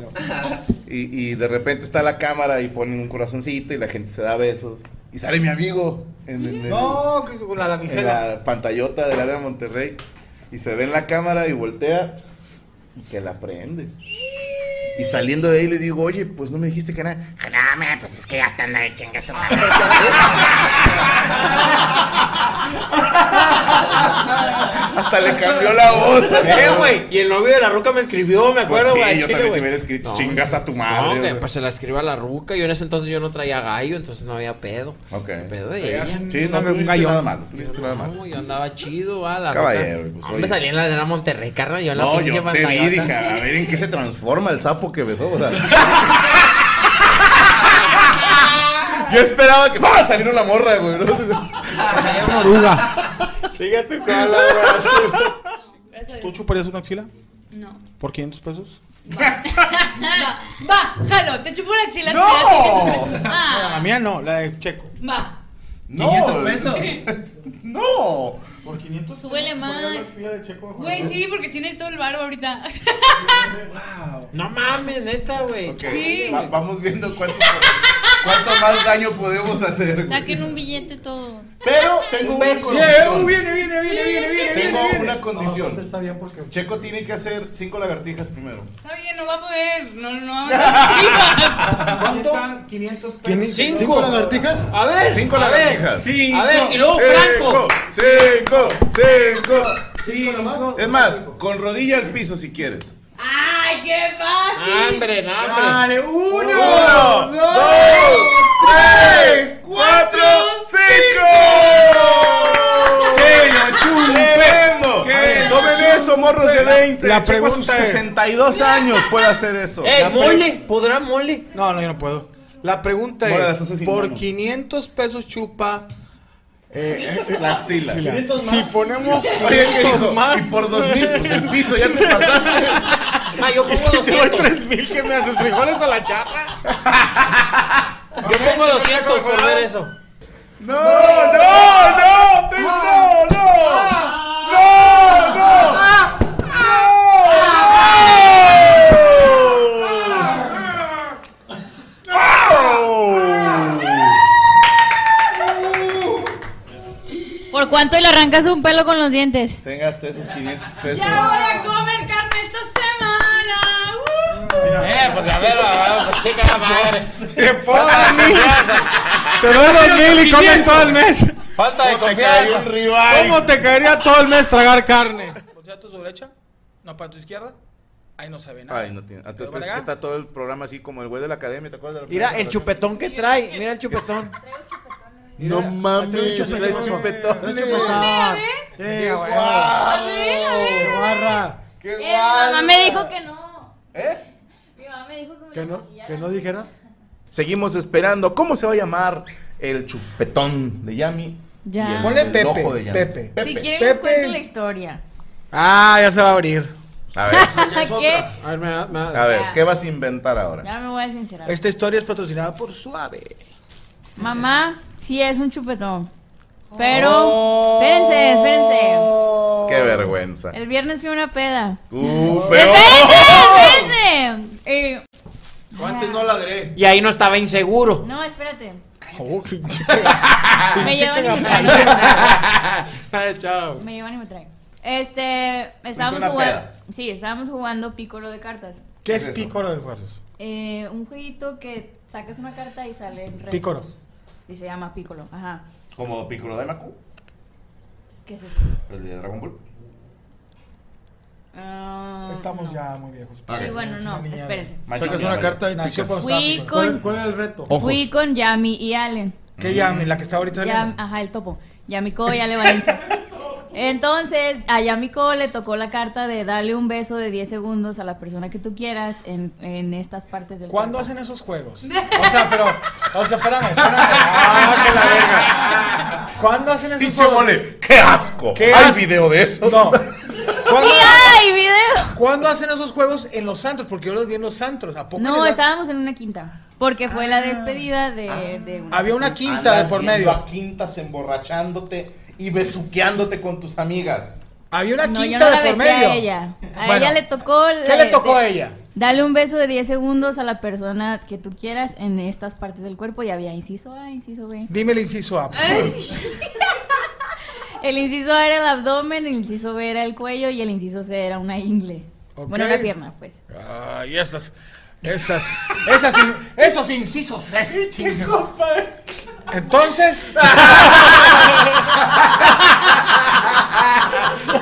S1: Y, y de repente está la cámara y ponen un corazoncito y la gente se da besos. Y sale mi amigo en, en- en-
S3: No, que- con la
S1: en
S3: damisela.
S1: la pantallota del área de Monterrey. Y se ve en la cámara y voltea y que la prende. Y saliendo de ahí le digo, oye, pues no me dijiste que nada. No, me, pues es que ya están de chingue su madre. Hasta le cambió la voz.
S3: Eh, güey. Y el novio de la ruca me escribió, me
S1: Pues
S3: acuerdo,
S1: sí,
S3: güey. al
S1: yo
S3: chile,
S1: también te
S3: güey.
S1: hubiera escrito,
S6: No,
S1: chingas a tu
S6: No,
S1: madre.
S6: que,
S1: o sea.
S6: pues se la escriba a la ruca. Yo en ese entonces yo no traía gallo, entonces no había pedo.
S1: Ok.
S6: Pedo de ella.
S1: Sí, no,
S6: me
S1: no hiciste nada malo. Tú no hiciste nada malo.
S6: yo andaba chido, va, la
S1: Caballero,
S6: ruca.
S1: pues,
S6: No,
S1: oye.
S6: me salí en la arena Monterrey, carnal. Yo en la
S1: No,
S6: pinche
S1: yo te vi
S6: pantallota.
S1: y dije, a ver en qué se transforma el sapo que besó. O sea, yo esperaba que ¡Ah! saliera una morra, güey. una oruga.
S3: Chinga tu cola, güey. ¿Tú chuparías una axila?
S5: No.
S3: ¿Por 500 pesos?
S5: No, Va, jalo, te chupo una axila.
S3: ¡No!
S5: te das
S3: La
S5: Ah,
S3: mía no, la de Checo.
S5: va.
S3: No.
S5: 500 pesos.
S3: No.
S12: Por 500
S5: Súbele más. Güey, sí, porque sí necesito el barbo ahorita.
S6: No mames, neta, güey.
S5: Sí.
S1: Va- vamos viendo cuánto, cuánto más daño podemos hacer. güey.
S5: Saquen un billete todos.
S1: Pero tengo una
S5: beso.
S1: condición.
S5: Viene, viene, viene, viene, viene,
S1: Tengo
S5: viene, viene.
S1: una condición. Checo tiene que hacer cinco lagartijas primero.
S5: Está bien, no va a poder. No, no.
S3: ¿Cuánto?
S5: 500 pesos.
S3: ¿Cinco? ¿Cinco lagartijas? A ver.
S1: Cinco
S3: a ver, Eh,
S1: lagartijas.
S3: A ver, y luego Franco.
S1: Cinco, cinco, cinco. Es más, con rodilla al piso si quieres.
S5: ¡Ay, qué fácil!
S6: ¡Hambre, hambre!
S5: ¡Dale,
S6: uno,
S8: Uno,
S5: dos,
S8: dos, tres, cuatro, cinco.
S1: ¡Que lo
S8: ¡Tremendo!
S1: ¡Que lo Tomen chupe! eso, morros de 20.
S3: La
S1: Checo
S3: pregunta
S1: a sus
S3: es-
S1: 62 años puede hacer eso.
S3: ¡Eh,
S1: La pre-
S3: mole! ¿Podrá mole? No, no, yo no puedo. La pregunta
S1: Mole, las haces
S3: es:
S1: sin
S3: ¿por
S1: manos.
S3: 500 pesos chupa eh,
S1: La axila.
S3: 500 más. Si ponemos
S1: Oye, ¿qué
S3: 500
S1: dijo?
S3: más.
S1: Y por 2000, pues el piso ya te pasaste.
S3: Ah, yo pongo
S6: Si te doy
S3: 200. 3000 que me haces frijoles a la chapa. Yo pongo 200 por ver eso.
S8: No, no, no, te- no, no, no, no,
S5: ¿Por cuánto le arrancas un pelo con los dientes?
S1: Tengas todos esos 500 pesos.
S5: Ya voy a comer carne esta semana.
S6: Eh, pues a ver, a ver, pues chica madre.
S3: Te Te doy 2000 y comes todo el mes.
S6: Falta de
S3: caería
S6: confianza.
S3: un ¿Cómo te caería todo el mes tragar carne?
S44: ¿Voltea a tu derecha? No, para tu izquierda. Ahí no se ve nada.
S1: Ay, no tiene.
S44: ¿Te lo
S1: Entonces
S44: van a
S1: es que
S44: dar?
S1: está todo el programa así como el güey de la academia, ¿te acuerdas? De la
S45: Mira
S1: primera
S45: el
S1: generación?
S45: chupetón que trae. Mira el chupetón.
S1: No mames,
S45: chupetón.
S1: traes chupetón.
S45: Trae
S1: chupetón.
S2: ¡Qué
S1: guau!
S2: ¡Qué barra!
S1: ¡Qué
S5: Eh, mi mamá me dijo que no.
S1: ¿Eh?
S5: Mi mamá me dijo que
S2: ¿Que no, que no dijeras?
S1: Seguimos esperando. ¿Cómo se va a llamar el chupetón de Yami?
S4: Ya.
S1: Y el-
S4: Ponle
S1: el
S3: Pepe,
S1: ojo de Yami.
S3: Pepe.
S4: Si
S1: Pepe.
S4: quieren les cuento la historia.
S3: Ah, ya se va a abrir.
S1: A ver,
S4: ¿Qué?
S3: A ver,
S1: a ver, ¿qué vas a inventar ahora?
S4: Ya me voy a sincerar.
S3: Esta historia es patrocinada por Suave.
S4: Mamá, sí es un chupetón.
S3: Oh.
S4: Pero, espérense, espérense.
S1: Qué vergüenza.
S4: El viernes fui a una peda.
S1: Uh,
S4: ¡Espérense,
S1: pero.
S4: espérense! Eh,
S12: Guantes no ladré.
S6: Y ahí no estaba inseguro.
S4: no, espérate. Me
S1: Oh,
S6: Pinche
S4: llevan y me
S6: Ay, chao.
S4: traen. Me llevan y me traen. Este, estábamos
S3: una
S4: jugando.
S3: peda.
S4: Sí, estábamos jugando pícoro de cartas.
S3: ¿Qué es pícoro de fuerzas?
S4: Eh, un jueguito que sacas una carta y sale en
S3: Pícoro.
S4: Sí, se llama pícoro. Ajá.
S1: Como Piccolo Daimaku,
S3: Este,
S4: ¿Qué es eso?
S1: el de Dragon Ball.
S4: Ah,
S3: estamos ya muy viejos.
S4: Ok. Sí, bueno, no,
S3: niña de-
S4: espérense.
S3: Sacas una carta y nació cuando estaba
S4: Fui
S3: chico.
S4: con,
S3: ¿Cuál, cuál era el reto?
S4: Fui con Yami y Allen.
S3: ¿Qué Yami? ¿La que está ahorita
S4: Yam-
S3: saliendo?
S4: ajá, el topo. Yamiko y Ale Valencia. Entonces, a Yamiko le tocó la carta de darle un beso de 10 segundos a la persona que tú quieras en, en estas partes del
S3: ¿Cuándo
S4: cuerpo.
S3: hacen esos juegos? O sea, pero. O sea, espérame, espérame. Ah, que la verga. ¿Cuándo hacen esos
S8: Pinche
S3: juegos?
S8: mole, qué asco.
S3: ¿Qué
S8: ¿Hay
S3: asco?
S8: video de eso?
S3: No. ¿Cuándo,
S4: ¡Sí hay video!
S3: ¿Cuándo hacen esos juegos en los santos? Porque yo los vi en los santos. ¿A poco
S4: No,
S3: les da-
S4: estábamos en una quinta. Porque fue
S3: Ah.
S4: la despedida de, de una.
S3: Había una quinta de por medio.
S1: yendo a quintas emborrachándote y besuqueándote con tus amigas.
S3: Había Ah, una
S4: No, yo no la besé a ella. A
S1: Bueno,
S4: ella le tocó.
S3: ¿Qué le tocó a ella?
S4: Dale un beso de 10 segundos a la persona que tú quieras en estas partes del cuerpo. Y había inciso A, inciso B.
S3: Dime el inciso A. por favor.
S4: El inciso A era el abdomen, el inciso B era el cuello y el inciso C era una ingle.
S3: Ok.
S4: Bueno, una pierna, pues.
S3: Ay, esas. Esas. Esas. in- esos incisos es. Entonces.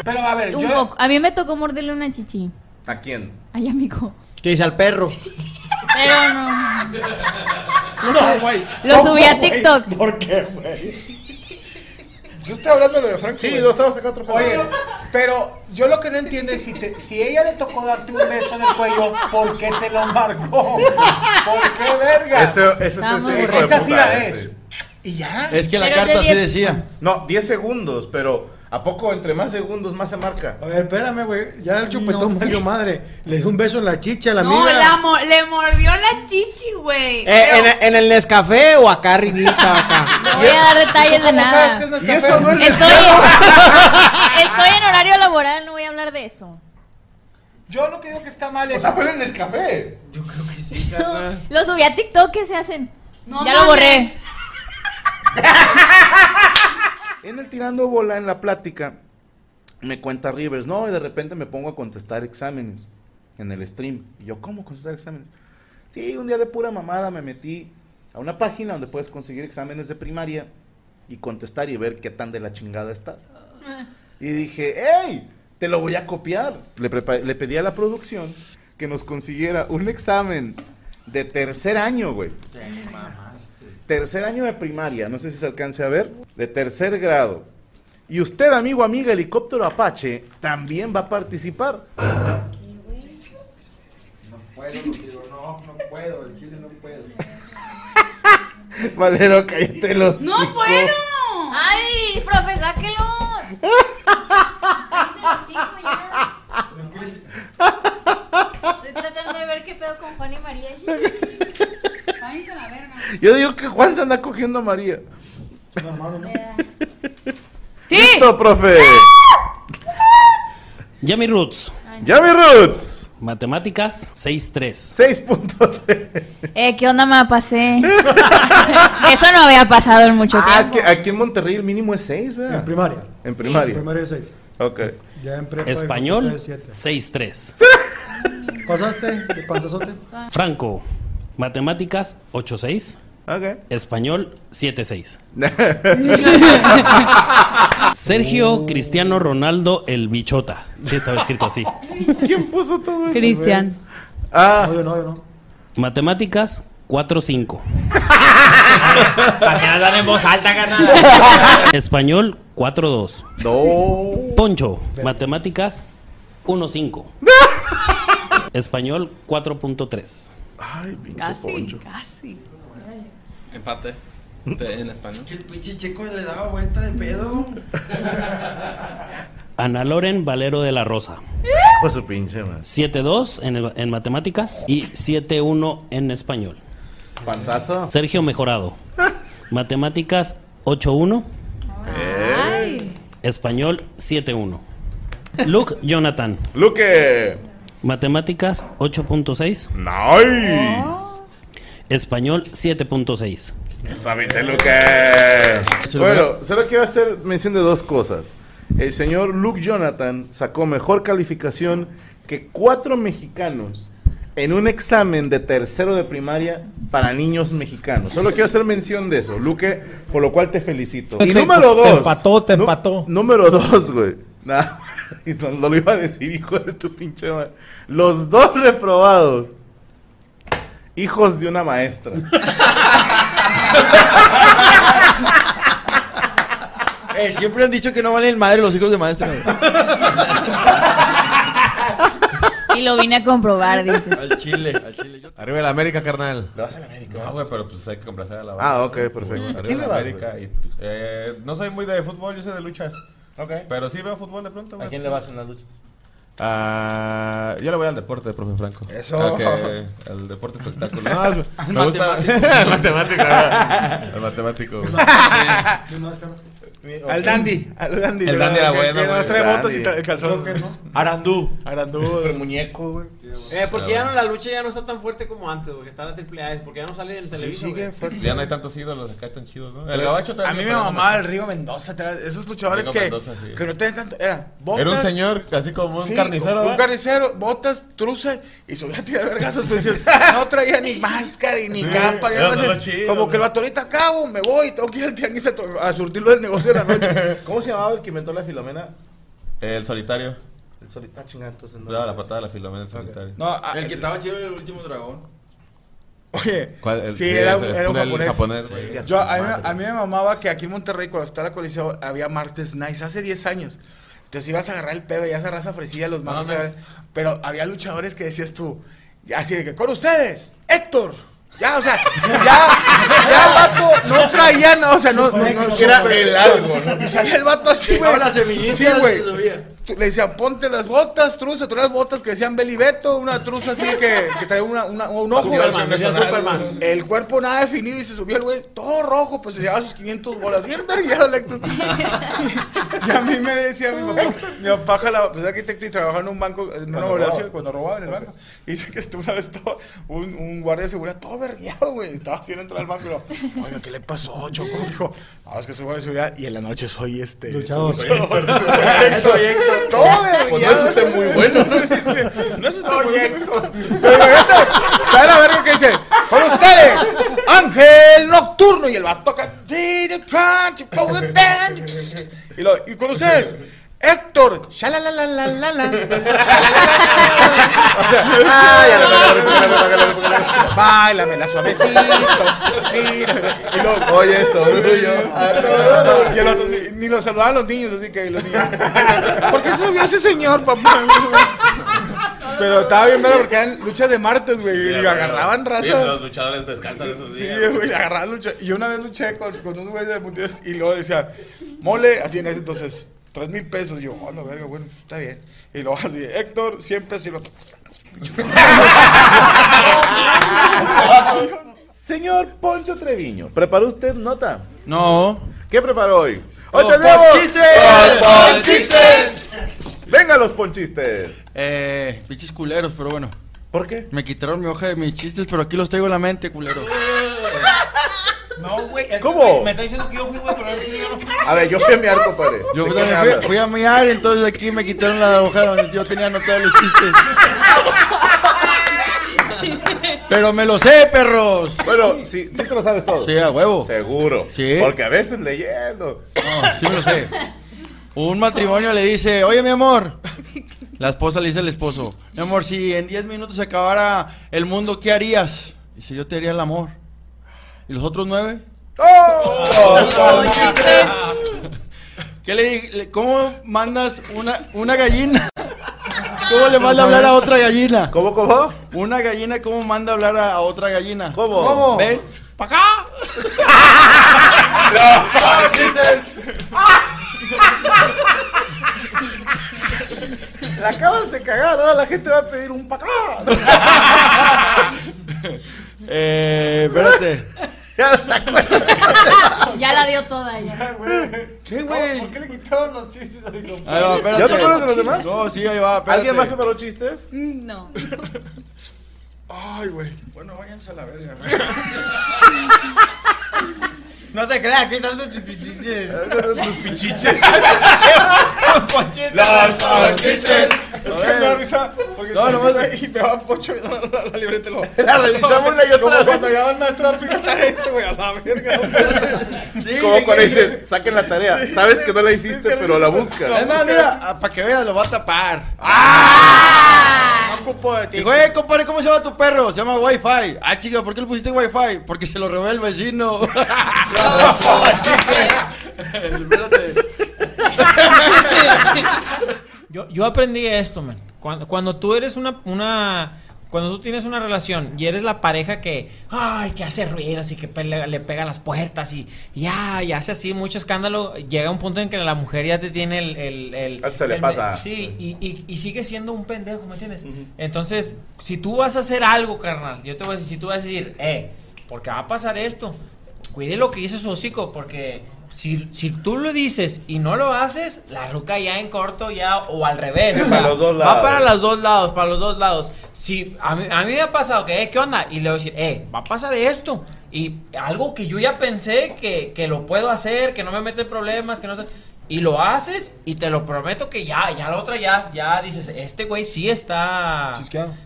S3: Pero a ver,
S4: Un
S3: yo.
S4: poco. A mí me tocó morderle una chichi.
S1: ¿A quién?
S4: Ay, amigo.
S46: ¿Qué dice al perro?
S4: Pero no. Lo,
S3: No,
S4: sub-
S3: güey.
S4: lo
S3: ¿Cómo,
S4: subí a
S3: güey?
S4: TikTok.
S3: ¿Por qué, güey? Yo estoy hablando de lo de Frank. Sí, lo estamos acá otro Oye, pero yo lo que no entiendo es si, te- si ella le tocó darte un beso en el cuello, ¿por qué te lo marcó? ¿Por qué verga?
S8: Eso, eso es
S3: Vamos.
S8: ese hijo de
S3: Esa sí
S8: puta,
S3: la
S8: eh,
S3: es.
S8: sí.
S3: Y ya.
S1: Es
S46: que la Pero es de carta así 10. decía.
S1: No, 10 segundos, pero ¿a poco entre más segundos más se marca?
S2: A ver, espérame, güey. Ya el chupetón
S1: No sé.
S2: valió madre. Le dio un beso en la chicha a la
S5: No,
S2: amiga. Eh,
S5: la mo- le mordió la chichi, güey.
S46: Eh, en, en el Nescafé o acá arribita, acá.
S4: No voy a dar detalles de nada.
S46: Y eso no es
S4: Estoy, estoy en horario laboral, no voy a hablar de eso.
S3: Yo lo que digo que está mal es.
S1: O sea, fue en el café.
S4: Lo subí a TikTok, ¿qué se hacen?
S5: No
S4: ya lo borré.
S5: mames.
S1: En el tirando bola, en la plática, me cuenta Rivers, no, y de repente me pongo a contestar exámenes en el stream. Y yo, ¿cómo contestar exámenes? Sí, un día de pura mamada me metí a una página donde puedes conseguir exámenes de primaria y contestar y ver qué tan de la chingada estás. Y dije, ¡hey! Te lo voy a copiar. Le, prepa- le pedí a la producción que nos consiguiera un examen de tercer año, güey. Tercer año de primaria, no sé si se alcance a ver, de tercer grado. Y usted, amigo, amiga, helicóptero Apache, también va a participar.
S47: no, no puedo, el chile no puedo.
S1: Valero, cállate los.
S4: ¡No puedo! ¡Ay, profe, sáquelos! Estoy tratando de ver qué pedo con Juan y María.
S48: Váyanse a la verga.
S1: Yo digo que Juan se anda cogiendo a María.
S4: ¡Sí!
S1: ¡Listo, profe!
S10: Yami Roots.
S1: Yami Roots.
S10: Matemáticas 6-3.
S1: 6.3.
S4: Eh, ¿qué onda me pasé? Eso no había pasado en mucho
S1: Ah,
S4: tiempo.
S1: es que aquí en Monterrey el mínimo es 6, ¿verdad? En
S2: primaria.
S1: En primaria.
S2: En primaria 6.
S1: Ok.
S2: Ya en prepa.
S10: Español
S2: de siete.
S10: 6-3.
S2: ¿Pasaste? ¿De panzazote?
S10: Ah, Franco. Matemáticas 8-6. Español 7-6. Sergio Cristiano Ronaldo el Bichota. Sí, estaba escrito así.
S1: ¿Quién puso todo eso?
S4: Cristian.
S1: Ah.
S2: No, yo no, yo no.
S10: Matemáticas 4-5.
S6: Apenas dan en voz alta, carnal.
S10: Español 4-2. Poncho, matemáticas 1-5. Español 4.3.
S1: Ay, pinche
S10: Poncho.
S5: casi.
S49: Empate. De- en español.
S12: El pinche checo le daba vuelta de pedo.
S10: Ana Loren Valero de la Rosa.
S1: Pues su pinche,
S10: 7-2 en, el- en matemáticas y 7-1 en español.
S1: Panzazo.
S10: Sergio Mejorado. Matemáticas 8-1. Español 7-1. Luke Jonathan.
S8: Luke.
S10: Matemáticas 8.6.
S8: Nice.
S10: Español 7.6.
S8: Esa biche Luque.
S1: Bueno, solo quiero hacer mención de dos cosas. El señor Luke Jonathan sacó mejor calificación que cuatro mexicanos en un examen de tercero de primaria para niños mexicanos. Solo quiero hacer mención de eso, Luque, por lo cual te felicito. Y
S47: Te-
S1: número
S47: te
S1: dos.
S47: empató,
S1: te empató. Número dos, güey. Nada.
S8: Y no, no lo iba a decir, hijo de tu pinche madre. Los dos reprobados. Hijos de una maestra.
S12: Eh, siempre han dicho que no valen madre los hijos de maestra.
S4: Y lo vine a comprobar, dices.
S12: Al chile, al chile.
S1: Arriba la América, carnal.
S8: ¿Le vas a la América?
S1: No, güey, pero pues hay que complacer a la
S8: Ah, ok, perfecto.
S1: Arriba
S8: ¿A quién
S1: la
S8: le vas,
S1: América.
S8: güey?
S1: y, eh, no soy muy de fútbol, yo soy de luchas.
S8: Ok.
S1: Pero sí veo fútbol de pronto, güey.
S8: ¿A quién le vas en las luchas?
S1: Ah, yo le voy al deporte, profe Franco.
S8: Eso.
S1: Al que- al deporte espectáculo. No,
S8: Al
S1: me gusta.
S8: matemático.
S1: al matemático. Al matemático. güey.
S3: Al dandy, al dandy.
S1: El dandy era bueno,
S3: Que
S1: güey.
S3: nos trae botas y
S1: Dandy.
S3: tra- el calzón.
S1: Joker,
S3: Arandú. Arandú.
S8: Super muñeco, güey.
S6: Eh, porque ya no, la lucha ya no está tan fuerte como antes, porque está la triple A, porque ya no sale en televisión.
S3: sigue
S6: güey.
S3: fuerte.
S1: Ya no hay tantos ídolos acá tan chidos, ¿no? El gabacho
S3: A
S1: también.
S3: mí me mamaba el Río Mendoza. tra- Esos luchadores
S1: Rigo
S3: que,
S1: Mendoza, sí.
S3: que no tenían tanto. Era botas.
S1: Era un señor, así como un
S3: sí,
S1: carnicero.
S3: Un
S1: ¿verdad?
S3: carnicero, botas, truza y subía a tirar vergazos. Pues, dices, no traía ni máscara y ni
S1: Sí,
S3: capa. ni
S1: era
S3: nada,
S1: lo
S3: así,
S1: chido,
S3: como que el
S1: güey.
S3: vato ahorita acabo, me voy, tengo que ir al tianguis a, tro- a surtirlo del negocio de la noche.
S8: ¿Cómo se llamaba el que inventó la Filomena?
S1: El solitario.
S8: El solitario. Ah, chingada, entonces no.
S1: Daba la patada a la filomena el solitario.
S3: No, ah,
S50: El que estaba chido era el último dragón.
S3: Oye,
S1: ¿Cuál? El-
S3: sí,
S1: sí,
S3: era,
S1: es- es
S3: era un
S1: del
S3: japonés.
S1: japonés, güey. Chinga
S3: Yo,
S1: su
S3: a, mí,
S1: madre.
S3: a mí me mamaba que aquí en Monterrey, cuando estaba la coliseo, había martes nice, hace 10 años. Entonces ibas a agarrar el pedo y esa raza ofrecía los martes.
S50: Mames.
S3: a- Pero había luchadores que decías tú, así de que, con ustedes, Héctor. Ya, o sea, ya, ya el vato no traía nada, o sea, no, no, no-
S8: Era el algo, ¿no?
S3: Y salía el vato así, güey.
S8: Daba las semillitas
S3: Sí, güey.
S8: y subía.
S3: Tú- Le decían, ponte las botas, truza, tú unas botas que decían Belibeto, una truza así que, que traía una, una- un ojo.
S6: Superman, decía Superman.
S3: El cuerpo nada definido y se subió el güey todo rojo, pues se llevaba sus 500 bolas. Bien vergueado, Lector. Y a mí me decía mi papá, mi papá jalaba, pues era arquitecto y trabajaba en un banco, en
S8: Cuando
S3: una evaluación,
S8: robaba.
S3: cuando robaba en el banco. Y dice que estuvo una vez todo, un, un guardia de seguridad todo vergueado, güey. Estaba haciendo entrar al banco y lo, oiga, ¿qué le pasó, Choco? Dijo, no, es que soy guardia de seguridad y en la noche soy este.
S51: Luchador.
S3: soy- soy Héctor".
S8: Héctor.
S3: Todo vergueado.
S8: Pues no es usted muy bueno.
S3: Sí, sí, sí. No es este usted muy bueno. Pero imagínate, está la verga que dice, con ustedes, Ángel Nocturno. Y el vato acá, "Did it try to go with them?" Y, lo, y con ustedes, Héctor, shalalalalala. Ay, a la verga, págale, págale, págale. Báilamela suavecito. Mira. Y luego,
S8: Oye, Sorullo.
S3: Ah, no, no, no. Y el otro sí, ni lo saludaban los niños, así que los niños. ¿Por qué se vio ese señor, papá? Pero estaba bien verga porque eran luchas de martes, güey. y agarraban
S8: Sí,
S3: raza.
S8: los luchadores descansan esos
S3: Sí,
S8: días.
S3: güey, agarraban lucha. Y yo una vez luché con, con unos güeyes de puntillas y luego decía, mole, así en ese entonces, tres mil pesos. Y yo, oh, la verga, bueno, está bien. Y luego así, Héctor, siempre así lo.
S8: Señor Poncho Treviño, ¿preparó usted nota?
S12: No.
S8: ¿Qué preparó hoy? ¡Hoy
S12: Los
S8: tenemos!
S12: ponchistes.
S8: ¡Los
S12: ponchistes!
S8: ¡Venga los ponchistes!
S12: Eh, pinches culeros, pero bueno.
S8: ¿Por qué?
S12: Me quitaron mi hoja de mis chistes, pero aquí los traigo en la mente, culeros.
S52: No, güey. es que
S8: ¿Cómo?
S52: Me está diciendo que yo fui, güey, pero él sí, yo no fui.
S8: A ver, yo fui a mi arco, padre.
S12: Yo también fui, fui a mirar, entonces aquí me quitaron la hoja donde yo tenía anotados los chistes. Pero me lo sé, perros.
S8: Bueno, sí, sí te lo sabes todo.
S12: Sí, a huevo.
S8: Seguro.
S12: Sí.
S8: Porque a veces leyendo.
S12: Sí me lo sé. Un matrimonio le dice, oye mi amor. La esposa le dice al esposo, mi amor, si en 10 minutos se acabara el mundo, ¿qué harías? Dice, yo te haría el amor. ¿Y los otros nueve?
S8: ¡Oh!
S12: ¿Qué le, di- le- ¿Cómo mandas una, una gallina? ¿Cómo le manda a hablar a otra gallina?
S8: ¿Cómo, cómo?
S12: Una gallina, ¿cómo manda a hablar a, a otra gallina?
S8: ¿Cómo?
S12: ¿Cómo? Ven, pa' acá.
S8: La acabas de cagar, ahora la gente va a pedir un pacá.
S12: Eh, espérate.
S4: Ya la dio toda ella.
S12: ¿Qué, güey?
S53: ¿Por qué le quitaron los chistes a mi
S12: Ahí va,
S53: compañero?
S12: Ah, espérate.
S8: ¿Ya te acuerdas de los demás?
S12: No, sí, ahí va, espérate.
S8: ¿Alguien más preparó chistes?
S4: Mm,
S53: No.
S12: Ay, güey. Bueno,
S53: váyanse a la verga.
S12: No te creas, aquí están tus pichiches.
S8: Tus pichiches.
S12: Los
S8: ponchiches.
S12: A ver,
S3: risa. Porque
S1: No, nomás ahí.
S3: Y se va Pocho y la, la, la libreta y lo.
S1: La revisamos una y otra
S3: Como
S1: vez.
S3: cuando llevaba el maestro a picar esto, güey, a la verga.
S1: Como cuando dicen, saquen la tarea. Sabes que no la hiciste, pero la buscas.
S9: Es más, mira, ah, para que veas, lo va a tapar.
S3: No ocupo de ti.
S9: Digo, eh, compadre, ¿cómo se llama tu perro? Se llama Wi-Fi. Ah, chica, ¿por qué le pusiste Wi-Fi? Porque se lo robó el vecino.
S6: Yo, yo aprendí esto, man. Cuando, cuando tú eres una, una. Cuando tú tienes una relación y eres la pareja que. Ay, que hace ruidos y que pe- le, le pega a las puertas y. Ya, y hace así mucho escándalo. Llega un punto en que la mujer ya te tiene el. el, el-
S1: Se le
S6: el-
S1: pasa.
S6: Sí, y, y- y sigue siendo un pendejo, ¿me entiendes? Entonces, si tú vas a hacer algo, carnal, yo te voy a decir, si tú vas a decir, eh, porque va a pasar esto, cuide lo que dice su hocico, porque si, si tú lo dices y no lo haces, la ruca ya en corto ya, o al revés. o
S1: Para
S6: sea,
S1: los dos
S6: Va
S1: lados.
S6: para los dos lados, para los dos lados. Si a mí, a mí me ha pasado que, eh, ¿qué onda? Y le voy a decir, eh, va a pasar esto. Y algo que yo ya pensé que, que lo puedo hacer, que no me mete problemas, que no sé. Y lo haces y te lo prometo que ya, ya la otra ya, ya dices, este güey sí está...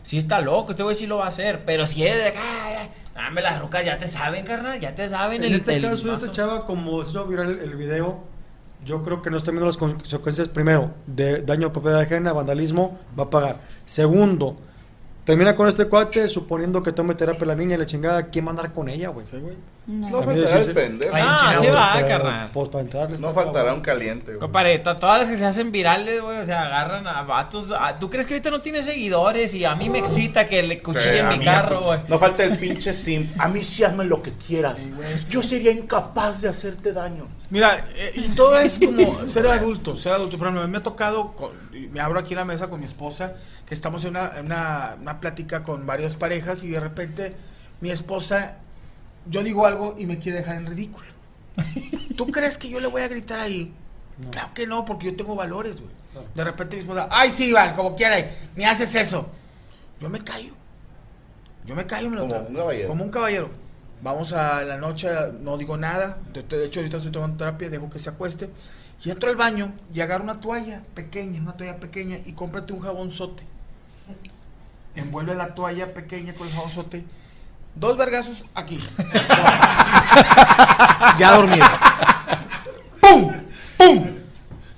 S6: Sí está loco, este güey sí lo va a hacer. Pero si eres de acá, ah, dame las rucas, ya te saben, carnal, ya te saben.
S2: En
S6: el-
S2: este
S6: el
S2: caso,
S6: paso.
S2: esta chava, como se hizo viral el, el video, yo creo que no está viendo las consecuencias, primero, de daño a propiedad ajena, vandalismo, va a pagar. Segundo, termina con este cuate suponiendo que tome terapia la niña y la chingada, ¿quién va a andar con ella, güey?
S1: No
S2: También
S1: faltará
S2: decirse-
S1: el pendejo.
S6: Ah, sí
S2: pues,
S6: se va,
S2: para-
S6: carnal.
S2: Pues para entrarles.
S1: No faltará un caliente, güey.
S6: Compadre, to- todas las que se hacen virales, güey, o sea, agarran a vatos. a- ¿Tú crees que ahorita no tiene seguidores? Y a mí me excita que le
S1: Sí, a
S6: cuchillen
S1: mí
S6: mi
S1: me
S6: carro,
S1: acu-
S6: güey.
S1: No falta el pinche simp. A mí sí hazme lo que quieras. Yo sería incapaz de hacerte daño.
S3: Mira, eh, y todo es como ser adulto, ser adulto. Por ejemplo, me ha tocado, con- y me abro aquí en la mesa con mi esposa, que estamos en una, en una, una plática con varias parejas y de repente mi esposa, yo digo algo y me quiere dejar en ridículo. ¿Tú crees que yo le voy a gritar ahí? Claro que no, porque yo tengo valores, güey. De repente mi esposa, ay, sí, Iván, como quiera, ni haces eso. Yo me callo. Yo me callo, me lo
S1: Como
S3: trago.
S1: un caballero.
S3: Como un caballero. Vamos a la noche, no digo nada. De, de hecho, ahorita estoy tomando terapia, dejo que se acueste. Y entro al baño y agarro una toalla pequeña, una toalla pequeña, y cómprate un jabonzote. Envuelve la toalla pequeña con el jabonzote. Dos vergazos aquí. ya dormido. ¡Pum! ¡Pum!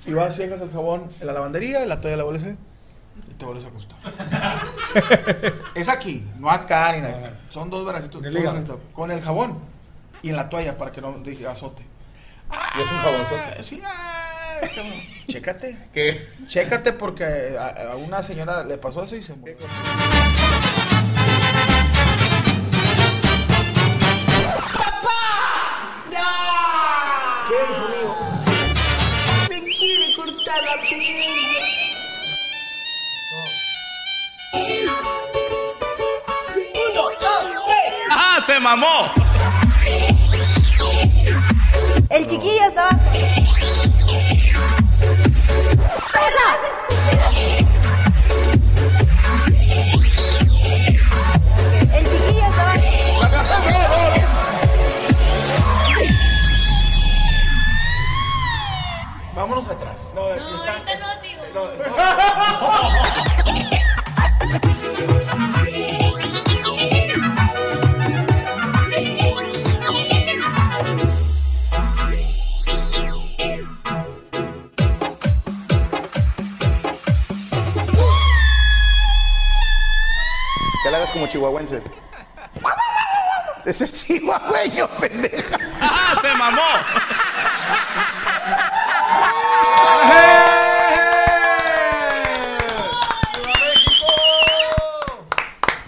S3: Y vas, llegas el jabón en la lavandería, la toalla la vuelves a- y te vuelves a acostar. es aquí, no acá ni nada. Son dos bracitos
S2: el
S3: dos
S2: hígado.
S3: bracitos, con el jabón y en la toalla para que no dije azote.
S1: Y es un jabonzote.
S3: Sí, ah, como, chécate.
S1: ¿Qué?
S3: Chécate porque a, a una señora le pasó eso y se murió.
S7: ¿Qué, hijo mío? Me quiere cortar la piel. Uno, dos, tres.
S8: ¡Ah, se mamó!
S7: El chiquillo estaba. El chiquillo estaba.
S3: Vámonos atrás. No,
S7: ahorita no, tío.
S1: Que la hagas como chihuahuense. Ese es chihuahueño, pendeja.
S8: ¡Ah, se mamó!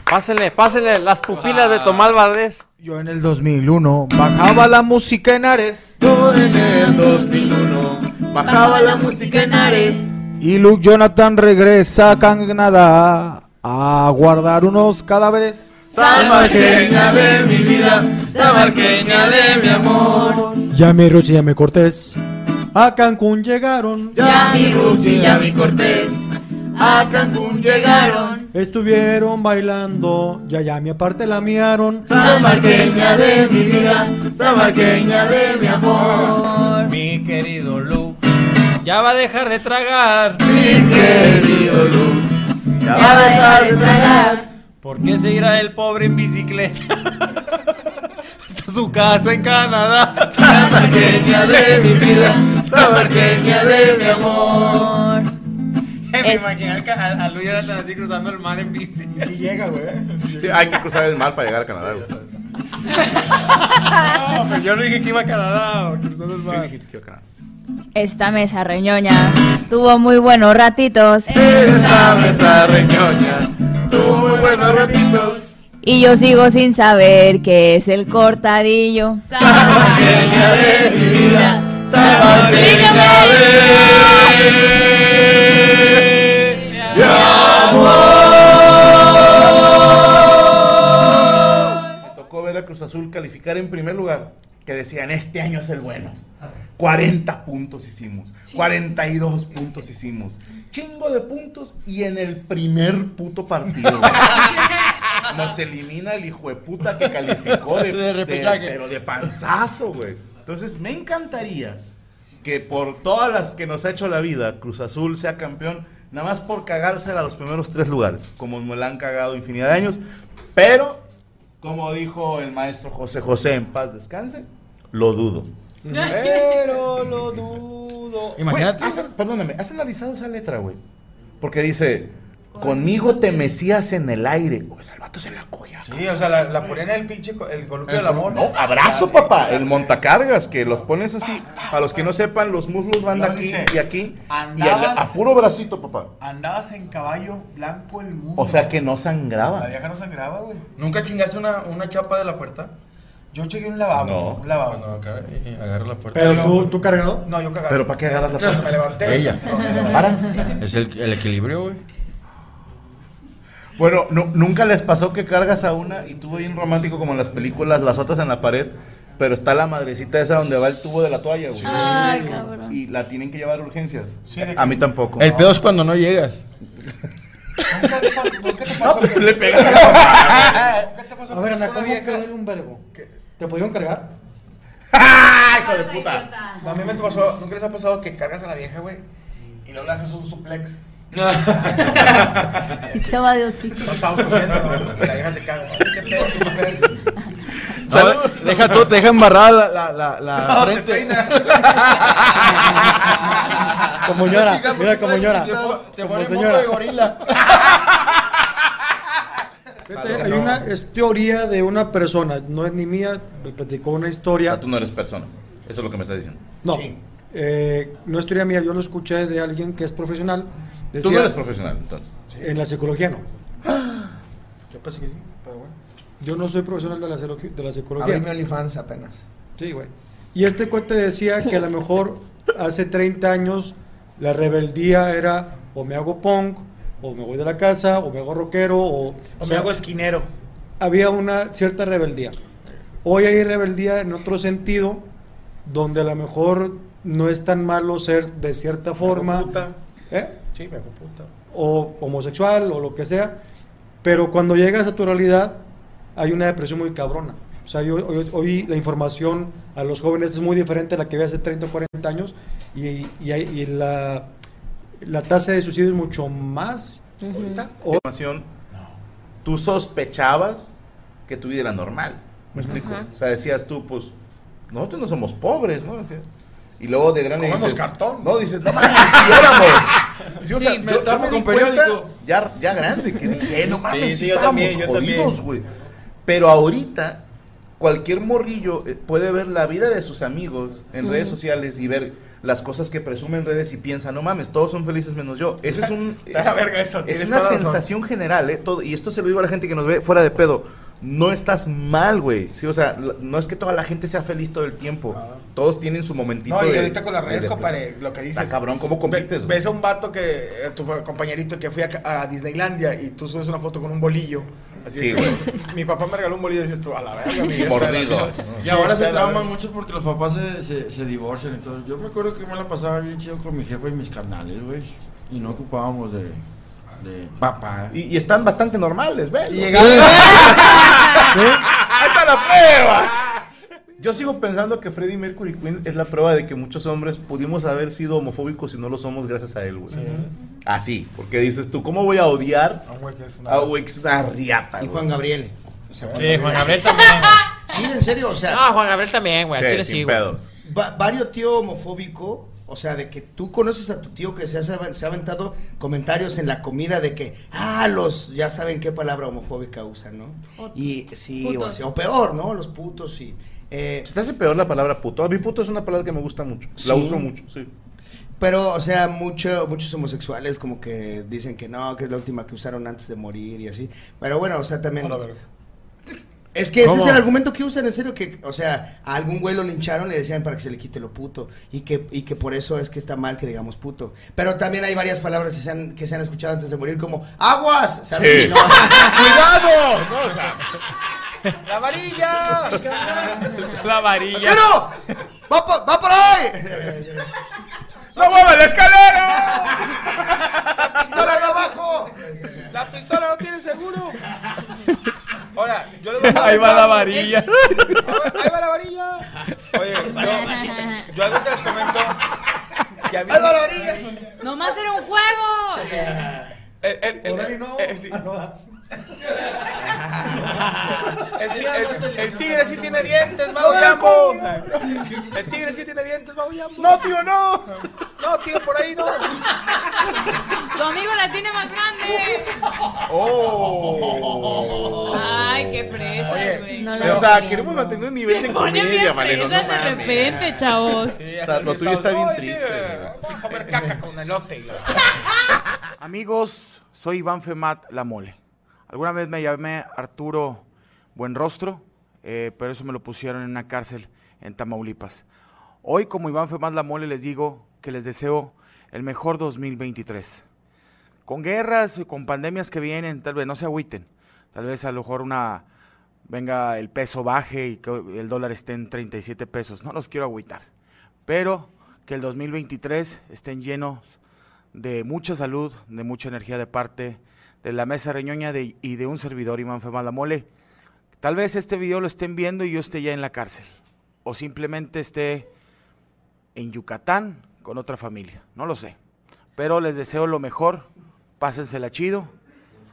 S10: Pásenle, pásenle las pupilas
S6: Ah.
S10: de Tomás Valdés.
S3: Yo en el 2001 bajaba la música en Ares. Yo en el 2001
S1: Bajaba la música en Ares.
S3: Y Luke Jonathan regresa a Canadá a guardar unos cadáveres.
S7: Samarqueña de mi vida, samarqueña de mi amor.
S2: Ya me Ruth y ya me Cortés. A Cancún llegaron.
S7: Ya mi Ruth y ya mi Cortés a Cancún llegaron.
S2: Estuvieron bailando. Ya ya mi aparte la miaron.
S7: Samarqueña de mi vida, samarqueña de mi amor.
S6: Mi querido Lu, ya va a dejar de tragar.
S7: Mi querido Lu,
S9: Ya va a dejar de tragar. ¿Por qué se irá el pobre en bicicleta? Hasta su casa en Canadá. Tan
S34: pequeña de mi vida, tan pequeña de mi
S9: amor.
S20: Me imagino que a, a Luis Jonathan así cruzando el mar en bici.
S3: Y llega, güey.
S1: Sí, hay que cruzar el mar para llegar a Canadá. güey.
S20: No, pero yo no dije que iba a Canadá o cruzando el mar.
S1: dijiste que iba a Canadá.
S4: Esta mesa reñoña tuvo muy buenos ratitos.
S34: Esta mesa reñoña tuvo muy buenos ratitos.
S4: Y yo sigo sin saber qué es el cortadillo.
S34: Pequeña de mi vida, San pequeña de mi
S1: Me tocó ver a Cruz Azul calificar en primer lugar. Que decían, este año es el bueno. 40 puntos hicimos. 42 puntos hicimos. Chingo de puntos y en el primer puto partido. güey. Nos elimina el hijo de puta que calificó de, de-
S9: repechaje.
S1: pero de panzazo, güey. Entonces, me encantaría que por todas las que nos ha hecho la vida, Cruz Azul sea campeón, nada más por cagársela a los primeros tres lugares, como me la han cagado infinidad de años, pero como dijo el maestro José José, en paz descanse, lo dudo.
S3: Pero lo dudo.
S1: Güey, ¿has- perdóname, ¿has analizado esa letra, güey? Porque dice, conmigo te mecías en el aire. O sea, el vato se la cuya.
S3: Sí, o sea, la, la ponían en el pinche co- el columpio del amor.
S1: No, abrazo, papá. El montacargas, que los pones así. A los que no sepan, los muslos van de
S3: Luego
S1: aquí
S3: dice,
S1: y aquí. Y a, la-
S3: andabas-
S1: a puro bracito, papá.
S3: Andabas en caballo blanco el mundo.
S1: O sea que no
S3: La
S1: sangraba.
S3: vieja no sangraba, güey.
S9: ¿Nunca chingaste una, una chapa de la puerta?
S3: Yo llegué un lavabo.
S1: No.
S3: Un lavabo.
S9: No, agarra la puerta.
S2: Pero tú, tú cargado.
S3: No, yo cagaba.
S1: Pero ¿para qué agarras la puerta?
S3: Me levanté.
S9: Ella.
S1: Para.
S9: Es el, el equilibrio, güey.
S1: Bueno, nu- nunca les pasó que cargas a una y tú bien romántico como en las películas, las otras en la pared, pero está la madrecita esa donde va el tubo de la toalla, güey.
S4: Ay, cabrón.
S1: Y la tienen que llevar a urgencias.
S3: de
S1: a mí tampoco.
S9: El pedo es cuando no llegas.
S1: No,
S2: pues,
S1: pero le pegas a la mamá.
S2: A ver, Ana, ¿cómo caer un verbo? ¿Te pudieron cargar?
S1: ¡Ah, hijo de puta!
S3: A mí me pasó, ¿nunca les ha pasado que cargas a la vieja, güey? Y luego le haces un suplex.
S4: Y se va de hocico.
S3: No estamos comiendo, ¿no? Y la vieja se caga. Ay, ¿Qué pedo, suplex?
S9: No, deja tú, te deja embarrada la, la, la, la
S3: No, te
S9: frente.
S2: Como
S9: llora,
S2: mira como llora.
S9: Te
S2: Como
S9: pone moco
S2: señora.
S9: de gorila.
S2: Hay una es teoría de una persona, no es ni mía, me platicó una historia.
S1: Tú no eres persona. Eso es lo que me estás diciendo.
S2: No, eh, no es teoría mía, yo lo escuché de alguien que es profesional.
S1: Tú
S2: Decía,
S1: no eres profesional, entonces.
S2: En la psicología no.
S3: Yo pensé que sí, pero bueno.
S2: Yo no soy profesional de la, psicología- de la psicología.
S3: Abrí mi OnlyFans apenas.
S2: Sí, güey. Y este cuate decía que a lo mejor hace 30 años la rebeldía era o me hago punk, o me voy de la casa, o me hago rockero, o,
S3: O me hago esquinero.
S2: Había una cierta rebeldía. Hoy hay rebeldía en otro sentido, donde a lo mejor no es tan malo ser de cierta forma. ¿Eh?
S3: Sí, me hago puta.
S2: o homosexual o lo que sea, pero cuando llegas a tu realidad hay una depresión muy cabrona. O sea, yo- hoy, hoy la información a los jóvenes es muy diferente a la que había hace 30 o 40 años y, y hay- y la, la tasa de suicidio es mucho más.
S1: Ahorita, información, tú sospechabas que tu vida era normal. ¿Me
S2: Ujú.
S1: explico?
S2: Ajá.
S1: O sea, decías tú, pues, nosotros no somos pobres, ¿no? Decías. Y luego de grande
S3: Comemos
S1: dices,
S3: cartón.
S1: No, dices, no mames, si éramos. Sí, o sea,
S3: Sí, me
S1: yo, yo
S3: tapo
S1: me
S3: con
S1: di cuenta
S3: periódico.
S1: Ya, ya grande, que dije, eh, no mames,
S3: Sí,
S1: sí
S3: sí, yo
S1: estábamos
S3: también, yo
S1: jodidos, güey. Pero ahorita, cualquier morrillo eh, puede ver la vida de sus amigos en
S3: Ujú.
S1: redes sociales y ver las cosas que presumen redes y piensa, no mames, todos son felices menos yo. Ese es un...
S3: Está
S1: es-
S3: la verga eso,
S1: es
S3: tienes
S1: una
S3: toda la razón.
S1: sensación general, ¿eh? Todo, y esto se lo digo a la gente que nos ve fuera de pedo. No estás mal, güey. Sí, o sea, la- no es que toda la gente sea feliz todo el tiempo. Todos tienen su momentito
S3: No, y
S1: de-
S3: ahorita con las
S1: de
S3: redes,
S1: depresión.
S3: compadre, lo que dices.
S1: Está cabrón, ¿cómo compites, güey?
S3: Ves a un vato que, a tu compañerito que fui a, a Disneylandia y tú subes una foto con un bolillo. Así
S1: Sí,
S3: de que,
S1: güey.
S3: Mi papá me regaló un bolillo y dices tú, a la verga, mi vida está de la
S1: Mordido.
S3: verga".
S9: Y ahora
S3: Sí, está
S9: se
S3: de la
S9: trauman
S3: verga.
S9: mucho porque los papás se, se, se divorcian. Entonces, yo me acuerdo que me la pasaba bien chido con mi jefa y mis carnales, güey. Y no ocupábamos de, de papá.
S1: Y, y están bastante normales, ¿ves?
S9: llegaron-
S1: ¡Ahí está la prueba! Yo sigo pensando que Freddie Mercury Queen es la prueba de que muchos hombres pudimos haber sido homofóbicos y no lo somos gracias a él, güey. Así, porque dices tú, ¿cómo voy a odiar a güey que es una riata?
S26: Y
S1: güey?
S26: Juan Gabriel. O sea,
S1: Sí, Juan Gabriel
S26: también. sí, en serio, o sea.
S54: Ah, Juan Gabriel también, güey. al chile sí, güey.
S26: Va- Vario tío homofóbico, o sea, de que tú conoces a tu tío que se, hace- se ha aventado comentarios en la comida de que, ah, los, ya saben qué palabra homofóbica usan, ¿no? Y sí, o,
S1: putos.
S26: así, o peor, ¿no? Los putos, sí. Eh,
S1: Se te hace peor la palabra puto. A mí puto es una palabra que me gusta mucho. La
S26: Sí.
S1: uso mucho, sí.
S26: Pero, o sea, mucho, muchos homosexuales como que dicen que no, que es la última que usaron antes de morir y así. Pero bueno, o sea, también... Es que ese
S8: ¿Cómo?
S26: es el argumento que usan, en serio, que, o sea, a algún güey lo lincharon y le decían para que se le quite lo puto. Y que, y que por eso es que está mal que digamos puto. Pero también hay varias palabras que se han, que se han escuchado antes de morir, como aguas, ¿sabes?
S8: Sí.
S26: Y no- ¡Cuidado!
S8: ¡La varilla!
S54: La varilla.
S8: ¡Pero! ¡Va, pa- va por ahí!
S1: ¡No mueva la escalera!
S8: ¡La pistola de abajo! ¡La pistola no tiene seguro!
S6: Ahora, yo le voy a
S8: Ahí va la
S6: varilla.
S8: ¡Ahí va la varilla!
S6: Oye, yo, yo algo que les comento. Que a mí-
S5: Nomás era un juego.
S6: El- el- el- eh, sí.
S8: El, el- el tigre sí tiene dientes, Mau Yambo. El tigre sí tiene dientes, Mau Yambo. No, tío, no. No, tío, por ahí no.
S5: Tu amigo la tiene más grande.
S1: ¡Oh!
S5: Ay, qué fresa, güey.
S1: o sea, queremos mantener un nivel de
S5: pone bien
S1: comedia, Valero, no
S5: fresas de
S1: mames.
S5: repente, chavos.
S1: O sea, lo tuyo está bien triste.
S6: Vamos a Eh, comer caca con elote. y la-
S3: Amigos, soy Iván Femat La Mole. Alguna vez me llamé Arturo Buenrostro, eh, pero eso me lo pusieron en una cárcel en Tamaulipas. Hoy, como Iván Femat La Mole, les digo que les deseo el mejor 2023. Con guerras y con pandemias que vienen, tal vez no se agüiten. Tal vez a lo mejor una venga el peso baje y que el dólar esté en 37 pesos. No los quiero agüitar. Pero que el 2023 estén llenos de mucha salud, de mucha energía de parte de la mesa reñoña de- y de un servidor, Iván Femala Mole. Tal vez este video lo estén viendo y yo esté ya en la cárcel. O simplemente esté en Yucatán con otra familia. No lo sé. Pero les deseo lo mejor. Pásensela chido.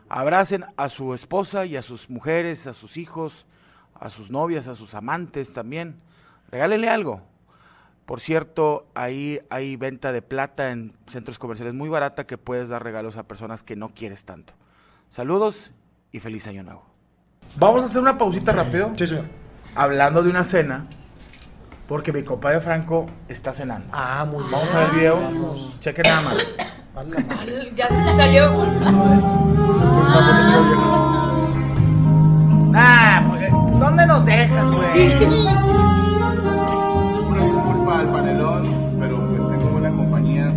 S3: Abracen a su esposa y a sus mujeres, a sus hijos, a sus novias, a sus amantes también. Regálenle algo. Por cierto, ahí hay venta de plata en centros comerciales muy barata que puedes dar regalos a personas que no quieres tanto. Saludos y feliz año nuevo.
S1: Vamos a hacer una pausita rápido.
S3: Hablando de una cena, porque mi compadre Franco está cenando.
S26: Ah, muy bien.
S3: Vamos a ver el video. Cheque nada más.
S5: Ya se salió.
S3: Ah, pues, ¿dónde nos dejas, güey?
S1: Una disculpa al panelón, pero pues tengo buena compañía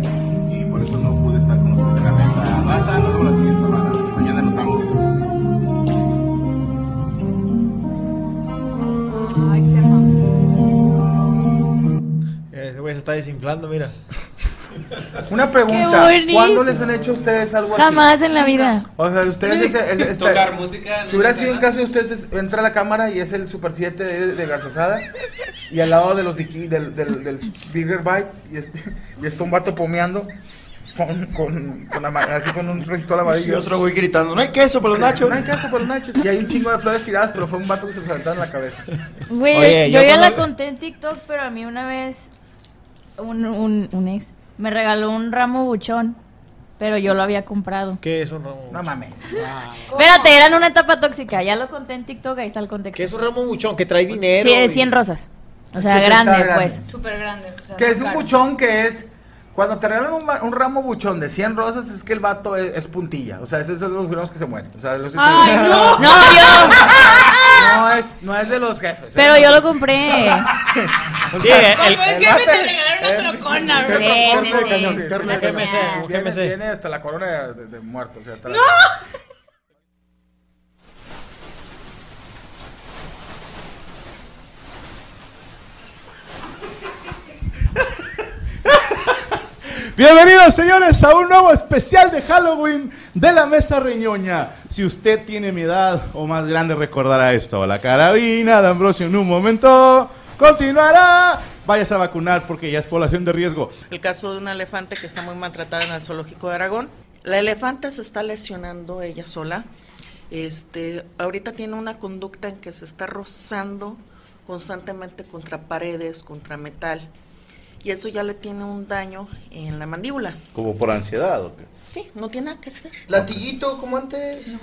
S1: y por eso no pude estar con ustedes en la mesa. Raza, nos vemos la siguiente semana. Mañana nos vemos.
S5: Ay, se
S6: Ese güey se está desinflando, mira.
S3: Una pregunta.
S4: Qué bonito.
S3: ¿Cuándo les han hecho a ustedes algo así?
S4: Jamás en la vida.
S3: O sea, ustedes... ese- ese- este-
S55: Tocar música en
S3: Si hubiera
S55: el
S3: sido un
S55: canal.
S3: caso de ustedes, es- entra la cámara y es el Super 7 de, de Garzazada y al lado de los bikini, del, del, del Bigger Bite y, este, y está un vato pomeando con, con, con ama- así con un restol amarillo.
S12: Y otro güey gritando, "No hay queso para los
S3: Sí,
S12: nachos".
S3: No hay queso para los nachos. Y hay un chingo de flores tiradas, pero fue un vato que se lo saltaron en la cabeza.
S4: Güey,
S3: Oye,
S4: yo,
S3: yo
S4: ya la
S3: cuando-
S4: conté en TikTok, pero a mí una vez un, un, un ex me regaló un ramo buchón, pero yo lo había comprado.
S6: ¿Qué es un ramo?
S3: No mames.
S6: Ah.
S4: Espérate, eran una etapa tóxica, ya lo conté en TikTok, ahí está el contexto.
S6: ¿Qué es un ramo buchón que trae dinero?
S4: Sí,
S6: y-
S4: 100 rosas. O
S3: Es
S4: sea,
S3: que está
S4: grande,
S3: grande.
S4: pues.
S5: Súper grande. o sea,
S3: Que es un
S5: caro.
S3: buchón que es. Cuando te regalan un, ba- un ramo buchón de 100 rosas, es que el vato es, es puntilla. O sea, esos son los primeros que se mueren. O sea, los-
S4: Ay, no. No,
S3: yo. No es, no es de los jefes. eh.
S4: Pero yo lo compré.
S3: O
S4: Sí,
S3: sea,
S4: el- Como es
S3: el
S4: que me te
S3: vato-
S4: regalaron una
S3: es-
S4: trocona,
S3: es que
S4: güey.
S3: trocona
S4: Sí,
S3: de
S4: sí,
S3: cañón,
S4: sí,
S3: es que
S4: una
S3: trocona.
S4: GMC, un
S3: Tiene-
S4: GMC.
S3: Tiene hasta la corona de, de- de muerto. O sea, trae-
S56: Bienvenidos señores a un nuevo especial de Halloween de la Mesa Reñoña. Si usted tiene mi edad o más grande recordará esto. La carabina de Ambrosio en un momento.
S57: continuará. Váyase a vacunar porque ya es población de riesgo.
S58: El caso de una elefante que está muy maltratada en el zoológico de Aragón. La elefanta se está lesionando ella sola. Este, ahorita tiene una conducta en que se está rozando constantemente contra paredes, contra metal. Y eso ya le tiene un daño en la mandíbula.
S1: Como por ansiedad, ¿o qué?
S58: Sí, no tiene nada que hacer.
S26: Latiguito, como antes.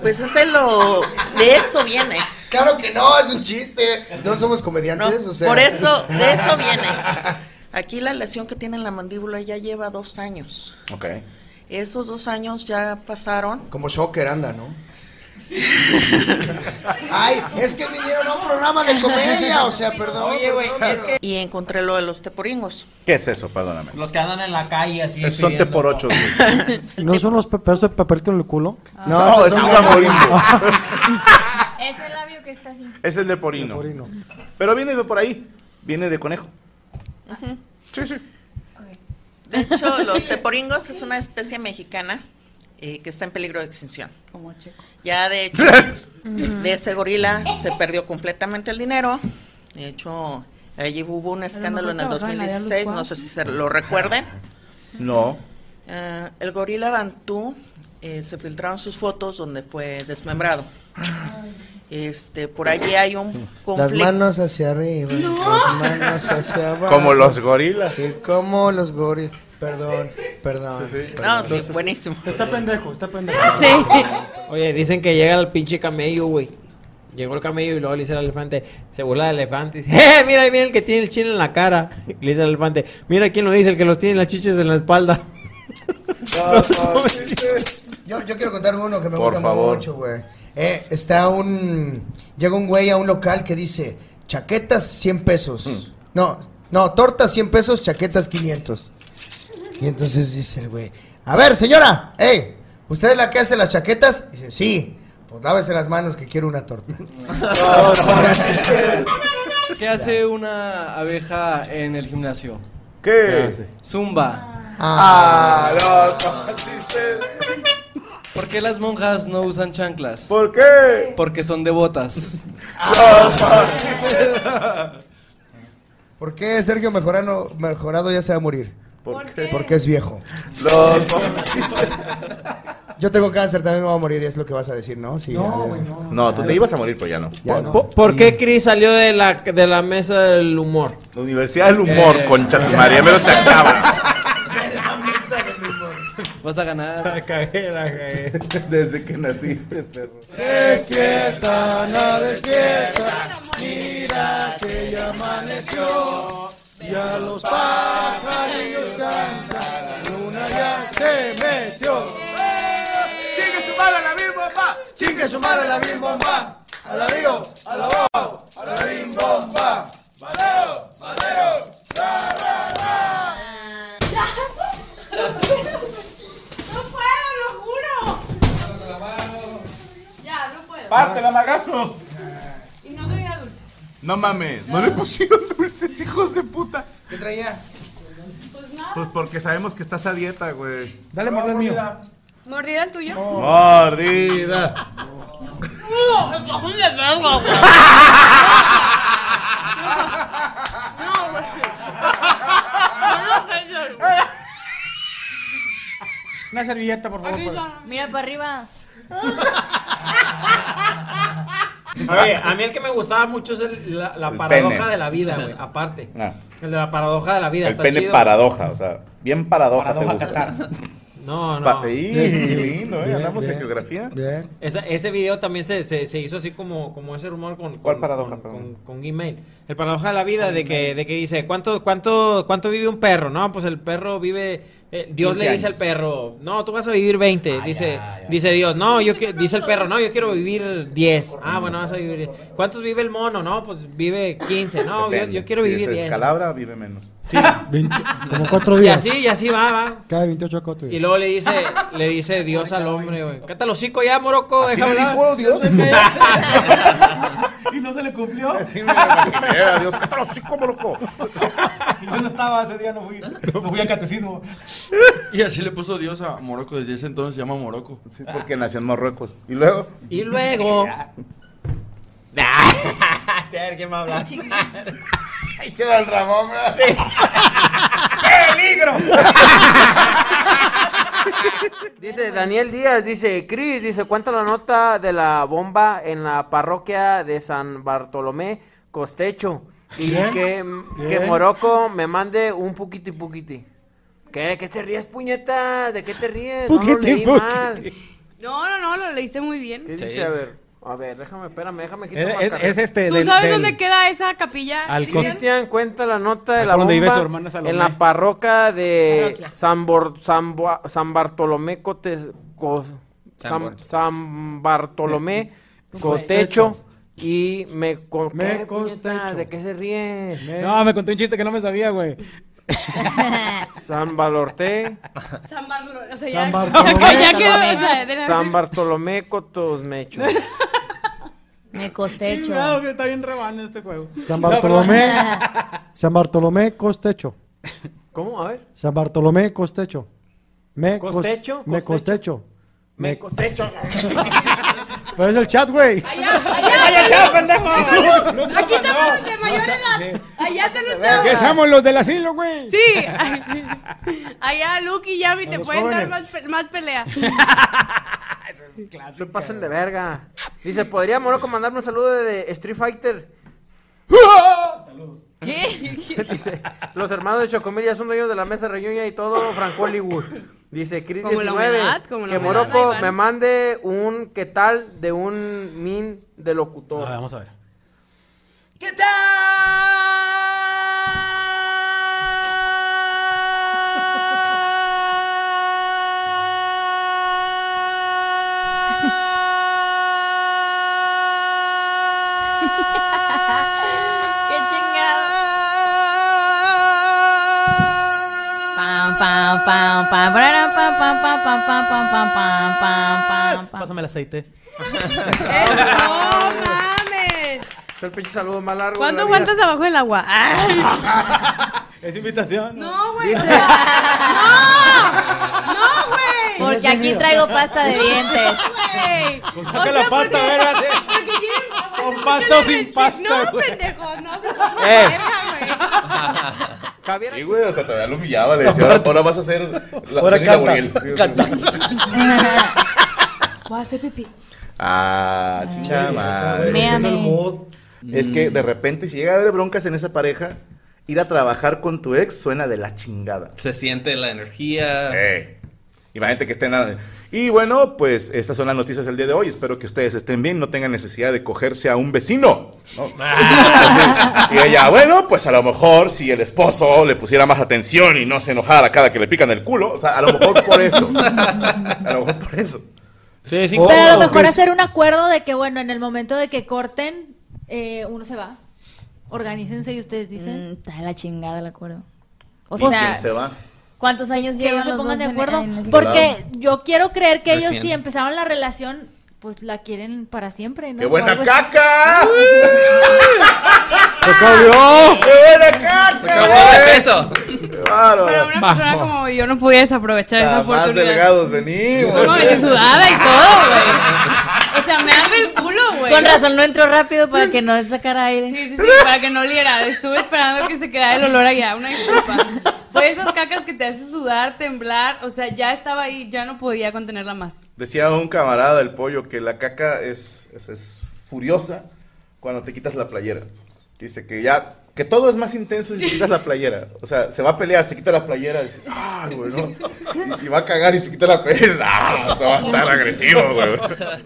S58: Pues ese lo de eso viene.
S26: Claro que no, es un chiste. No somos comediantes, o sea.
S58: Por eso, de eso viene. Aquí la lesión que tiene en la mandíbula ya lleva dos años.
S1: Ok.
S58: Esos dos años ya pasaron.
S26: Como Shocker anda, ¿no? Ay, es que vinieron a un programa de comedia, o sea, perdón.
S58: Oye, güey,
S26: perdón,
S58: es que- Y encontré lo de los teporingos.
S1: ¿Qué es eso? Perdóname.
S3: Los que andan en la calle así.
S1: Es- son te por ocho.
S2: ¿No son los pepeos de papelito en el culo?
S1: Ah. No, esos es son un de- tamborimbo.
S13: Es el labio que está así.
S1: Es el de porino. Pero viene de por ahí. Viene de conejo. Sí, sí.
S58: De hecho, los teporingos es una especie mexicana eh, que está en peligro de extinción.
S13: Como checo.
S58: Ya de hecho, de ese gorila se perdió completamente el dinero. De hecho, allí hubo un escándalo en el
S13: trabajaban allá los
S58: 2016, no sé si se lo recuerden.
S1: No.
S58: Ah, el gorila Bantú eh, se filtraron sus fotos donde fue desmembrado. Este, por allí hay un
S26: Las
S58: conflicto.
S26: manos hacia arriba, las manos hacia abajo.
S1: Como los gorilas.
S26: Y como los gorilas. Perdón, perdón.
S58: No,
S26: perdón.
S58: sí, buenísimo.
S2: Está pendejo, está pendejo.
S6: Oye, dicen que llega el pinche camello, güey. Llegó el camello y luego le dice al elefante, se burla del elefante y dice, ¡eh! Mira, ahí viene el que tiene el chile en la cara. Y le dice al elefante, mira quién lo dice, el que los tiene las chiches en la espalda.
S26: Yo, yo quiero contar uno que me
S6: Por
S26: gusta
S6: favor.
S26: mucho, güey. Eh, está un. Llega un güey a un local que dice: chaquetas 100 pesos.
S6: Mm.
S26: No, no, tortas 100 pesos, chaquetas 500. Y entonces dice el güey: A ver, señora, hey, ¿usted es la que hace las chaquetas? dice: Sí, pues lávese las manos que quiero una torta.
S8: ¿Qué hace una abeja en el gimnasio?
S1: ¿Qué?
S8: hace? Zumba.
S26: Ah,
S8: ¿Por qué las monjas no usan chanclas?
S1: ¿Por qué?
S8: Porque son devotas.
S26: ¿Por qué Sergio Mejorano, Mejorado ya se va a morir?
S1: ¿Por qué?
S26: Porque es viejo.
S1: Los
S26: Yo tengo cáncer, también me voy a morir, es lo que vas a decir, ¿no? Sí, a ver.
S1: No, tú te ibas a morir, pero ya no.
S26: Ya no.
S6: ¿Por, por qué Chris salió de la, de la mesa del humor?
S1: La Universidad del Humor,
S26: Eh.
S1: concha tu madre, ya me lo se acaba.
S8: Vas a ganar. La cagué, la cagué.
S1: Desde que naciste, perro.
S8: Despierta, no despierta, mira que ya amaneció,
S2: ya los pajarillos cantan, la luna ya se metió.
S26: Chingue su madre a la bim bomba,
S2: chingue su madre a la bim bomba, a la río, a la bobo, a la bim bomba.
S5: ¡No puedo, lo juro! Ya, no puedo.
S1: ¡Pártela, magazo!
S5: Y no me vea dulce.
S1: No mames, no le pusieron dulces, hijos de puta.
S26: ¿Qué traía?
S5: Pues nada.
S1: Pues porque sabemos que estás a dieta, güey.
S2: Dale, mordida mío.
S5: ¿Mordida el tuyo?
S1: Mordida.
S5: ¡No! ¡Me cojo un dedo, güey! No, güey. No lo calles, güey.
S2: Una servilleta, por favor. para-
S4: Mira para arriba.
S6: Oye, a mí el que me gustaba mucho es el- la, la
S1: El
S6: paradoja
S1: pene.
S6: de la vida, güey, aparte.
S1: Ah,
S6: El de la paradoja de la vida,
S1: el
S6: está
S1: pene
S6: chido.
S1: paradoja, o sea, bien paradoja, te gusta.
S6: No, no.
S1: Pa- ¡Ih,
S6: Sí.
S1: qué lindo, eh!
S6: Bien,
S1: Andamos
S6: bien.
S1: en geografía.
S2: Bien.
S6: Esa- ese video también se, se- se hizo así como, como ese rumor con, con,
S1: ¿Cuál paradoja,
S6: con, con- con Gmail. El paradoja de la vida de que, de que dice, ¿cuánto, cuánto, ¿cuánto vive un perro? No, pues el perro vive... eh, Dios
S8: 15
S6: le dice al perro, no, tú vas a vivir 20. dice, dice Dios, no, yo qui- dice el perro, no, yo quiero vivir 10. Ah, bueno, vas a vivir 10. ¿Cuántos vive el mono? No, pues vive 15. No, yo, yo quiero
S1: si
S6: vivir
S1: se
S6: 10.
S1: descalabra, vive menos.
S2: Como cuatro días.
S6: Y así, y así va, va.
S2: Cada 28 a cuatro
S6: Y
S2: días.
S6: luego le dice, le dice Dios al hombre, güey. Cállate los hocico ya, moroco, déjame hablar".
S3: y no se le cumplió.
S1: Era Dios, cállate los hocico, loco.
S3: Yo no estaba ese día, no fui. No fui al catecismo.
S8: Y así le puso Dios a Morocco, desde ese entonces se llama Morocco.
S1: Sí, porque nació en Marruecos. Y luego,
S6: Y luego A ver quién va a hablar.
S8: Eche al Ramón.
S6: ¡Peligro! Dice Daniel Díaz, dice Cris, dice cuánto la nota de la bomba en la parroquia de San Bartolomé Costecho y
S27: Bien.
S6: que, que
S27: Bien.
S6: Morocco me mande un puquiti puquiti. ¿Qué? ¿Qué te ríes, puñeta? ¿De qué te ríes? no lo
S27: Puquiti,
S6: leí mal.
S5: No, no, no, lo leíste muy bien.
S6: ¿Qué dice? A ver, a ver, déjame, espérame, déjame quitar
S5: Es-
S6: más
S5: es-
S6: carrera.
S5: es este, ¿Tú del- sabes del- dónde queda esa capilla, Al Cristian? cos-
S6: Cristian cuenta la nota de
S3: Ah,
S6: la
S3: por
S6: bomba
S3: donde vive su hermana Salomé.
S6: en la parroquia de
S3: Parroquia.
S6: San, Bor- San, Bua- San Bartolomé Cotes- Co-
S3: San
S6: San,
S3: Bor-
S6: San Bartolomé
S3: Pues,
S6: Costecho y me, con-
S3: Me
S6: ¿qué, puñeta? ¿De qué se ríe?
S3: No, me conté un chiste que no me sabía, güey.
S6: San Valorte.
S5: San Bartolomé. O sea,
S6: San
S5: ya,
S6: Bartolomé.
S5: ya quedó. O sea, de la-
S6: San Bartolomé Cotosmecho.
S4: Me costecho.
S3: Chingado, que está bien rebano este juego.
S2: San Bartolomé,
S3: No,
S2: San Bartolomé Costecho.
S6: ¿Cómo? A ver.
S2: San Bartolomé Costecho. Me cos-
S6: ¿Costecho?
S2: Me costecho.
S6: Me
S2: Me
S6: costecho.
S2: Pero es el chat, güey.
S5: allá,
S27: chao, pendejo!
S5: Aquí estamos los de mayor edad. Allá están los chavos.
S27: Que somos los del asilo, güey.
S5: Sí, allá Luke y Yami te
S6: los
S5: pueden dar
S6: jóvenes.
S5: más, pe- más pelea. Ah,
S6: Se pasen de verga. Dice, ¿podría Morocco mandarme un saludo de Street Fighter?
S5: ¿Qué?
S6: Dice, los hermanos de Chocomil ya son dueños de la mesa reñuña y todo Franco Hollywood. Dice Chris
S5: Como la
S6: 19,
S5: humedad, como la
S6: que
S5: humedad,
S6: Morocco
S5: ahí van.
S6: me mande un qué tal de un min de locutor. vamos a ver.
S8: ¿Qué tal?
S4: Pam, pam, pam, pam, pararam, pam, pam, pam, pam, pam, pam, pam, pam, pam, pam, pam.
S6: Pásame el aceite.
S5: ¡No mames!
S6: Es el pinche saludo más largo.
S5: ¿Cuánto aguantas abajo del agua? ¡Ay!
S6: Es invitación.
S5: No, güey.
S6: Dice-
S5: No, no, güey.
S4: Porque aquí traigo pasta de dientes.
S5: Güey.
S4: Pues
S5: O
S4: saca
S5: sea,
S4: la pasta,
S5: porque-
S4: a ver, a ver.
S5: porque tienes-
S6: Con pasta o sin pasta,
S5: No,
S6: güey.
S5: pendejos, no.
S6: Eh.
S1: Sí, güey, o sea, todavía lo humillaba. Le decía, ahora, ahora vas a hacer la
S8: Ahora
S1: Jenny
S8: canta,
S1: Gabriel.
S4: Voy a hacer pipí.
S1: Ah, chicha madre.
S4: Véame. El mood.
S1: Es que de repente, si llega a haber broncas en esa pareja, ir a trabajar con tu ex suena de la chingada.
S10: Se siente la energía.
S1: Imagínate que estén nada. Y bueno, pues estas son las noticias del día de hoy. Espero que ustedes estén bien, no tengan necesidad de cogerse a un vecino. ¿no? Así. Y ella, bueno, pues a lo mejor si el esposo le pusiera más atención y no se enojara cada que le pican el culo, o sea, a lo mejor por eso. A lo mejor por eso.
S6: Sí,
S1: sí.
S22: Pero a lo mejor hacer un acuerdo de que, bueno, en el momento de que corten, eh, uno se va. Organícense y ustedes dicen.
S4: Está de la chingada el acuerdo. O
S22: Pues-
S4: sea,
S22: ¿Quién se
S1: va?
S4: ¿cuántos años
S22: que
S4: llevan
S22: ellos se
S4: los
S22: pongan de
S4: dos en-
S22: acuerdo.
S4: en el-
S22: Porque yo quiero creer que ellos,
S1: Recién.
S22: si empezaron la relación, pues la quieren para siempre, ¿no?
S1: ¡Qué
S22: O
S1: buena
S22: algo así.
S1: caca!
S22: ¡Se
S1: ¡Comió! ¡Qué buena caca! ¡Se acabó
S10: eso!
S5: Para una persona como yo no pude desaprovechar esa
S1: Ah, más
S5: oportunidad.
S1: delgados venimos.
S5: No mames, y sudada y todo, güey. O sea, me arde el culo, güey.
S4: Con razón no entró rápido para que no sacara aire.
S5: Sí, sí, para que no oliera. Estuve esperando que se quedara el olor allá. Una disculpa. Fue esas cacas que te hacen sudar, temblar. O sea, ya estaba ahí, ya no podía contenerla más.
S1: Decía un camarada del pollo que la caca es, es, es furiosa cuando te quitas la playera. Dice que ya, que todo es más intenso si te quitas la playera. O sea, se va a pelear, se quita la playera, dices, ah, güey, no. Y, y va a cagar y se quita la playera, dices, ah, o sea, va a estar agresivo, güey.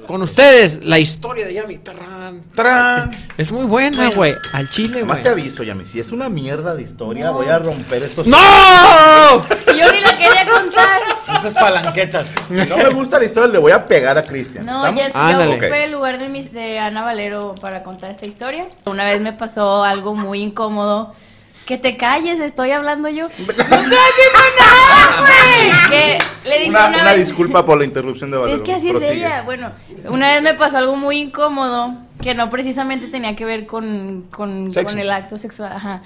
S6: Con ustedes, la historia de Yami Tarran. Es muy buena, güey. Al chile,
S1: Más
S6: güey.
S1: te aviso, Yami, si es una mierda de historia, voy a romper estos...
S6: ¡No!
S4: Yo ni la quería contar.
S1: Esas palanquetas. Si no me gusta la historia, le voy a pegar a Cristian.
S4: No, yo, yo
S6: Ah,
S1: Ándale.
S4: ocupé el lugar de, mis, de Ana Valero para contar esta historia. Una vez me pasó algo muy incómodo. Que te calles, estoy hablando yo. ¡No estoy haciendo nada, güey! Que le dije
S1: Una,
S4: una
S1: una
S4: vez-
S1: disculpa por la interrupción de Valero.
S4: Es que así es
S1: prosigue.
S4: ella. Bueno, una vez me pasó algo muy incómodo que no precisamente tenía que ver con, con,
S1: Sexo. Mm.
S4: con el acto sexual. Ajá.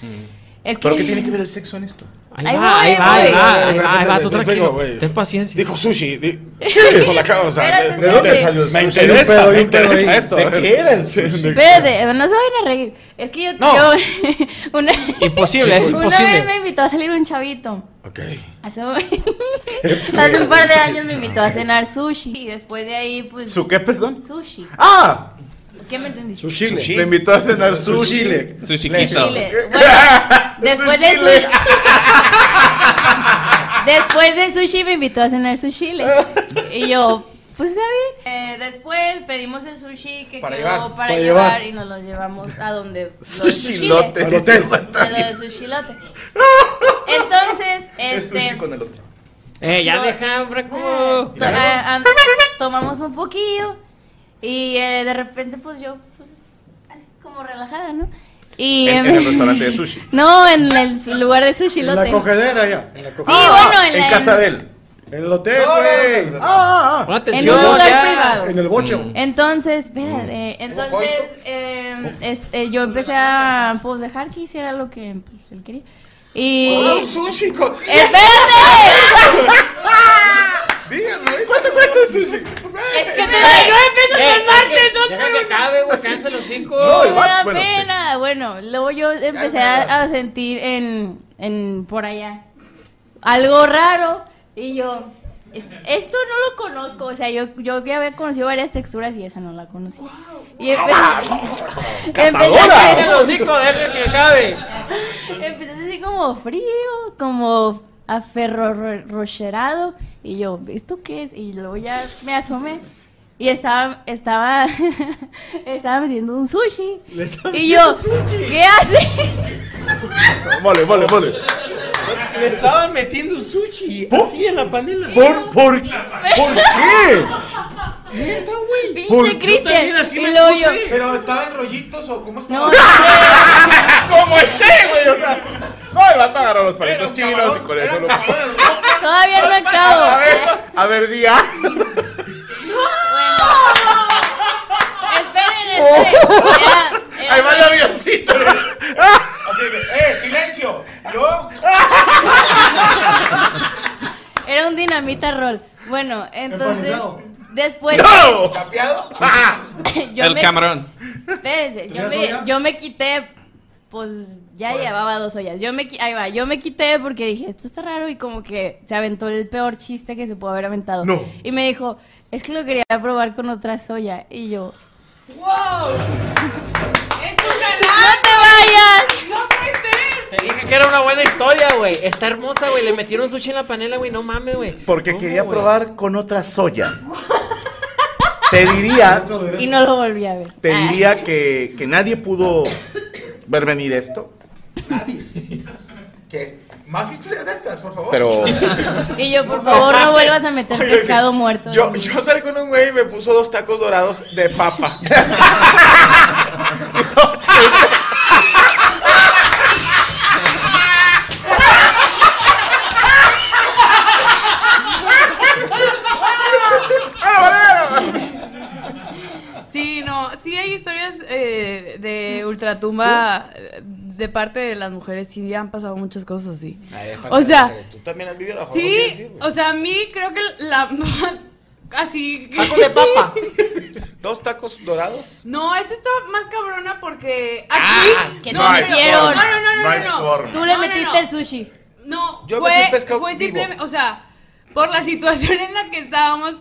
S4: Es
S1: ¿Pero qué tiene que ver el sexo en esto?
S4: Ahí Ahí va, voy, ahí va, ahí voy. va, ahí va, ahí va, tú
S1: Te- te-
S4: tranquilo,
S1: güey.
S4: ten paciencia.
S1: Dijo sushi. di- dijo la cara, o sea,
S4: Espérate,
S1: me- me interesa-
S4: espérate.
S8: Sushi,
S1: me interesa,
S8: un pedo,
S1: me
S8: un pedo
S1: interesa
S8: ahí.
S1: esto.
S8: ¿De qué era el
S1: sushi?
S4: Espérate,
S13: no se vayan a reír.
S4: Es que yo.
S13: No.
S4: yo- una,
S10: Imposible, es
S4: Una vez
S10: imposible.
S4: me invitó a salir un chavito.
S1: Ok.
S4: Hace un, hace un par de años me invitó a cenar sushi. Y después de ahí, pues.
S8: ¿Su qué, perdón?
S4: Sushi.
S8: ¡Ah!
S4: ¿Qué me entendiste?
S8: Su chile. Le invitó a cenar su,
S1: Su
S8: chile.
S20: Su
S4: chiquito. Bueno, después de
S8: chile.
S4: sushi. Después de sushi me invitó a cenar su chile. Y yo, pues está bien. Eh, después pedimos el sushi que
S8: Para
S4: quedó
S8: llevar,
S4: para,
S8: para
S4: llevar,
S8: llevar.
S4: y nos lo llevamos a donde.
S8: Su chilote.
S4: Al
S8: Al hotel.
S4: de su chilote. Entonces,
S1: Es sushi
S4: este.
S1: con elote.
S10: Eh, ya
S4: No.
S10: deja, braco.
S4: to- a- a- tomamos un poquillo y eh, de repente, pues yo, pues, así como relajada, ¿no? Y,
S8: En,
S4: em,
S8: en el restaurante de sushi.
S4: No, en el lugar de sushi
S2: En la
S4: lote.
S2: cogedera ya. En la cogedera.
S4: bueno, en la-
S8: él.
S2: En el hotel, güey.
S4: Ah,
S2: Pon
S4: atención, En un lugar ya. Mm. privado.
S2: En el bocho.
S4: Entonces,
S8: Mm.
S4: espérate, eh, entonces
S8: Oh.
S4: em, este, yo empecé a pues, dejar que hiciera lo que pues, él quería. Y.
S8: Oh, sushi con-
S4: ¡Espérate!
S8: Díganme, ¿cuánto cuesta el sushi?
S4: Es que 39 pesos
S8: Eh,
S4: el martes, no
S10: Deja que acabe, güey, cáncer los cinco.
S4: No, me da pena. Bueno, luego yo empecé a, a sentir en, en por allá algo raro y yo "Es- esto no lo conozco, o sea, yo yo ya había conocido varias texturas y esa no la conocía. Y empecé,
S10: ¡Catadora!
S4: empecé
S10: Cállate los cinco, deja que acabe.
S4: empecé así como frío, como aferrorrocherado y yo, ¿esto qué es? Y luego ya me asomé y estaba estaba estaba metiendo un sushi. Y yo, ¿qué haces?
S8: Vale, vale, vale.
S16: Le estaban metiendo sushi así en la panela.
S8: ¿Por, por, por qué?
S16: Neta, güey.
S4: Pinche
S16: también
S4: Cristian.
S16: así
S4: Y
S16: me
S4: luego yo.
S16: puse.
S4: Pero
S2: ¿Estaba en rollitos o cómo
S4: estaba?
S8: Como esté, güey. O sea, no, el vato agarró los palitos chinos y con eso lo.
S4: Todavía no
S8: A ver,
S4: acabo.
S8: a ver, día.
S1: ah,
S4: Esperen, esperen. Era- era-
S8: Oh. Ahí va el avioncito.
S2: Así que, ¡eh, silencio! ¡No!
S4: Era un dinamita roll. Bueno, entonces.
S2: Empanizado.
S4: Después.
S2: ¿Chapeado?
S4: Yo
S20: el
S4: me-
S20: camarón.
S4: Espérense, yo
S20: ¿Tenías olla?
S4: me, yo me quité, pues ya llevaba dos ollas. Yo me, qui- ahí va, yo me quité porque dije, esto está raro y como que se aventó el peor chiste que se pudo haber aventado.
S8: No.
S4: Y me dijo, es que lo quería probar con otra soya. Y yo,
S5: ¡Wow! ¡Es
S4: ¡No
S5: te vayas! ¡No puede ser!
S10: Te dije que era una buena historia, güey. Está hermosa, güey. Le metieron sushi en la panela, güey. No mames, güey.
S1: Porque quería
S10: güey?
S1: probar con otra soya. Te diría,
S4: y no lo volví a ver.
S1: te diría que, que nadie pudo ver venir esto,
S35: ¿Qué? ¿Más historias de estas, por favor?
S1: pero
S4: Y yo, por favor, no vuelvas a meter
S35: Oye, sí.
S4: pescado muerto.
S35: Yo, yo salí con un güey y me puso dos tacos dorados de papa.
S5: Sí, no, sí hay historias eh, de ultratumba eh, de parte de las mujeres, sí han pasado muchas cosas así. O sea,
S27: tú también has vivido la
S5: sí, o sea, a mí creo que la más así...
S27: Tacos de papa. Dos tacos dorados.
S5: No, esta está más cabrona porque aquí
S4: que
S5: Ah, no,
S4: te
S5: pero-
S4: metieron.
S5: No, no, no,
S4: No
S5: no,
S4: hay
S5: no.
S4: forma. Tú le metiste el sushi.
S5: No,
S4: Yo
S5: fue,
S4: metí pescado
S5: fue
S4: vivo.
S5: simplemente, o sea, por la situación en la que estábamos,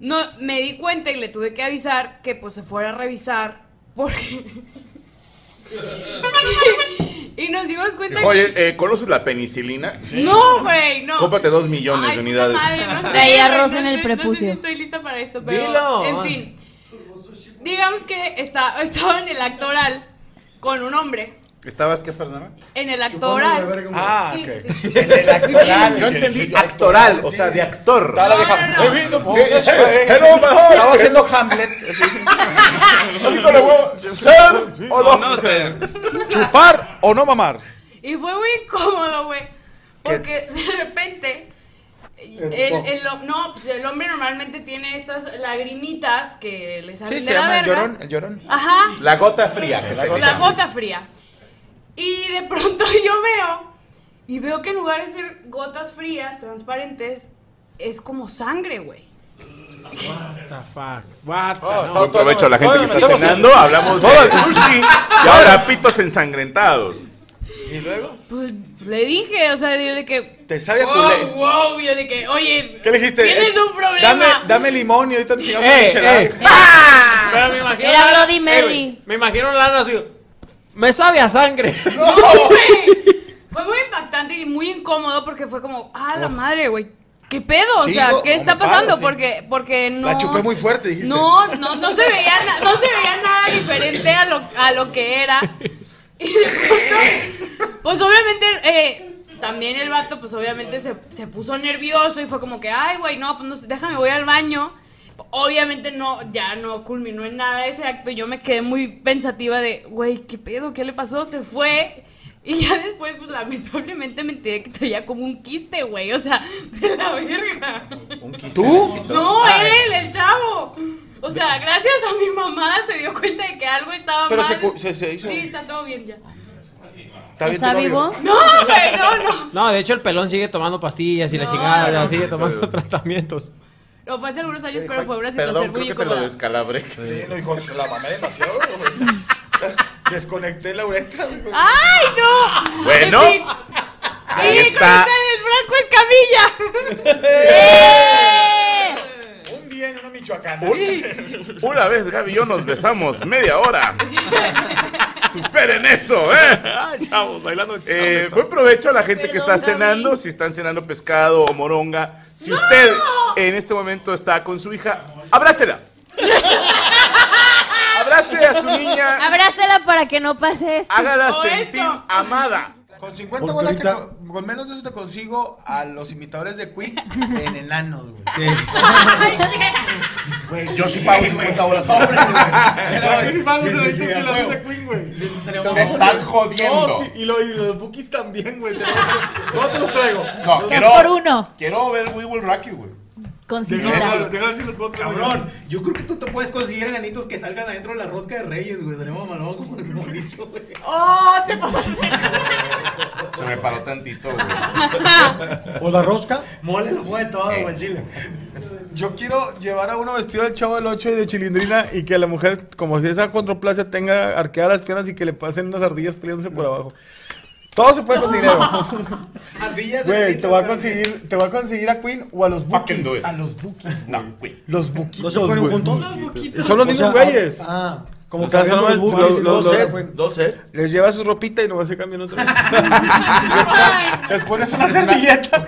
S5: no me di cuenta y le tuve que avisar que pues se fuera a revisar porque y nos dimos cuenta
S8: Dijo, Oye, eh, ¿conoces la penicilina?
S5: No, güey, no.
S8: Cómprate dos millones de unidades.
S5: Madre, no sé,
S4: Traía
S5: güey,
S4: arroz
S5: no
S4: en el
S5: sé-
S4: prepucio.
S5: No sé si estoy lista para esto, pero
S4: Dilo.
S5: en fin. Digamos que está, estaba en el actoral con un hombre.
S1: ¿estabas qué, perdona?
S5: En el actoral.
S1: Ah,
S5: Sí, sí, sí.
S1: actoral. Yo entendí actoral, o sea, de actor.
S27: Estaba la vieja,
S5: No, no, no.
S27: "Ay, mira,
S1: Sí,
S27: oh,
S1: sí,
S27: esa vieja,
S1: es lo
S27: sí".
S1: mejor.
S27: Estaba haciendo Hamlet.
S1: Así con la huevo, ser o no
S27: no
S1: ser.
S3: Chupar o no mamar.
S5: Y fue muy incómodo, güey. Porque de repente. El, el hom- no, pues el hombre normalmente tiene estas lagrimitas que le salen
S1: Sí,
S5: de
S1: se
S5: la
S1: llama el
S5: verga.
S1: llorón, el llorón.
S5: Ajá.
S1: La gota fría, que se
S5: La gota fría. Y de pronto yo veo, y veo que en lugar de ser gotas frías, transparentes, es como sangre, güey.
S6: What the fuck?
S3: Ah,
S6: What the-
S1: Yo aprovecho a la gente que está cenando, hablamos de sushi y ahora pitos ensangrentados.
S5: ¿Y luego? Pues le dije, o sea, yo de que.
S3: Te sabe a
S5: wow,
S3: culé.
S5: wow, yo de que, oye.
S3: ¿Qué le dijiste?
S5: Tienes
S3: Eh,
S5: un problema.
S3: Dame, dame limón y ahorita te chingamos
S6: Eh,
S3: una michelada.
S6: eh.
S3: ah,
S6: Pero me imagino.
S4: Era
S6: Lana-
S4: Bloody
S6: eh,
S4: Mary.
S6: güey, me imagino Lana así. Me sabe a sangre.
S5: No, güey. Fue muy impactante y muy incómodo porque fue como, ah, la
S6: Uf.
S5: madre, güey. ¿Qué pedo? O
S3: Sí,
S5: sea,
S3: no,
S5: ¿qué
S3: no
S5: está
S3: me paro,
S5: pasando?
S3: sí.
S5: Porque, porque no.
S3: La chupé muy fuerte, dijiste.
S5: No, no, no se veía, na- no se veía nada diferente a lo, a lo que era. Y de pronto, pues obviamente, eh, también el vato, pues obviamente se, se puso nervioso y fue como que, ay, güey, no, pues no, sé, déjame, voy al baño. Obviamente no, ya no culminó en nada ese acto. Yo me quedé muy pensativa de, güey, ¿qué pedo? ¿Qué le pasó? Se fue. Y ya después, pues lamentablemente me enteré que traía como un quiste, güey. O sea, de la verga.
S3: ¿Tú?
S5: No,
S3: Ay,
S5: él, el chavo. O sea, gracias a mi mamá se dio cuenta de que algo estaba
S3: Pero se,
S5: mal.
S3: cu- se, se hizo.
S5: Sí, está todo bien ya.
S3: ¿Está bien tu novio?
S5: No, güey, no, no.
S6: No, de hecho el pelón sigue tomando pastillas y la
S5: No,
S6: chingada,
S5: no,
S6: ya
S5: no.
S6: sigue tomando tratamientos.
S5: Lo fue hace algunos años, pero fue una situación
S59: Eh, Perdón,
S5: muy
S59: creo que te lo
S5: incómoda.
S59: descalabré.
S3: Sí, no, hijo, se la mamé demasiado. Desconecté la uretra.
S5: ¡Ay, no!
S1: Bueno,
S5: En fin.
S1: ahí
S5: Y
S1: está.
S5: con ustedes, Franco Escamilla.
S3: Un día en una michoacana.
S1: Una vez Gaby y yo nos besamos media hora. Superen eso, ¿eh? chavos, bailando. buen provecho a la gente que está
S59: Perdón, Gaby.
S1: cenando, si están cenando pescado o moronga. Si usted en este momento está con su hija, abrácela. Abrace a su niña.
S4: Abrácela para que no pase esto.
S1: Hágala sentir amada.
S3: Con 50
S1: Porque
S3: bolas, te
S1: ahorita-
S3: co- con menos de eso te consigo a los imitadores de Queen en enanos, güey. Güey,
S8: Yo sí pago 50 bolas. Pero
S3: sí,
S8: pago
S3: sí, sí, a huevo.
S8: Me estás jodiendo.
S3: No, Oh, sí, y, lo- y los bookies también, güey. te los- No te los traigo.
S8: No,
S3: Los-
S8: quiero- Dos por
S4: uno.
S3: Quiero ver We Will Rock You, güey.
S4: Con
S3: Déjalo,
S4: cineta.
S3: déjalo si los puedo traer.
S60: Cabrón, yo creo que tú te puedes conseguir enanitos que salgan adentro de la rosca de Reyes, güey. Tenemos mamalón como el bonito, güey.
S5: ¡Oh, te pasaste!
S1: Se me paró tantito, güey.
S2: ¿O la rosca?
S60: Mole lo mueve todo, güey, chile.
S3: Yo quiero llevar a uno vestido del chavo del 8 y de chilindrina y que la mujer, como si esa controplasia, tenga arqueadas las piernas y que le pasen unas ardillas peleándose por abajo. Todo se puede con dinero.
S60: Ardillas,
S3: Güey, te
S60: enanitos,
S3: voy a conseguir, te voy a conseguir a Queen o a los
S1: Fucking do
S3: bookies.
S1: it.
S3: A los bookies.
S1: No, güey.
S3: Los buquitos.
S2: ¿No se fueron
S3: güey.
S2: juntos?
S3: Los buquitos. Son los
S2: O
S3: mismos
S2: sea,
S3: güeyes.
S2: ah, como
S3: O sea,
S2: que
S3: son
S2: habían
S3: los
S2: dos
S3: los-
S2: bookies y
S3: los-
S2: dos
S1: eh,
S3: los-
S2: sets,
S3: Dos sets. Les lleva su ropita y nomás se cambian otra vez. Les pones una servilleta.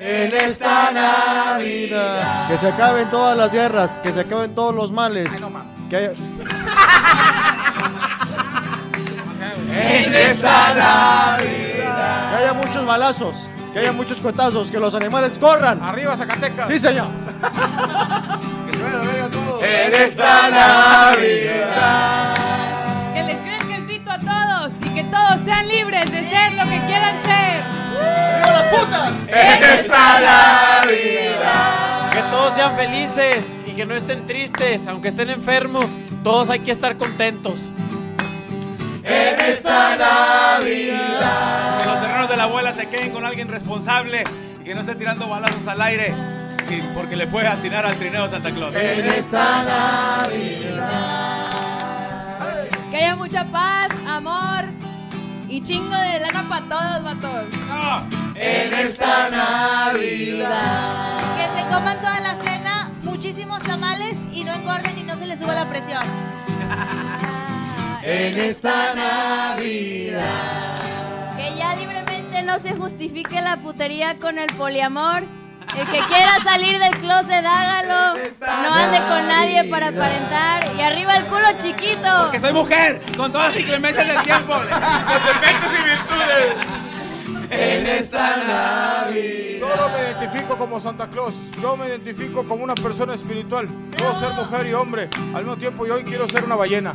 S2: En esta Navidad. Que se acaben todas las guerras, que se acaben todos los males. que haya-
S8: En esta
S2: Que haya muchos balazos, que haya muchos cuetazos, que los animales corran.
S3: Arriba, Zacatecas.
S2: Sí, señor.
S8: En esta Navidad.
S5: Que les crezca el pito a todos y que todos sean libres de ser lo que quieran ser. ¡Viva las putas!
S8: En esta
S6: Que todos sean felices y que no estén tristes, aunque estén enfermos, todos hay que estar contentos.
S8: En esta Navidad.
S60: Que los terrenos de la abuela se queden con alguien responsable y que no esté tirando balazos al aire. Sí, porque le puedes atinar al trineo de Santa Claus.
S8: En esta Navidad.
S4: Que haya mucha paz, amor y chingo de lana para todos, vatos.
S8: En esta Navidad.
S22: Que se coman toda la cena, muchísimos tamales y no engorden y no se les suba la presión.
S8: En esta Navidad.
S4: Que ya libremente no se justifique la putería con el poliamor. El que quiera salir del closet, hágalo. No ande con nadie para aparentar. Y arriba el culo chiquito.
S60: Porque soy mujer, con todas las inclemencias del tiempo. Con defectos y virtudes.
S8: En esta
S3: Solo me identifico como Santa Claus. Yo me identifico como una persona espiritual. Puedo ser mujer y hombre. Al mismo tiempo, yo hoy quiero ser una ballena.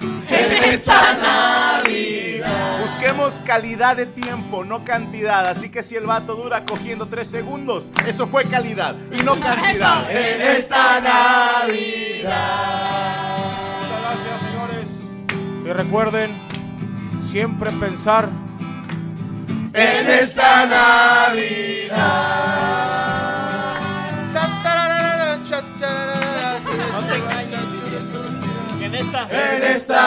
S1: Busquemos calidad de tiempo, no cantidad. Así que si el vato dura cogiendo tres segundos, eso fue calidad y no cantidad.
S8: En esta Navidad.
S3: Y recuerden, siempre pensar
S1: En esta Navidad.
S8: No te engañes. En esta.
S1: En esta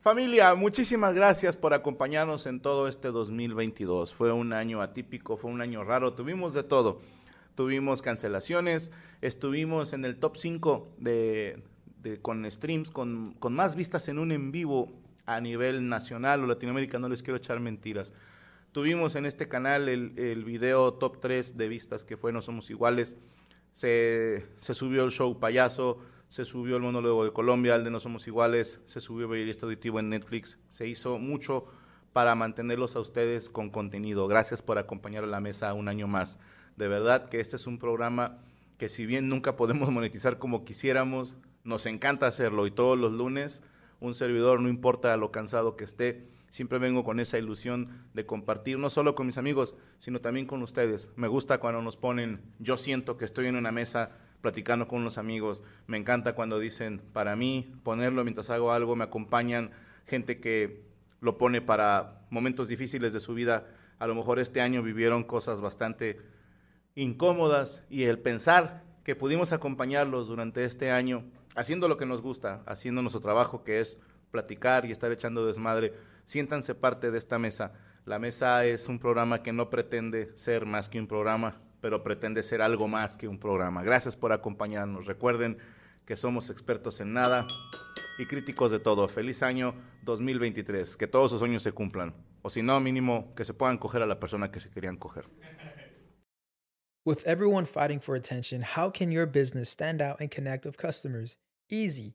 S1: Familia, muchísimas gracias por acompañarnos en todo este 2022. Fue un año atípico, fue un año raro, tuvimos de todo. Tuvimos cancelaciones, estuvimos en el top 5 de, de- con streams, con, con más vistas en un en vivo a nivel nacional o Latinoamérica, no les quiero echar mentiras. Tuvimos en este canal el, el video top 3 de vistas que fue No Somos Iguales. Se, se subió el show Payaso, se subió el monólogo de Colombia, el de No Somos Iguales, se subió Bellista Auditivo en Netflix. Se hizo mucho para mantenerlos a ustedes con contenido. Gracias por acompañar a la mesa un año más. De verdad que este es un programa que si bien nunca podemos monetizar como quisiéramos, nos encanta hacerlo y todos los lunes un servidor, no importa lo cansado que esté, siempre vengo con esa ilusión de compartir, no solo con mis amigos, sino también con ustedes. Me gusta cuando nos ponen, yo siento que estoy en una mesa platicando con unos amigos, me encanta cuando dicen, para mí, ponerlo mientras hago algo, me acompañan gente que lo pone para momentos difíciles de su vida. A lo mejor este año vivieron cosas bastante incómodas y el pensar que pudimos acompañarlos durante este año haciendo lo que nos gusta, haciendo nuestro trabajo que es platicar y estar echando desmadre, siéntanse parte de esta mesa. La mesa es un programa que no pretende ser más que un programa, pero pretende ser algo más que un programa. Gracias por acompañarnos. Recuerden que somos expertos en nada y críticos de todo. Feliz año 2023. Que todos sus sueños se cumplan. O si no, mínimo, que se puedan coger a la persona que se querían coger.
S25: With everyone fighting for attention, how can your business stand out and connect with customers? Easy.